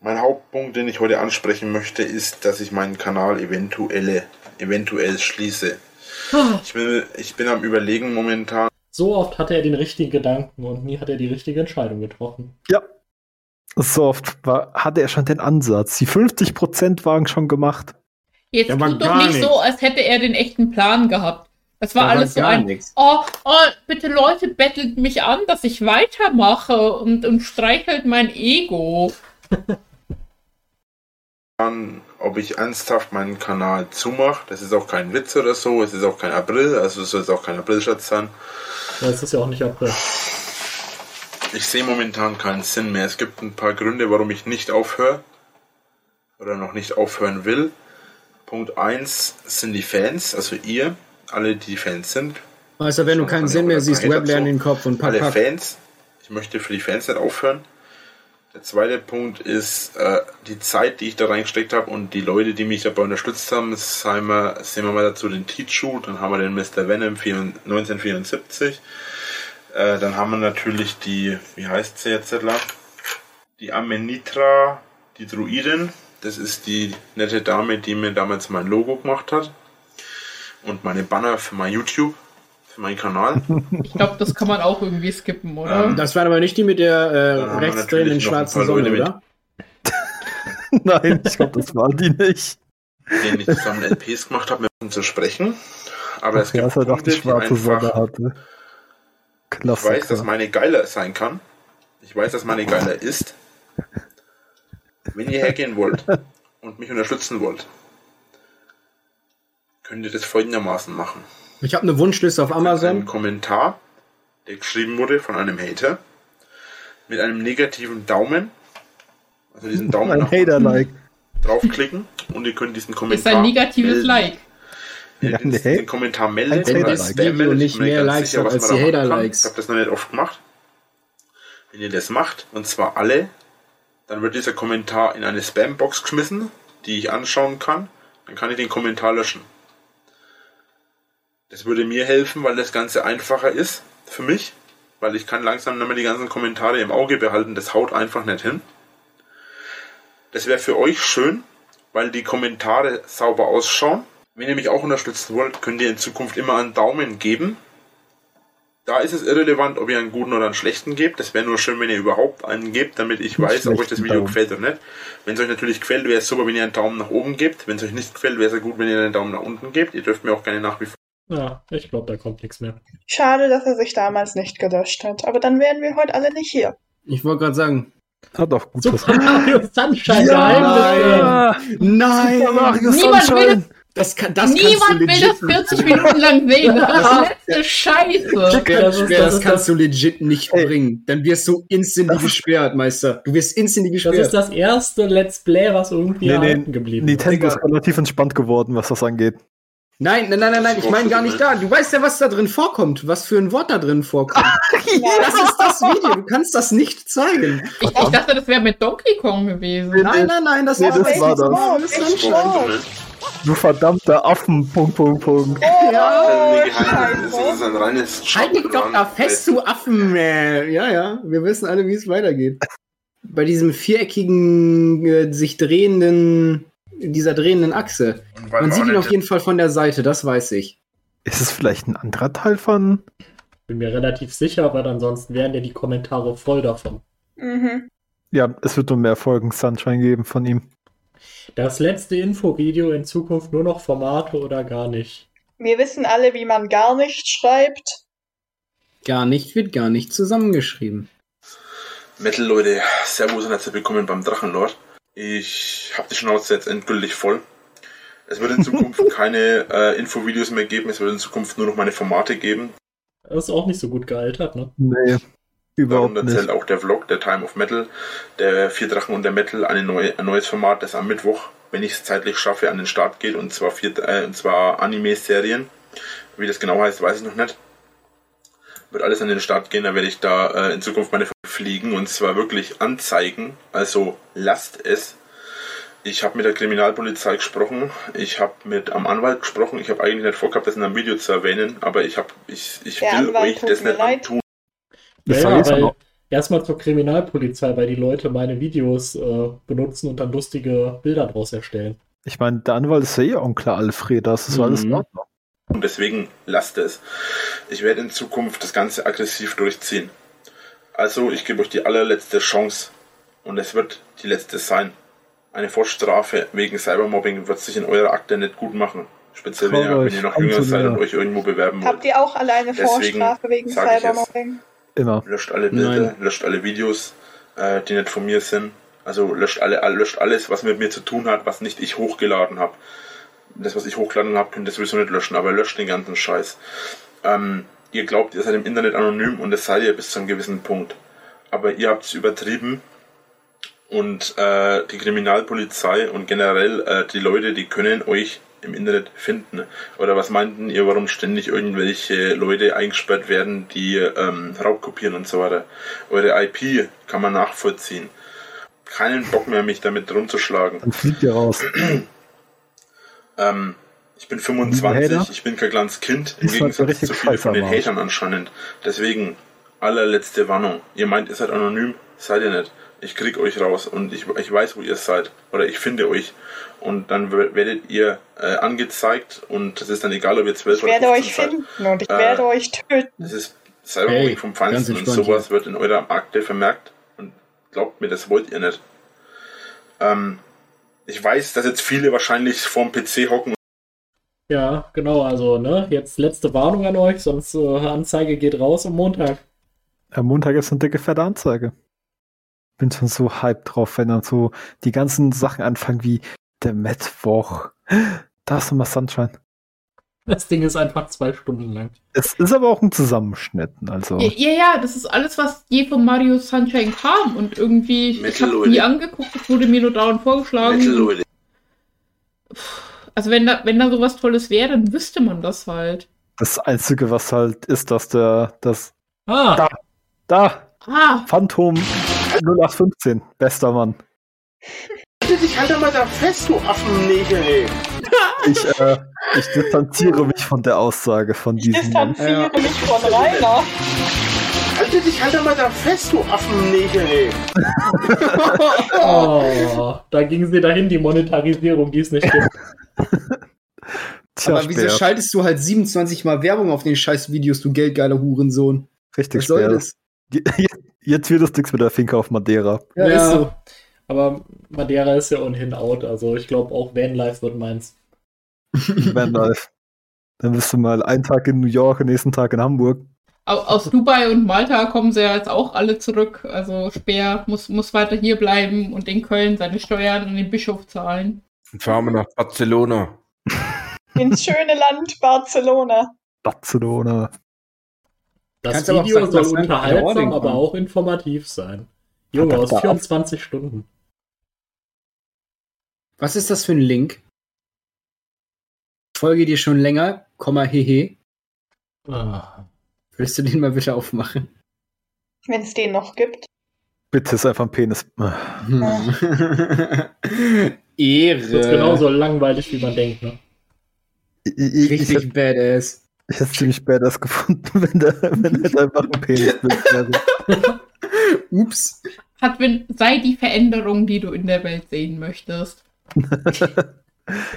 Speaker 6: Mein Hauptpunkt, den ich heute ansprechen möchte, ist, dass ich meinen Kanal eventuelle, eventuell schließe. Ich bin, ich bin am Überlegen momentan.
Speaker 5: So oft hatte er den richtigen Gedanken und nie hat er die richtige Entscheidung getroffen.
Speaker 4: So oft war, hatte er schon den Ansatz. Die 50% waren schon gemacht.
Speaker 2: Jetzt
Speaker 12: Ja, aber
Speaker 2: tut doch
Speaker 12: gar
Speaker 2: nicht
Speaker 12: nicht.
Speaker 2: so, als hätte er den echten Plan gehabt. Das war
Speaker 1: Da war
Speaker 2: alles so
Speaker 1: gar
Speaker 2: ein,
Speaker 1: nichts.
Speaker 2: oh, oh, bitte Leute, bettelt mich an, dass ich weitermache und, und streichelt mein Ego.
Speaker 6: an, ob ich ernsthaft meinen Kanal zumache. Das ist auch kein Witz oder so, es ist auch kein April, also es soll jetzt auch kein Aprilscherz sein.
Speaker 5: Ja, es ist ja auch nicht April.
Speaker 6: Ich sehe momentan keinen Sinn mehr. Es gibt ein paar Gründe, warum ich nicht aufhöre oder noch nicht aufhören will. Punkt 1 sind die Fans, also ihr, alle die Fans sind,
Speaker 1: Meister, wenn du keinen Sinn mehr siehst, Webler in den Kopf und pack,
Speaker 6: alle
Speaker 1: pack.
Speaker 6: Fans. Ich möchte für die Fans nicht aufhören. Der zweite Punkt ist äh, die Zeit, die ich da reingesteckt habe und die Leute, die mich dabei unterstützt haben. Sehen wir, sehen wir mal dazu den Teachu, dann haben wir den Mr. Venom 4- 1974. Äh, dann haben wir natürlich die, wie heißt sie jetzt? Zettler? Die Amenitra, die Druidin. Das ist die nette Dame, die mir damals mein Logo gemacht hat. Und meine Banner für mein YouTube, für meinen Kanal.
Speaker 2: Ich glaube, das kann man auch irgendwie skippen, oder?
Speaker 6: Ähm,
Speaker 1: Das war aber nicht die mit der
Speaker 6: Dann haben
Speaker 1: äh,
Speaker 6: wir
Speaker 1: rechtsdrehenden
Speaker 6: natürlich noch ein
Speaker 1: schwarzen
Speaker 6: paar Leute
Speaker 1: Sonne,
Speaker 6: mit-
Speaker 1: oder?
Speaker 4: Nein, ich glaube, das war die nicht.
Speaker 6: den ich zusammen LPs gemacht habe, mit ihm zu sprechen. Aber es
Speaker 4: ja, also als
Speaker 6: gibt
Speaker 4: er doch die schwarze Sonne
Speaker 6: einfach,
Speaker 4: hatte.
Speaker 6: ich weiß, dass
Speaker 4: Klassiker.
Speaker 6: meine geiler sein kann. Ich weiß, dass meine geiler ist. Wenn ihr hergehen wollt und mich unterstützen wollt, könnt ihr das folgendermaßen machen.
Speaker 1: Ich habe eine Wunschliste auf
Speaker 6: Ein
Speaker 1: Amazon.
Speaker 6: Kommentar, der geschrieben wurde von einem Hater, mit einem negativen Daumen, also diesen Daumen
Speaker 4: Ein
Speaker 6: nach
Speaker 4: Hater-like.
Speaker 6: unten draufklicken und ihr könnt diesen Kommentar
Speaker 2: ist ein negatives
Speaker 6: melden.
Speaker 2: Like.
Speaker 6: Wenn
Speaker 4: Ja,
Speaker 6: ihr den,
Speaker 4: nee.
Speaker 6: den Kommentar meldet,
Speaker 4: Als
Speaker 6: oder
Speaker 4: hätte das
Speaker 6: spammen,
Speaker 1: Video nicht
Speaker 6: ich bin mir
Speaker 1: mehr
Speaker 6: ganz
Speaker 1: Likes hat
Speaker 6: was
Speaker 1: als
Speaker 6: man
Speaker 1: die
Speaker 6: da machen kann.
Speaker 1: Hater-Likes.
Speaker 6: Ich habe das noch nicht oft gemacht. Wenn ihr das macht, und zwar alle, dann wird dieser Kommentar in eine Spambox geschmissen, die ich anschauen kann. Dann kann ich den Kommentar löschen. Das würde mir helfen, weil das Ganze einfacher ist für mich, weil ich kann langsam nicht mehr die ganzen Kommentare im Auge behalten. Das haut einfach nicht hin. Das wäre für euch schön, weil die Kommentare sauber ausschauen. Wenn ihr mich auch unterstützen wollt, könnt ihr in Zukunft immer einen Daumen geben. Da ist es irrelevant, ob ihr einen guten oder einen schlechten gebt. Das wäre nur schön, wenn ihr überhaupt einen gebt, damit ich
Speaker 4: Einen
Speaker 6: weiß, ob euch das
Speaker 4: schlechten
Speaker 6: Video
Speaker 4: Daumen.
Speaker 6: gefällt oder nicht. Wenn es euch natürlich gefällt, wäre es super, wenn ihr einen Daumen nach oben gebt. Wenn es euch nicht gefällt, wäre es ja gut, wenn ihr einen Daumen nach unten gebt. Ihr dürft mir auch gerne nach wie vor
Speaker 5: Ja, ich glaube, da kommt nichts mehr.
Speaker 3: Schade, dass er sich damals nicht gelöscht hat. Aber dann wären wir heute alle nicht hier.
Speaker 1: Ich wollte gerade sagen.
Speaker 4: Hat auch gut
Speaker 5: Super Mario Sunshine Geheimnisse!
Speaker 4: Ja,
Speaker 1: Nein!
Speaker 4: Mario
Speaker 2: Niemand will
Speaker 4: Sunshine.
Speaker 1: Das, kann, das
Speaker 2: Niemand will das 40 Minuten lang sehen. Das ist letzte Scheiße.
Speaker 1: Wer,
Speaker 5: Das ist-
Speaker 1: wer,
Speaker 5: das
Speaker 1: das
Speaker 5: ist
Speaker 1: kannst du legit nicht bringen. Dann wirst du instantly gesperrt, Meister. Du wirst instantly
Speaker 5: Das ist
Speaker 1: gesperrt.
Speaker 5: das erste Let's Play, was irgendwie
Speaker 4: Nee, nee,
Speaker 5: erhalten geblieben ist.
Speaker 4: Nintendo ist
Speaker 1: Digga.
Speaker 4: relativ entspannt geworden, was das angeht.
Speaker 1: Nein, nein, nein, nein, nein. Ich meine gar nicht da. Du weißt ja, was da drin vorkommt. Was für ein Wort da drin vorkommt. Das ist das Video. Du kannst das nicht zeigen.
Speaker 2: Ich, ich dachte, das wäre mit Donkey Kong gewesen.
Speaker 1: Nein, nein, nein. Das,
Speaker 4: Nee,
Speaker 1: ist
Speaker 4: das
Speaker 1: das
Speaker 4: war das.
Speaker 3: Oh,
Speaker 1: ist
Speaker 3: echt
Speaker 1: schon
Speaker 3: schlau.
Speaker 4: Du verdammter Affen, Punkt, Punkt, Punkt.
Speaker 3: Oh,
Speaker 6: Geheimnis. Das ist
Speaker 3: scheiße.
Speaker 6: ein reines
Speaker 1: Halt dich doch da fest, du Affen. äh. Ja, ja, wir wissen alle, wie es weitergeht. Bei diesem viereckigen, äh, sich drehenden, dieser drehenden Achse.
Speaker 6: Und weil halt
Speaker 1: Man
Speaker 6: wir
Speaker 1: sieht
Speaker 6: auch
Speaker 1: ihn
Speaker 6: nicht-
Speaker 1: auf jeden Fall von der Seite, das weiß ich.
Speaker 4: Ist es vielleicht ein anderer Teil von?
Speaker 5: Bin mir relativ sicher, weil ansonsten wären ja die Kommentare voll davon.
Speaker 3: Mhm.
Speaker 4: Ja, es wird nur mehr Folgen Sunshine geben von ihm.
Speaker 5: Das letzte Infovideo in Zukunft nur noch Formate oder gar nicht.
Speaker 3: Wir wissen alle, wie man gar nicht schreibt.
Speaker 1: Gar nicht wird gar nicht zusammengeschrieben.
Speaker 6: Metal, Leute, Servus und herzlich willkommen beim Drachenlord. Ich habe die Schnauze jetzt endgültig voll. Es wird in Zukunft keine äh, Infovideos mehr geben, es wird in Zukunft nur noch meine Formate geben.
Speaker 5: Das ist auch nicht so gut gealtert, ne?
Speaker 4: Nee, überhaupt
Speaker 6: Darunter zählt
Speaker 4: nicht.
Speaker 6: auch der Vlog, der Time of Metal, der Vier Drachen und der Metal, eine neue, ein neues Format, das am Mittwoch, wenn ich es zeitlich schaffe, an den Start geht und zwar, vier, äh, und zwar Anime-Serien. Wie das genau heißt, weiß ich noch nicht. Wird alles an den Start gehen, da werde ich da äh, in Zukunft meine Fliegen und zwar wirklich anzeigen. Also lasst es. Ich habe mit der Kriminalpolizei gesprochen, ich habe mit am Anwalt gesprochen, ich habe eigentlich nicht vorgehabt, das in einem Video zu erwähnen, aber ich habe ich, ich
Speaker 3: Der
Speaker 6: will
Speaker 3: Anwalt
Speaker 6: euch
Speaker 3: tut
Speaker 6: das
Speaker 3: mir
Speaker 6: nicht
Speaker 3: leid.
Speaker 6: antun.
Speaker 4: Das
Speaker 5: ja,
Speaker 4: war jetzt
Speaker 5: weil-
Speaker 4: noch-
Speaker 5: Erstmal zur Kriminalpolizei, weil die Leute meine Videos äh, benutzen und dann lustige Bilder draus erstellen.
Speaker 4: Ich meine, der Anwalt ist ja eh Onkel Alfred, das ist alles in
Speaker 1: Mhm.
Speaker 4: Ordnung.
Speaker 6: Und deswegen lasst es. Ich werde in Zukunft das Ganze aggressiv durchziehen. Also, ich gebe euch die allerletzte Chance. Und es wird die letzte sein. Eine Vorstrafe wegen Cybermobbing wird sich in eurer Akte nicht gut machen. Speziell wenn
Speaker 4: Traut
Speaker 6: ihr,
Speaker 4: euch,
Speaker 6: wenn ihr noch
Speaker 4: kommt
Speaker 6: jünger
Speaker 4: zu
Speaker 6: seid
Speaker 4: mir.
Speaker 6: und euch irgendwo bewerben wollt.
Speaker 3: Habt ihr auch alleine
Speaker 6: Deswegen
Speaker 3: Vorstrafe wegen
Speaker 6: sag ich jetzt.
Speaker 3: Cybermobbing?
Speaker 4: Immer.
Speaker 6: Löscht alle Bilder,
Speaker 1: Nein.
Speaker 6: löscht alle Videos, äh, die nicht von mir sind. Also löscht, alle, all- löscht alles, was mit mir zu tun hat, was nicht ich hochgeladen habe. Das, was ich hochgeladen habe, könnt ihr sowieso nicht löschen, aber löscht den ganzen Scheiß. Ähm, ihr glaubt, ihr seid im Internet anonym und das seid ihr bis zu einem gewissen Punkt. Aber ihr habt es übertrieben und äh, die Kriminalpolizei und generell äh, die Leute, die können euch im Internet finden. Oder was meinten ihr, warum ständig irgendwelche Leute eingesperrt werden, die ähm, raubkopieren und so weiter? Eure IP kann man nachvollziehen. Keinen Bock mehr, mich damit rumzuschlagen.
Speaker 4: Dann fliegt ihr raus.
Speaker 6: Ähm, ich bin
Speaker 4: Hater?
Speaker 6: 25, ich bin kein kleines Kind, im
Speaker 4: Ist halt so
Speaker 6: Gegensatz
Speaker 4: richtig
Speaker 6: zu vielen von den
Speaker 4: scheiße, aber.
Speaker 6: Hatern anscheinend. Deswegen, allerletzte Warnung. Ihr meint, ihr seid anonym, seid ihr nicht. Ich krieg euch raus und ich, ich weiß, wo ihr seid. Oder ich finde euch. Und dann w- werdet ihr äh, angezeigt und es ist dann egal, ob ihr 12
Speaker 3: Ich werde
Speaker 6: oder
Speaker 3: euch
Speaker 6: 15 seid.
Speaker 3: finden und ich
Speaker 6: Äh,
Speaker 3: werde euch töten.
Speaker 6: Das ist Cybermobbing
Speaker 1: Hey,
Speaker 6: vom
Speaker 1: ganz
Speaker 6: Feinsten und
Speaker 1: entspannt
Speaker 6: sowas wird in eurer Akte vermerkt. Und glaubt mir, das wollt ihr nicht. Ähm, ich weiß, dass jetzt viele wahrscheinlich vorm PC hocken
Speaker 5: Ja, genau, also, ne? Jetzt letzte Warnung an euch, sonst äh, Anzeige geht raus am Montag.
Speaker 4: Am Montag ist eine dicke, fette Anzeige. Bin schon so hyped drauf, wenn dann so die ganzen Sachen anfangen wie der Mittwoch. Da ist nochmal Sunshine.
Speaker 5: Das Ding ist einfach zwei Stunden lang.
Speaker 4: Es ist aber auch ein Zusammenschnitten, also.
Speaker 2: Ja, ja, ja, das ist alles, was je von Mario Sunshine kam. Und irgendwie, ich, ich
Speaker 6: Metal,
Speaker 2: habe
Speaker 6: Leute.
Speaker 2: nie angeguckt, es wurde mir nur dauernd vorgeschlagen.
Speaker 6: Metal-Leute.
Speaker 2: Also wenn da, wenn da sowas Tolles wäre, dann wüsste man das halt.
Speaker 4: Das Einzige, was halt ist, dass der, das,
Speaker 5: Ah,
Speaker 4: Da- da,
Speaker 2: Ah,
Speaker 4: Phantom 0815, bester Mann.
Speaker 13: Ich halte halt mal da fest, du Affennägel, ey.
Speaker 4: Ich, äh, ich distanziere mich von der Aussage von
Speaker 3: Ich
Speaker 4: diesem Mann.
Speaker 3: distanziere
Speaker 1: Ja.
Speaker 3: mich von Rainer.
Speaker 13: Halte dich halt mal da fest, du Affennägel, ey.
Speaker 5: oh, da ging sie dahin, die Monetarisierung, die es nicht gibt.
Speaker 4: Tja,
Speaker 1: Aber wieso
Speaker 4: Speer.
Speaker 1: schaltest du halt 27 Mal Werbung auf den scheiß Videos, du geldgeiler Hurensohn?
Speaker 4: Richtig
Speaker 1: Was soll
Speaker 4: schwer.
Speaker 1: das?
Speaker 4: Jetzt wird es nichts mit der Finke auf Madeira.
Speaker 1: Ja, ist so.
Speaker 5: Aber Madeira ist ja ohnehin out, also ich glaube auch Vanlife wird meins.
Speaker 4: Vanlife. Dann bist du mal einen Tag in New York, den nächsten Tag in Hamburg.
Speaker 2: au- aus Dubai und Malta kommen sie ja jetzt auch alle zurück. Also Speer muss, muss weiter hier bleiben und in Köln seine Steuern an den Bischof zahlen.
Speaker 7: Dann fahren wir nach Barcelona.
Speaker 3: Ins schöne Land Barcelona.
Speaker 4: Barcelona.
Speaker 5: Das
Speaker 1: Kannst aber auch
Speaker 5: Video
Speaker 1: sagen,
Speaker 5: soll
Speaker 1: dass Sandra
Speaker 5: unterhaltsam,
Speaker 1: Ording
Speaker 5: aber
Speaker 1: kommt.
Speaker 5: auch informativ sein. Junge,
Speaker 4: Aber
Speaker 5: aus
Speaker 4: da-
Speaker 5: 24 Stunden.
Speaker 1: Was ist das für ein Link? Folge dir schon länger, Komma, hehe.
Speaker 5: Ah.
Speaker 1: Würdest du den mal bitte aufmachen?
Speaker 3: Wenn es den noch gibt.
Speaker 4: Bitte ist einfach ein Penis.
Speaker 5: Das ist
Speaker 1: Hm. Ehre.
Speaker 5: genauso langweilig, wie man denkt, ne?
Speaker 4: Ich, ich, ich, hätte,
Speaker 1: Richtig badass.
Speaker 4: ich hätte ziemlich badass gefunden, wenn der, wenn der einfach ein Penisbild wäre.
Speaker 1: Ups.
Speaker 2: Hat, wenn, sei die Veränderung, die du in der Welt sehen möchtest.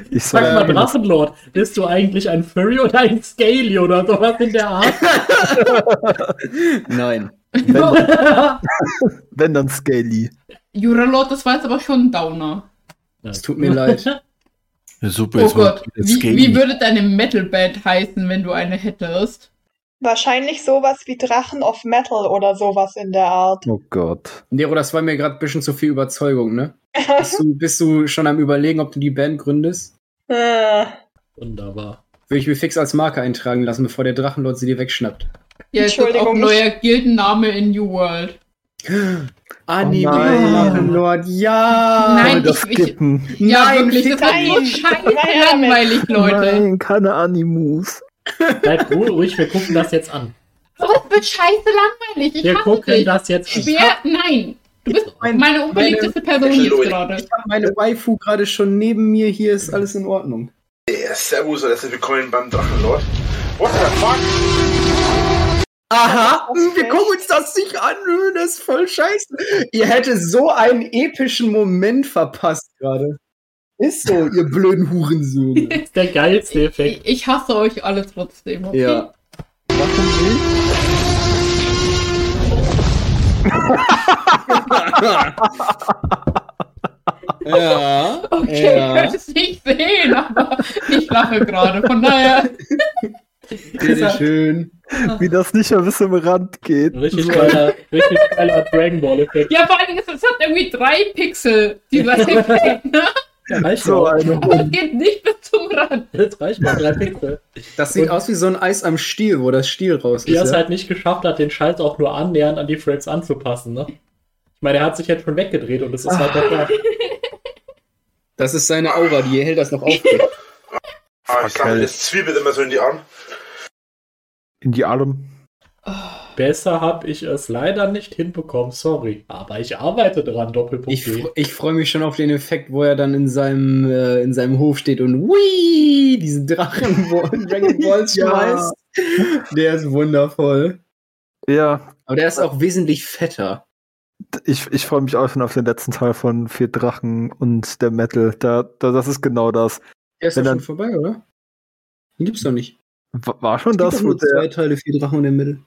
Speaker 4: Ich
Speaker 5: Sag
Speaker 4: sag
Speaker 5: mal,
Speaker 4: Penis.
Speaker 5: Drachenlord, bist du eigentlich ein Furry oder ein Scaly oder sowas in der Art?
Speaker 1: Nein.
Speaker 4: Wenn, wenn dann Scaly.
Speaker 2: Juralord, das war jetzt aber schon ein Downer.
Speaker 1: Es tut mir leid.
Speaker 7: Ja, super,
Speaker 2: Oh
Speaker 7: jetzt mal
Speaker 2: Gott,
Speaker 7: wieder
Speaker 2: wie,
Speaker 7: Skating.
Speaker 2: wie würde deine Metal-Band heißen, wenn du eine hättest?
Speaker 3: Wahrscheinlich sowas wie Drachen of Metal oder sowas in der Art.
Speaker 4: Oh Gott.
Speaker 1: Nero, das war mir gerade ein bisschen zu viel Überzeugung, ne? Bist du, bist du schon am überlegen, ob du die Band gründest?
Speaker 3: Äh,
Speaker 5: Wunderbar.
Speaker 1: Würde ich mir fix als Marke eintragen lassen, bevor der Drachenlord sie dir wegschnappt.
Speaker 2: Ja, es wird auch ein
Speaker 3: Entschuldigung,
Speaker 2: neuer Gildenname in New World.
Speaker 1: Anime
Speaker 4: nein.
Speaker 1: Ah, Drachenlord, ja!
Speaker 2: Nein,
Speaker 4: Wollen wir das
Speaker 2: ich- ich-
Speaker 4: skippen?
Speaker 2: Ja,
Speaker 1: Nein,
Speaker 2: wirklich, das
Speaker 1: fick
Speaker 2: wird so
Speaker 3: dich.
Speaker 2: scheiße
Speaker 3: Nein, damit.
Speaker 2: langweilig, Leute.
Speaker 4: Nein, keine Animus.
Speaker 5: Seid wohl ruhig, wir gucken das jetzt an.
Speaker 2: Sowas wird scheiße langweilig. Ich
Speaker 5: Wir
Speaker 2: hasse
Speaker 5: gucken
Speaker 2: dich.
Speaker 5: das jetzt an.
Speaker 2: Schwer, nein. Du bist
Speaker 1: Mein-
Speaker 2: meine unbeliebteste Person
Speaker 6: Leute.
Speaker 2: jetzt gerade.
Speaker 1: Ich habe meine Waifu gerade schon neben mir, hier ist alles in Ordnung.
Speaker 6: Ja, servus und herzlich willkommen beim Drachenlord. What the fuck?
Speaker 1: Aha,
Speaker 3: Das ist
Speaker 1: wir
Speaker 3: echt.
Speaker 1: gucken uns das nicht an, nö, das ist voll scheiße. Ihr hättet so einen epischen Moment verpasst gerade. Ist so, ihr blöden Hurensöhne.
Speaker 5: Das ist der geilste Effekt.
Speaker 2: Ich, ich hasse euch alle trotzdem, okay?
Speaker 1: Ja.
Speaker 7: Ja.
Speaker 2: Okay,
Speaker 7: ja.
Speaker 2: ihr könnt es nicht sehen, aber ich lache gerade. Von daher,
Speaker 1: Bitteschön.
Speaker 4: Wie das nicht mehr bis zum Rand geht.
Speaker 5: Ein richtig geiler, richtig geiler Dragon Ball-Effekt.
Speaker 2: ja, vor allen Dingen, es hat irgendwie drei Pixel, dieser Effekt, ne?
Speaker 5: Ja, reicht
Speaker 4: So
Speaker 5: mal.
Speaker 4: eine
Speaker 2: Das geht nicht bis zum Rand.
Speaker 5: Das reicht mal, drei Pixel.
Speaker 1: Das sieht
Speaker 5: Und-
Speaker 1: aus wie so ein Eis am Stiel, wo das Stiel raus
Speaker 5: Die
Speaker 1: ist.
Speaker 5: es
Speaker 1: Ja?
Speaker 5: halt nicht geschafft hat, den Schalt auch nur annähernd an die Frames anzupassen, ne? Ich meine, er hat sich jetzt schon weggedreht und es ist halt noch da.
Speaker 1: Das ist seine Aura, die hält das noch aufrecht.
Speaker 9: Ah, ich sammle
Speaker 7: Verkeilt.
Speaker 9: das Zwiebel immer so in die Arme.
Speaker 4: In die Arm.
Speaker 5: Besser habe ich es leider nicht hinbekommen, sorry. Aber ich arbeite dran, Doppelpunkt.
Speaker 1: Ich,
Speaker 5: D.
Speaker 1: fr- ich freue mich schon auf den Effekt, wo er dann in seinem, äh, in seinem Hof steht und wii, diesen Drachen wo- Dragon Ball
Speaker 4: Ja.
Speaker 1: schmeißt. Der ist wundervoll.
Speaker 4: Ja,
Speaker 1: Aber der ist auch wesentlich fetter.
Speaker 4: ich, ich freue mich auch schon auf den letzten Teil von Vier Drachen und der Metal. Da, da, das ist genau das.
Speaker 1: Der ist
Speaker 4: Wenn
Speaker 1: doch
Speaker 4: dann-
Speaker 1: schon vorbei, oder? Den gibt's doch nicht.
Speaker 4: W- War schon
Speaker 1: Das
Speaker 4: das,
Speaker 1: gibt
Speaker 4: wo
Speaker 1: doch nur
Speaker 4: der.
Speaker 1: zwei Teile, vier Drachen in der Mitte.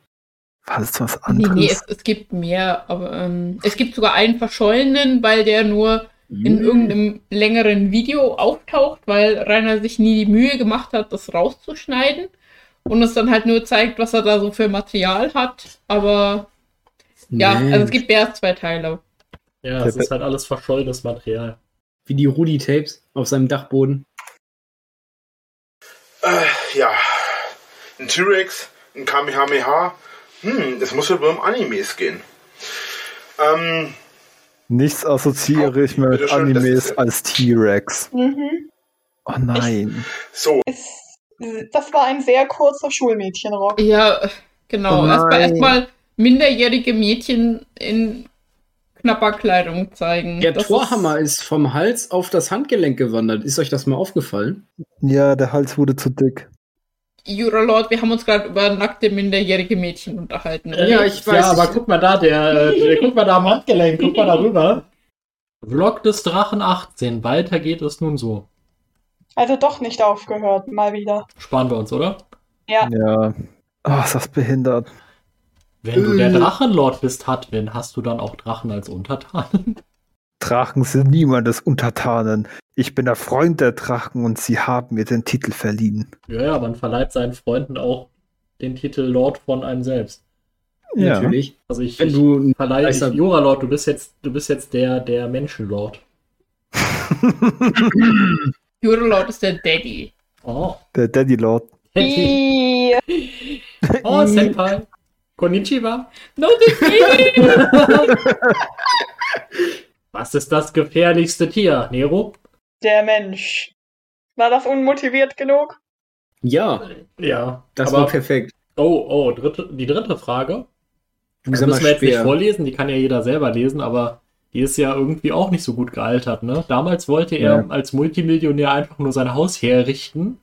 Speaker 4: War das was
Speaker 2: Nee,
Speaker 4: anderes?
Speaker 2: nee, es, es gibt mehr, aber ähm, es gibt sogar einen verschollenen, weil der nur
Speaker 1: Mhm.
Speaker 2: in irgendeinem längeren Video auftaucht, weil Rainer sich nie die Mühe gemacht hat, das rauszuschneiden und es dann halt nur zeigt, was er da so für Material hat. Aber ja,
Speaker 1: Nee.
Speaker 2: also es gibt mehr als zwei Teile.
Speaker 5: Ja, es ist halt alles verschollenes Material.
Speaker 1: Wie die Rudi-Tapes auf seinem Dachboden.
Speaker 9: Äh, ja. Ein T-Rex, ein Kamehameha. Hm, das muss ja wohl um Animes gehen. Ähm,
Speaker 4: Nichts assoziiere ich
Speaker 9: Bitte
Speaker 4: mit
Speaker 9: schön, das
Speaker 4: Animes
Speaker 9: ist-
Speaker 4: als T-Rex.
Speaker 3: Mhm.
Speaker 4: Oh nein.
Speaker 9: so,
Speaker 3: Es, das war ein sehr kurzer Schulmädchenrock.
Speaker 2: Ja, äh, genau.
Speaker 4: Oh
Speaker 2: erstmal,
Speaker 4: nein.
Speaker 2: erstmal minderjährige Mädchen in knapper Kleidung zeigen.
Speaker 1: Der
Speaker 2: Das ist-
Speaker 1: Torhammer ist vom Hals auf das Handgelenk gewandert. Ist euch das mal aufgefallen?
Speaker 4: Ja, der Hals wurde zu dick.
Speaker 2: Juralord, wir haben uns gerade über nackte minderjährige Mädchen unterhalten.
Speaker 1: Ja, ich weiß,
Speaker 5: Äh, Ja, aber
Speaker 1: ich-
Speaker 5: guck mal da, der, äh, der guck mal da am Handgelenk, guck mal da rüber. Vlog des Drachen 18, weiter geht es nun so.
Speaker 3: Also doch nicht aufgehört, mal wieder.
Speaker 5: Sparen wir uns, oder?
Speaker 3: Ja.
Speaker 4: Ja. Oh, ist das behindert.
Speaker 5: Wenn du der
Speaker 1: Äh.
Speaker 5: Drachenlord bist, Hadwin, hast du dann auch Drachen als Untertanen?
Speaker 4: Drachen sind niemandes Untertanen. Ich bin der Freund der Drachen und sie haben mir den Titel verliehen.
Speaker 5: Ja, ja, man verleiht seinen Freunden auch den Titel Lord von einem selbst.
Speaker 1: Natürlich.
Speaker 5: Also ich,
Speaker 1: Wenn
Speaker 5: ich
Speaker 1: du ein
Speaker 5: verleihe ich
Speaker 1: Leister-
Speaker 5: Jura-Lord, du bist jetzt, du bist jetzt der, der Menschenlord.
Speaker 2: Juralord ist der Daddy.
Speaker 5: Oh,
Speaker 4: der Daddy Lord.
Speaker 5: Henty.
Speaker 3: Ih,
Speaker 5: Oh, Senpai. Konnichiwa.
Speaker 2: No, das geht!
Speaker 5: Was ist das gefährlichste Tier, Nero?
Speaker 3: Der Mensch. War das unmotiviert genug?
Speaker 1: Ja,
Speaker 5: Ja,
Speaker 1: das
Speaker 5: aber
Speaker 1: war perfekt.
Speaker 5: Oh, oh, dritte, die dritte Frage.
Speaker 1: Du
Speaker 5: Die
Speaker 1: sag mal,
Speaker 5: müssen wir jetzt nicht
Speaker 1: Speer.
Speaker 5: vorlesen, die kann ja jeder selber lesen, aber die ist ja irgendwie auch nicht so gut gealtert, ne? Damals wollte er
Speaker 4: Ja.
Speaker 5: als Multimillionär einfach nur sein Haus herrichten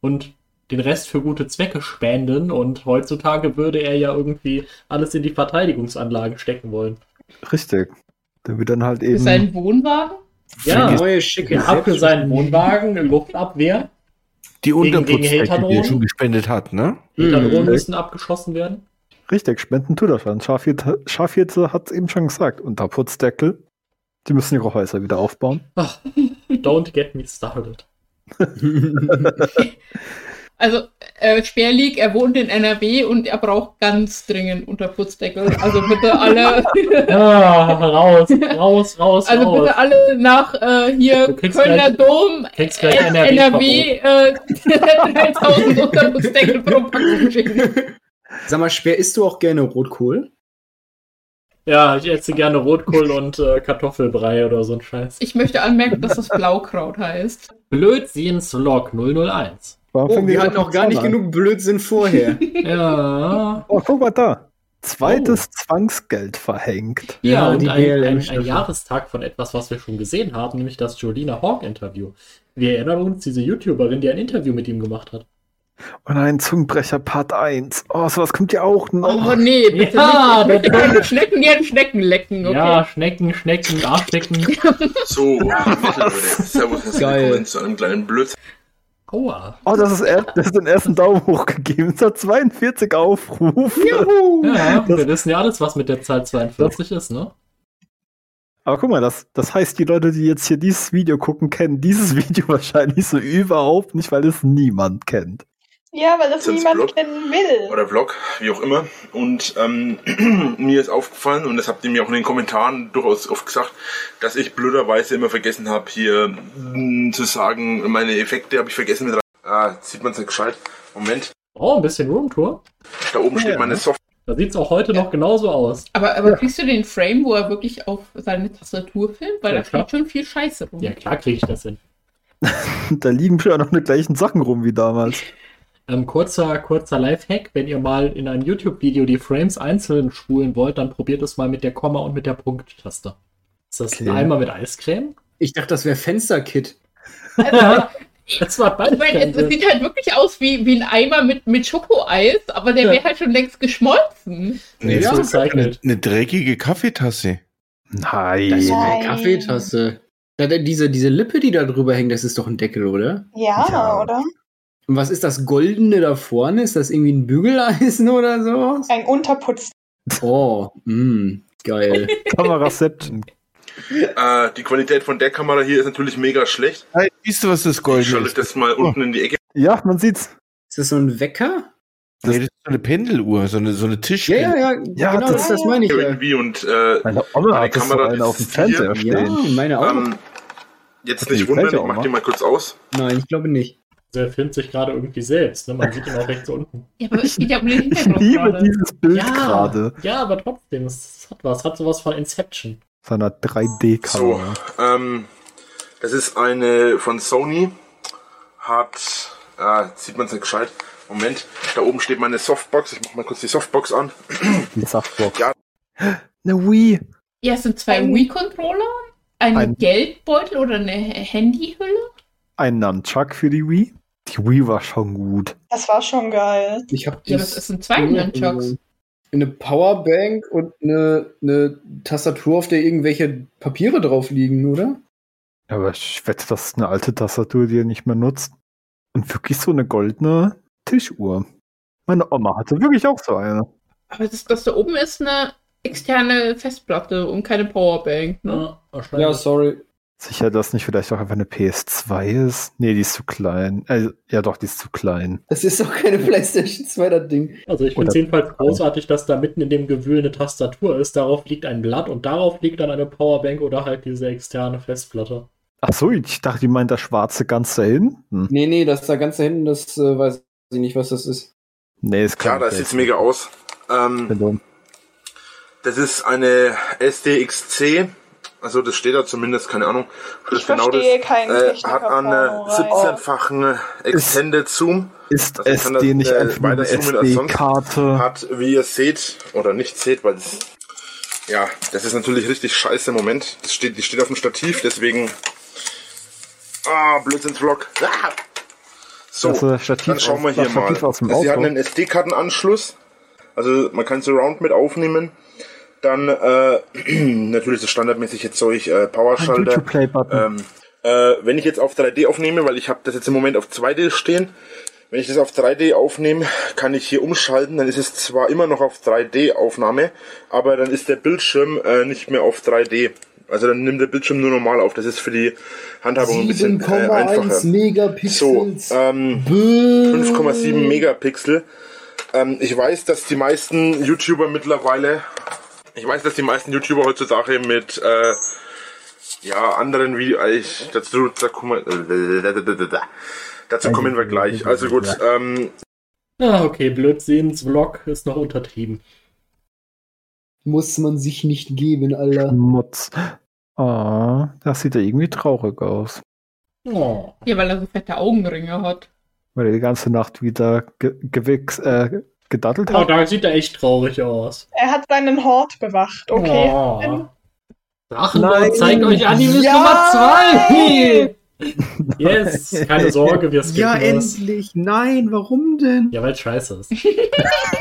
Speaker 5: und den Rest für gute Zwecke spenden und heutzutage würde er ja irgendwie alles in die Verteidigungsanlage stecken wollen.
Speaker 4: Richtig. Der wird dann halt
Speaker 2: Für
Speaker 4: eben.
Speaker 2: seinen Wohnwagen?
Speaker 1: Die
Speaker 5: Ja,
Speaker 1: neue schicke
Speaker 5: er hat für seinen Wohnwagen Luftabwehr.
Speaker 7: Die
Speaker 5: Gegen- gegen
Speaker 7: Unterputzfläche, die
Speaker 5: Hater-Drohnen?
Speaker 7: er schon gespendet hat, ne?
Speaker 5: Die Drohnen
Speaker 4: Mhm.
Speaker 5: müssen abgeschossen werden.
Speaker 4: Richtig, Spenden tut das schon. Schafhirte, Schafhirte hat es eben schon gesagt. Unterputzdeckel. Die müssen ihre Häuser wieder aufbauen.
Speaker 5: Don't get me started.
Speaker 2: Also, äh, Speer League, er wohnt in NRW und er braucht ganz dringend Unterputzdeckel. Also bitte alle,
Speaker 5: Ah, raus, raus, raus,
Speaker 2: also
Speaker 5: raus.
Speaker 2: bitte alle nach äh,
Speaker 5: Du
Speaker 2: hier
Speaker 5: kriegst
Speaker 2: Kölner
Speaker 5: gleich-
Speaker 2: Dom,
Speaker 5: Kriegst gleich NRW.
Speaker 2: NRW, äh, 3000 Unterputzdeckel pro Packung schicken.
Speaker 1: Sag mal, Speer, isst du auch gerne Rotkohl?
Speaker 5: Ja, ich esse gerne Rotkohl und äh, Kartoffelbrei oder so ein Scheiß.
Speaker 2: Ich möchte anmerken, dass das Blaukraut heißt.
Speaker 5: Blödsinns Log 001.
Speaker 4: Warum
Speaker 1: Oh,
Speaker 4: fangen die
Speaker 1: wir
Speaker 4: Leute
Speaker 1: hatten auch
Speaker 4: mit
Speaker 1: gar nicht
Speaker 4: Zahlen an?
Speaker 1: genug Blödsinn vorher.
Speaker 5: Ja.
Speaker 4: Oh, guck mal da. Zweites Zwangsgeld verhängt.
Speaker 5: Ja,
Speaker 1: Ja,
Speaker 5: und
Speaker 1: die
Speaker 5: ein, ein, ein
Speaker 1: BLM-Staffel.
Speaker 5: Jahrestag von etwas, was wir schon gesehen haben, nämlich das Jolina Hawk-Interview. Wir erinnern uns, diese YouTuberin, die ein Interview mit ihm gemacht hat.
Speaker 4: Und ein Zungenbrecher Part 1. Oh, sowas kommt ja auch noch.
Speaker 2: Oh nee, bitte
Speaker 5: Ja,
Speaker 2: nicht. Ich möchte keine Schnecken, die an Schnecken lecken, okay?
Speaker 5: Ja, Schnecken, Schnecken, Arschdecken.
Speaker 9: so. Servus, herzlich
Speaker 1: Geil.
Speaker 9: willkommen zu einem kleinen Blödsinn.
Speaker 5: Aua.
Speaker 4: Oh, das ist, er, das ist den ersten Daumen hoch gegeben. Es hat 42 Aufrufe.
Speaker 5: Ja, wir
Speaker 4: Das,
Speaker 5: wissen ja alles, was mit der Zahl 42 ist, ne?
Speaker 4: Aber guck mal, das, das heißt, die Leute, die jetzt hier dieses Video gucken, kennen dieses Video wahrscheinlich so überhaupt nicht, weil es niemand kennt.
Speaker 3: Ja, weil das
Speaker 6: Sind's
Speaker 3: niemand
Speaker 6: Blog?
Speaker 3: kennen will.
Speaker 6: oder Vlog, wie auch immer. Und ähm, mir ist aufgefallen, und das habt ihr mir auch in den Kommentaren durchaus oft gesagt, dass ich blöderweise immer vergessen habe, hier mm, zu sagen, meine Effekte habe ich vergessen mit rein. Ah, jetzt sieht man es nicht gescheit. Moment,
Speaker 5: Oh, ein bisschen Roomtour.
Speaker 6: da oben steht meine Software.
Speaker 5: Da sieht es auch heute noch genauso aus.
Speaker 2: Aber, aber kriegst du den Frame, wo er wirklich auf seine Tastatur filmt? Weil
Speaker 5: Ja,
Speaker 2: da
Speaker 5: klar.
Speaker 2: steht schon viel Scheiße rum.
Speaker 5: Ja, klar kriege ich das hin.
Speaker 4: Und da liegen schon noch die gleichen Sachen rum wie damals.
Speaker 5: Ähm, kurzer, kurzer Lifehack, wenn ihr mal in einem YouTube-Video die Frames einzeln spulen wollt, dann probiert es mal mit der Komma und mit der Punkt-Taste. Ist das
Speaker 4: Okay.
Speaker 5: ein Eimer mit Eiscreme?
Speaker 1: Ich dachte, das wäre Fensterkit.
Speaker 5: das war beides
Speaker 2: Ich meine,
Speaker 5: kein
Speaker 2: es, es
Speaker 5: Sinn.
Speaker 2: sieht halt wirklich aus wie, wie ein Eimer mit, mit Schokoeis, aber der
Speaker 5: Ja.
Speaker 2: wäre halt schon längst geschmolzen.
Speaker 7: Nee,
Speaker 5: Ja,
Speaker 7: so eine,
Speaker 5: gezeichnet.
Speaker 7: eine dreckige Kaffeetasse.
Speaker 1: Das ist
Speaker 4: Nein.
Speaker 1: doch eine
Speaker 3: Nein.
Speaker 1: Kaffeetasse. Da, da, diese, diese Lippe, die da drüber hängt, das ist doch ein Deckel, oder?
Speaker 3: Ja,
Speaker 4: Ja.
Speaker 3: oder?
Speaker 1: Und was ist das Goldene da vorne? Ist das irgendwie ein Bügeleisen oder sowas?
Speaker 3: Ein Unterputz.
Speaker 1: Oh, mh, geil.
Speaker 4: Kameraception.
Speaker 6: Äh, die Qualität von der Kamera hier ist natürlich mega schlecht.
Speaker 7: Hey, Siehst du, was das
Speaker 6: Ich
Speaker 7: Goldene
Speaker 6: schalte
Speaker 7: ist?
Speaker 6: das mal unten in die Ecke.
Speaker 4: Ja, man sieht's.
Speaker 1: Ist das so ein Wecker?
Speaker 7: Nee, das ist so eine Pendeluhr, so eine, so eine
Speaker 1: Ja,
Speaker 7: Tischpendel.
Speaker 1: ja, ja,
Speaker 4: Ja,
Speaker 1: genau, das,
Speaker 4: das-
Speaker 1: das meine ich ja.
Speaker 6: Irgendwie und äh,
Speaker 4: Meine Oma hat
Speaker 6: Die
Speaker 4: das so
Speaker 6: Kamera
Speaker 4: eine auf dem
Speaker 6: ist hier.
Speaker 4: Fernseher
Speaker 1: Ja,
Speaker 4: stehen.
Speaker 1: meine auch.
Speaker 6: ähm, jetzt
Speaker 4: Okay,
Speaker 6: nicht
Speaker 4: die fällt
Speaker 6: wundern,
Speaker 4: ja
Speaker 6: ich
Speaker 4: auch
Speaker 6: mach
Speaker 4: mal.
Speaker 6: die mal kurz aus.
Speaker 1: Nein, ich glaube nicht.
Speaker 5: Der filmt sich gerade irgendwie selbst. Ne? Man sieht ihn auch rechts unten.
Speaker 2: Ja, aber es geht ja um den
Speaker 4: Ich
Speaker 2: Hintergrund
Speaker 4: liebe
Speaker 2: gerade.
Speaker 4: dieses Bild gerade.
Speaker 5: ja, aber trotzdem, es hat was. Hat sowas von Inception.
Speaker 4: Seiner 3D-Kamera.
Speaker 6: Ähm, das ist eine von Sony. Hat. Ah, jetzt sieht man es nicht gescheit. Moment, da oben steht meine Softbox. Ich mach mal kurz die Softbox an.
Speaker 4: Die Saftbox.
Speaker 6: Ja.
Speaker 4: Eine Wii.
Speaker 2: Ja, es sind zwei
Speaker 3: Ein-
Speaker 2: Wii-Controller, ein,
Speaker 4: Ein-
Speaker 2: Geldbeutel oder eine Handyhülle.
Speaker 4: Ein Nunchuck für die Wii. Die Wii war schon gut.
Speaker 3: Das war schon geil.
Speaker 1: Ich habe
Speaker 2: Ja, aber es sind zwei Nunchucks.
Speaker 1: Eine Powerbank und eine, eine Tastatur, auf der irgendwelche Papiere drauf liegen, oder?
Speaker 4: Aber ich wette, das ist eine alte Tastatur, die er nicht mehr nutzt. Und wirklich so eine goldene Tischuhr. Meine Oma hatte wirklich auch so eine.
Speaker 2: Aber das, das da oben ist eine externe Festplatte und keine Powerbank. Ne?
Speaker 5: Ja, wahrscheinlich.
Speaker 1: sorry.
Speaker 4: Sicher, dass nicht vielleicht auch einfach eine PS2 ist? Nee, die ist zu klein. Äh, ja, doch, die ist zu klein.
Speaker 1: Das ist doch keine PlayStation 2, das Ding.
Speaker 5: Also ich finde
Speaker 4: Oder-
Speaker 5: es jedenfalls großartig, dass da mitten in dem Gewühl eine Tastatur ist. Darauf liegt ein Blatt und darauf liegt dann eine Powerbank oder halt diese externe Festplatte.
Speaker 4: Ach so, ich dachte, die meint das schwarze ganz da hinten.
Speaker 1: Nee, nee, das da ganz da hinten, das äh, weiß ich nicht, was das ist.
Speaker 4: Nee, ist
Speaker 6: Klar,
Speaker 4: kein
Speaker 6: das sieht's mega aus. Ähm,
Speaker 4: Dumm.
Speaker 6: das ist eine SDXC. Also das steht da zumindest, keine Ahnung. Das
Speaker 3: Ich
Speaker 6: ist genau das.
Speaker 3: verstehe keinen Oh.
Speaker 6: Äh,
Speaker 3: Techniker
Speaker 6: hat an
Speaker 3: Porno
Speaker 6: äh,
Speaker 3: rein.
Speaker 6: 17-fachen Extended Zoom.
Speaker 4: Ist
Speaker 6: Also kann das,
Speaker 4: SD nicht
Speaker 6: äh,
Speaker 4: einfach nur eine
Speaker 6: weiterzoomen als sonst?
Speaker 4: SD-Karte?
Speaker 6: Hat, wie ihr seht, oder nicht seht, weil das. Ja, das ist natürlich richtig scheiße im Moment. Das steht, die steht auf dem Stativ, deswegen. Ah, Blödsinnsvlog. Ah! So,
Speaker 4: Das, äh, Stativ
Speaker 6: dann schauen wir
Speaker 4: aus-
Speaker 6: hier
Speaker 4: das Stativ
Speaker 6: mal. Also,
Speaker 4: aus dem
Speaker 6: Sie
Speaker 4: Auto.
Speaker 6: hat einen SD-Kartenanschluss. Also man kann Surround mit aufnehmen. Dann äh, natürlich das standardmäßige Zeug, äh,
Speaker 4: Ein
Speaker 6: Powerschalter.
Speaker 4: Play-Button.
Speaker 6: Ähm, äh, wenn ich jetzt auf 3D aufnehme, weil ich habe das jetzt im Moment auf 2D stehen, wenn ich das auf 3D aufnehme, kann ich hier umschalten, dann ist es zwar immer noch auf 3D-Aufnahme, aber dann ist der Bildschirm äh, nicht mehr auf 3D. Also dann nimmt der Bildschirm nur normal auf. Das ist für die Handhabung ein bisschen äh, einfacher. So,
Speaker 1: Megapixels.
Speaker 6: ähm, 5,7
Speaker 3: Mm.
Speaker 6: Megapixel. Ähm, ich weiß, dass die meisten YouTuber mittlerweile, ich weiß, dass die meisten YouTuber heutzutage mit äh, ja anderen Videos, ich, dazu, da kommen wir- äh, dazu kommen wir gleich. Also gut, ähm,
Speaker 5: Ah, okay, Blödsinns-Vlog ist noch untertrieben.
Speaker 1: Muss man sich nicht geben, Alter.
Speaker 4: Mutz. Ah, das sieht ja irgendwie traurig aus.
Speaker 5: Oh.
Speaker 2: Ja, weil er so fette Augenringe hat.
Speaker 4: Weil er die ganze Nacht wieder ge gewichs, äh, gedattelt
Speaker 5: oh,
Speaker 4: hat.
Speaker 5: da sieht er echt traurig aus.
Speaker 3: Er hat seinen Hort bewacht, okay?
Speaker 5: Oh. Drachenlord
Speaker 4: Nein.
Speaker 5: zeigt euch Animes
Speaker 1: Ja.
Speaker 5: Nummer 2! Yes, keine Sorge, wir
Speaker 1: Ja,
Speaker 5: skippen das.
Speaker 1: endlich. Nein, warum denn?
Speaker 5: Ja, weil es scheiße ist.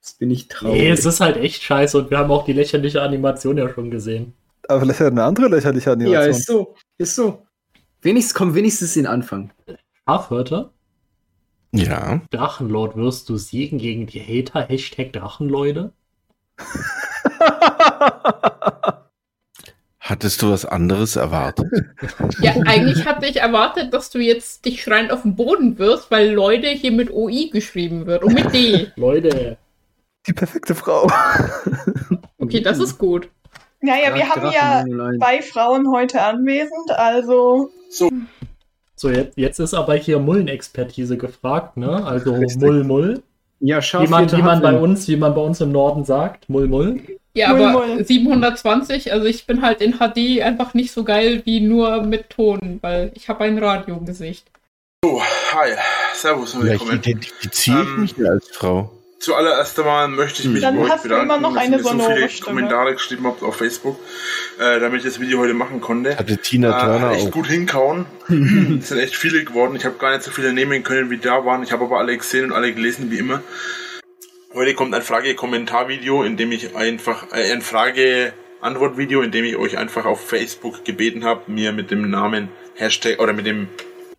Speaker 1: Jetzt bin ich traurig.
Speaker 5: Nee, es ist halt echt scheiße und wir haben auch die lächerliche Animation ja schon gesehen.
Speaker 4: Aber vielleicht hat er eine andere lächerliche
Speaker 1: ja,
Speaker 4: Animation.
Speaker 1: ist so. Ist so. Wenigstens, komm wenigstens den Anfang.
Speaker 5: Schafhörte,
Speaker 7: Ja.
Speaker 5: Drachenlord wirst du siegen gegen die Hater, Hashtag Drachenleute.
Speaker 7: Hattest du was anderes erwartet?
Speaker 2: Ja, eigentlich hatte ich erwartet, dass du jetzt dich schreiend auf den Boden wirst, weil Leute hier mit OI geschrieben wird und mit D.
Speaker 5: Leute,
Speaker 4: Die perfekte Frau.
Speaker 2: Okay, das ist gut.
Speaker 3: Naja, wir haben ja zwei Frauen heute anwesend, also
Speaker 5: so jetzt, jetzt ist aber hier Mullenexpertise gefragt, ne? Also
Speaker 4: Richtig.
Speaker 5: Mull Mull.
Speaker 1: Ja, scharf.
Speaker 5: Wie man, wie
Speaker 1: jeder
Speaker 5: man
Speaker 1: hat
Speaker 5: bei
Speaker 1: einen.
Speaker 5: uns, wie man bei uns im Norden sagt, Mull Mull.
Speaker 2: Ja,
Speaker 3: Null,
Speaker 2: aber
Speaker 3: null.
Speaker 2: 720, also ich bin halt in HD einfach nicht so geil wie nur mit Ton, weil ich habe ein Radio im Gesicht.
Speaker 6: So, hi, servus und
Speaker 7: Ja, ich
Speaker 6: willkommen.
Speaker 7: identifiziere
Speaker 6: Ähm,
Speaker 7: mich ja als Frau.
Speaker 6: Zuallererst einmal möchte ich mich
Speaker 3: Dann
Speaker 6: bei euch
Speaker 3: hast du immer noch
Speaker 6: dass
Speaker 3: eine
Speaker 6: ihr so
Speaker 3: sonore
Speaker 6: viele
Speaker 3: Stimme.
Speaker 6: Kommentare geschrieben habt auf Facebook, äh, damit ich das Video heute machen konnte.
Speaker 7: Hatte Tina
Speaker 6: Äh,
Speaker 7: Turner
Speaker 6: hat echt
Speaker 7: auch.
Speaker 6: gut hinkauen. es sind echt viele geworden. Ich habe gar nicht so viele nehmen können, wie da waren. Ich habe aber alle gesehen und alle gelesen, wie immer. Heute kommt ein Frage-Kommentar-Video, in dem ich einfach äh, ein Frage-Antwort-Video, in dem ich euch einfach auf Facebook gebeten habe, mir mit dem Namen Hashtag oder mit dem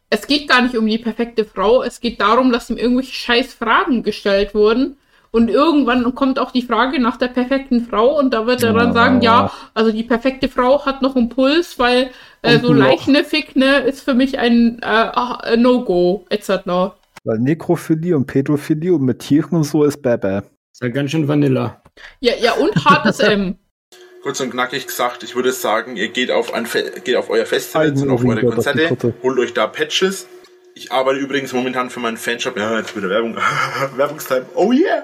Speaker 2: Es geht gar nicht um die perfekte Frau, es geht darum, dass ihm irgendwelche scheiß Fragen gestellt wurden. Und irgendwann kommt auch die Frage nach der perfekten Frau und da wird er dann
Speaker 4: Ah.
Speaker 2: sagen, ja, also die perfekte Frau hat noch einen Puls, weil äh,
Speaker 4: Und
Speaker 2: so
Speaker 4: ein Loch.
Speaker 2: leichnefick, ne, ist für mich ein äh, ach, äh, No-Go, etc.
Speaker 4: Weil Nekrophilie und Pädophilie und mit Tieren und so ist Bäbä.
Speaker 1: Ist ja ganz schön Vanilla.
Speaker 2: Ja, ja, und hartes M.
Speaker 6: kurz und knackig gesagt, ich würde sagen, ihr geht auf, ein Fe geht auf euer Festival
Speaker 7: Also,
Speaker 4: Eigen-
Speaker 6: und auf
Speaker 4: Urin
Speaker 6: eure
Speaker 4: gehört auf die
Speaker 6: Konzerte,
Speaker 4: Kutte.
Speaker 6: holt euch da Patches. Ich arbeite übrigens momentan für meinen Fanshop. Ja, jetzt wieder Werbung. Werbungstime. Oh yeah!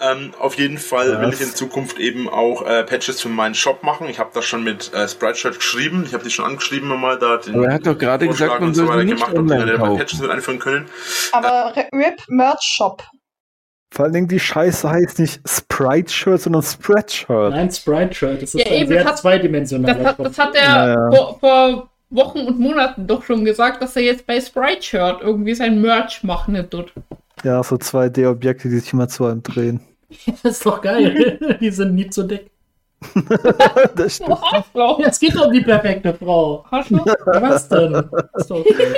Speaker 6: Ähm, auf jeden Fall will
Speaker 4: Was?
Speaker 6: ich in Zukunft eben auch äh, Patches für meinen Shop machen. Ich habe das schon mit äh, Sprite-Shirt geschrieben. Ich habe die schon angeschrieben mal da den
Speaker 7: Aber er hat doch gerade
Speaker 6: Vorschlag
Speaker 7: gesagt, man
Speaker 6: und so
Speaker 7: soll
Speaker 6: weiter
Speaker 7: nicht
Speaker 6: gemacht, ob die
Speaker 7: online
Speaker 6: alle mal Patches
Speaker 7: kaufen.
Speaker 6: mit einführen können.
Speaker 3: aber Re- RIP Merch Shop.
Speaker 4: Vor allen Dingen die Scheiße heißt nicht Sprite-Shirt, sondern Spreadshirt.
Speaker 5: Nein, Sprite Shirt. Das ist
Speaker 2: Ja,
Speaker 5: ein
Speaker 2: eben,
Speaker 5: sehr
Speaker 2: das hat- Das
Speaker 5: zweidimensionaler
Speaker 2: hat,
Speaker 5: Kopf.
Speaker 2: das hat er
Speaker 4: Naja.
Speaker 2: vor, vor Wochen und Monaten doch schon gesagt, dass er jetzt bei Sprite Shirt irgendwie sein Merch machen wird.
Speaker 4: Ja, so 2D-Objekte, die sich immer zu einem drehen.
Speaker 5: Das ist doch geil. die sind nie zu dick.
Speaker 4: Das
Speaker 2: Oh,
Speaker 4: stimmt.
Speaker 2: Arschloch.
Speaker 5: Ja, es geht um die perfekte Frau.
Speaker 2: Arschloch.
Speaker 5: Ja, Was denn? Das ist doch okay.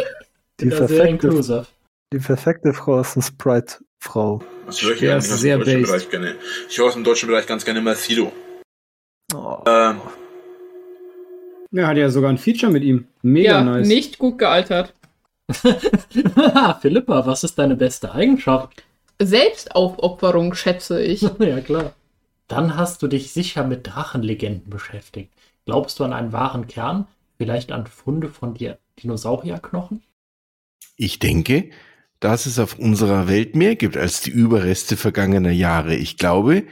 Speaker 4: Die
Speaker 5: Ja, sehr
Speaker 4: perfekte,
Speaker 5: inclusive.
Speaker 4: die perfekte Frau ist eine Sprite-Frau.
Speaker 6: Was höre ich
Speaker 1: Ja,
Speaker 6: eigentlich
Speaker 1: ist
Speaker 6: aus
Speaker 1: sehr
Speaker 6: dem deutschen
Speaker 1: based.
Speaker 6: Bereich gerne? Ich höre aus dem deutschen Bereich ganz gerne mal Sido.
Speaker 4: Oh.
Speaker 6: Ähm,
Speaker 1: Ja, hat ja sogar ein Feature mit ihm. Mega
Speaker 2: Ja,
Speaker 1: nice.
Speaker 2: nicht gut gealtert.
Speaker 5: Philippa, was ist deine beste Eigenschaft?
Speaker 2: Selbstaufopferung, schätze ich.
Speaker 5: ja, klar. Dann hast du dich sicher mit Drachenlegenden beschäftigt. Glaubst du an einen wahren Kern? Vielleicht an Funde von dir Dinosaurierknochen?
Speaker 7: Ich denke, dass es auf unserer Welt mehr gibt als die Überreste vergangener Jahre. Ich glaube,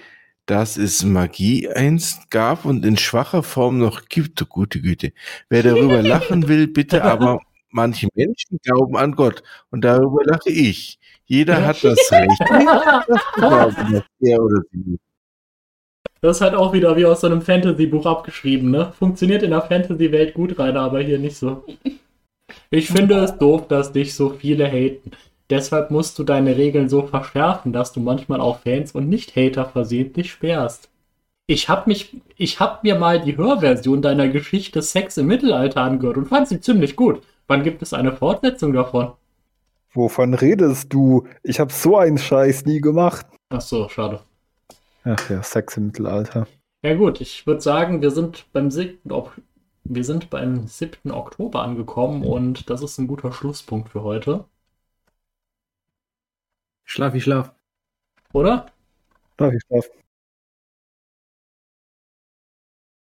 Speaker 7: dass es Magie einst gab und in schwacher Form noch gibt. Du gute Güte. Wer darüber lachen will, bitte aber manche Menschen glauben an Gott und darüber lache ich. Jeder hat das Recht. zu glauben, dass er oder sie.
Speaker 5: Das ist halt auch wieder wie aus so einem Fantasy-Buch abgeschrieben, ne? Funktioniert in der Fantasy-Welt gut rein, aber hier nicht so. Ich finde es doof, dass dich so viele haten. Deshalb musst du deine Regeln so verschärfen, dass du manchmal auch Fans und Nicht-Hater versehentlich sperrst. Ich hab mich, ich hab mir mal die Hörversion deiner Geschichte Sex im Mittelalter angehört und fand sie ziemlich gut. Wann gibt es eine Fortsetzung davon?
Speaker 4: Wovon redest du? Ich habe so einen Scheiß nie gemacht.
Speaker 5: Ach so, schade.
Speaker 4: Ach ja, Sex im Mittelalter.
Speaker 5: Ja gut, ich würde sagen, wir sind beim siebten, Ok- wir sind beim 7. Oktober angekommen und das ist ein guter Schlusspunkt für heute,
Speaker 1: Schlaf, ich schlaf.
Speaker 5: oder?
Speaker 4: Darf ich schlafen?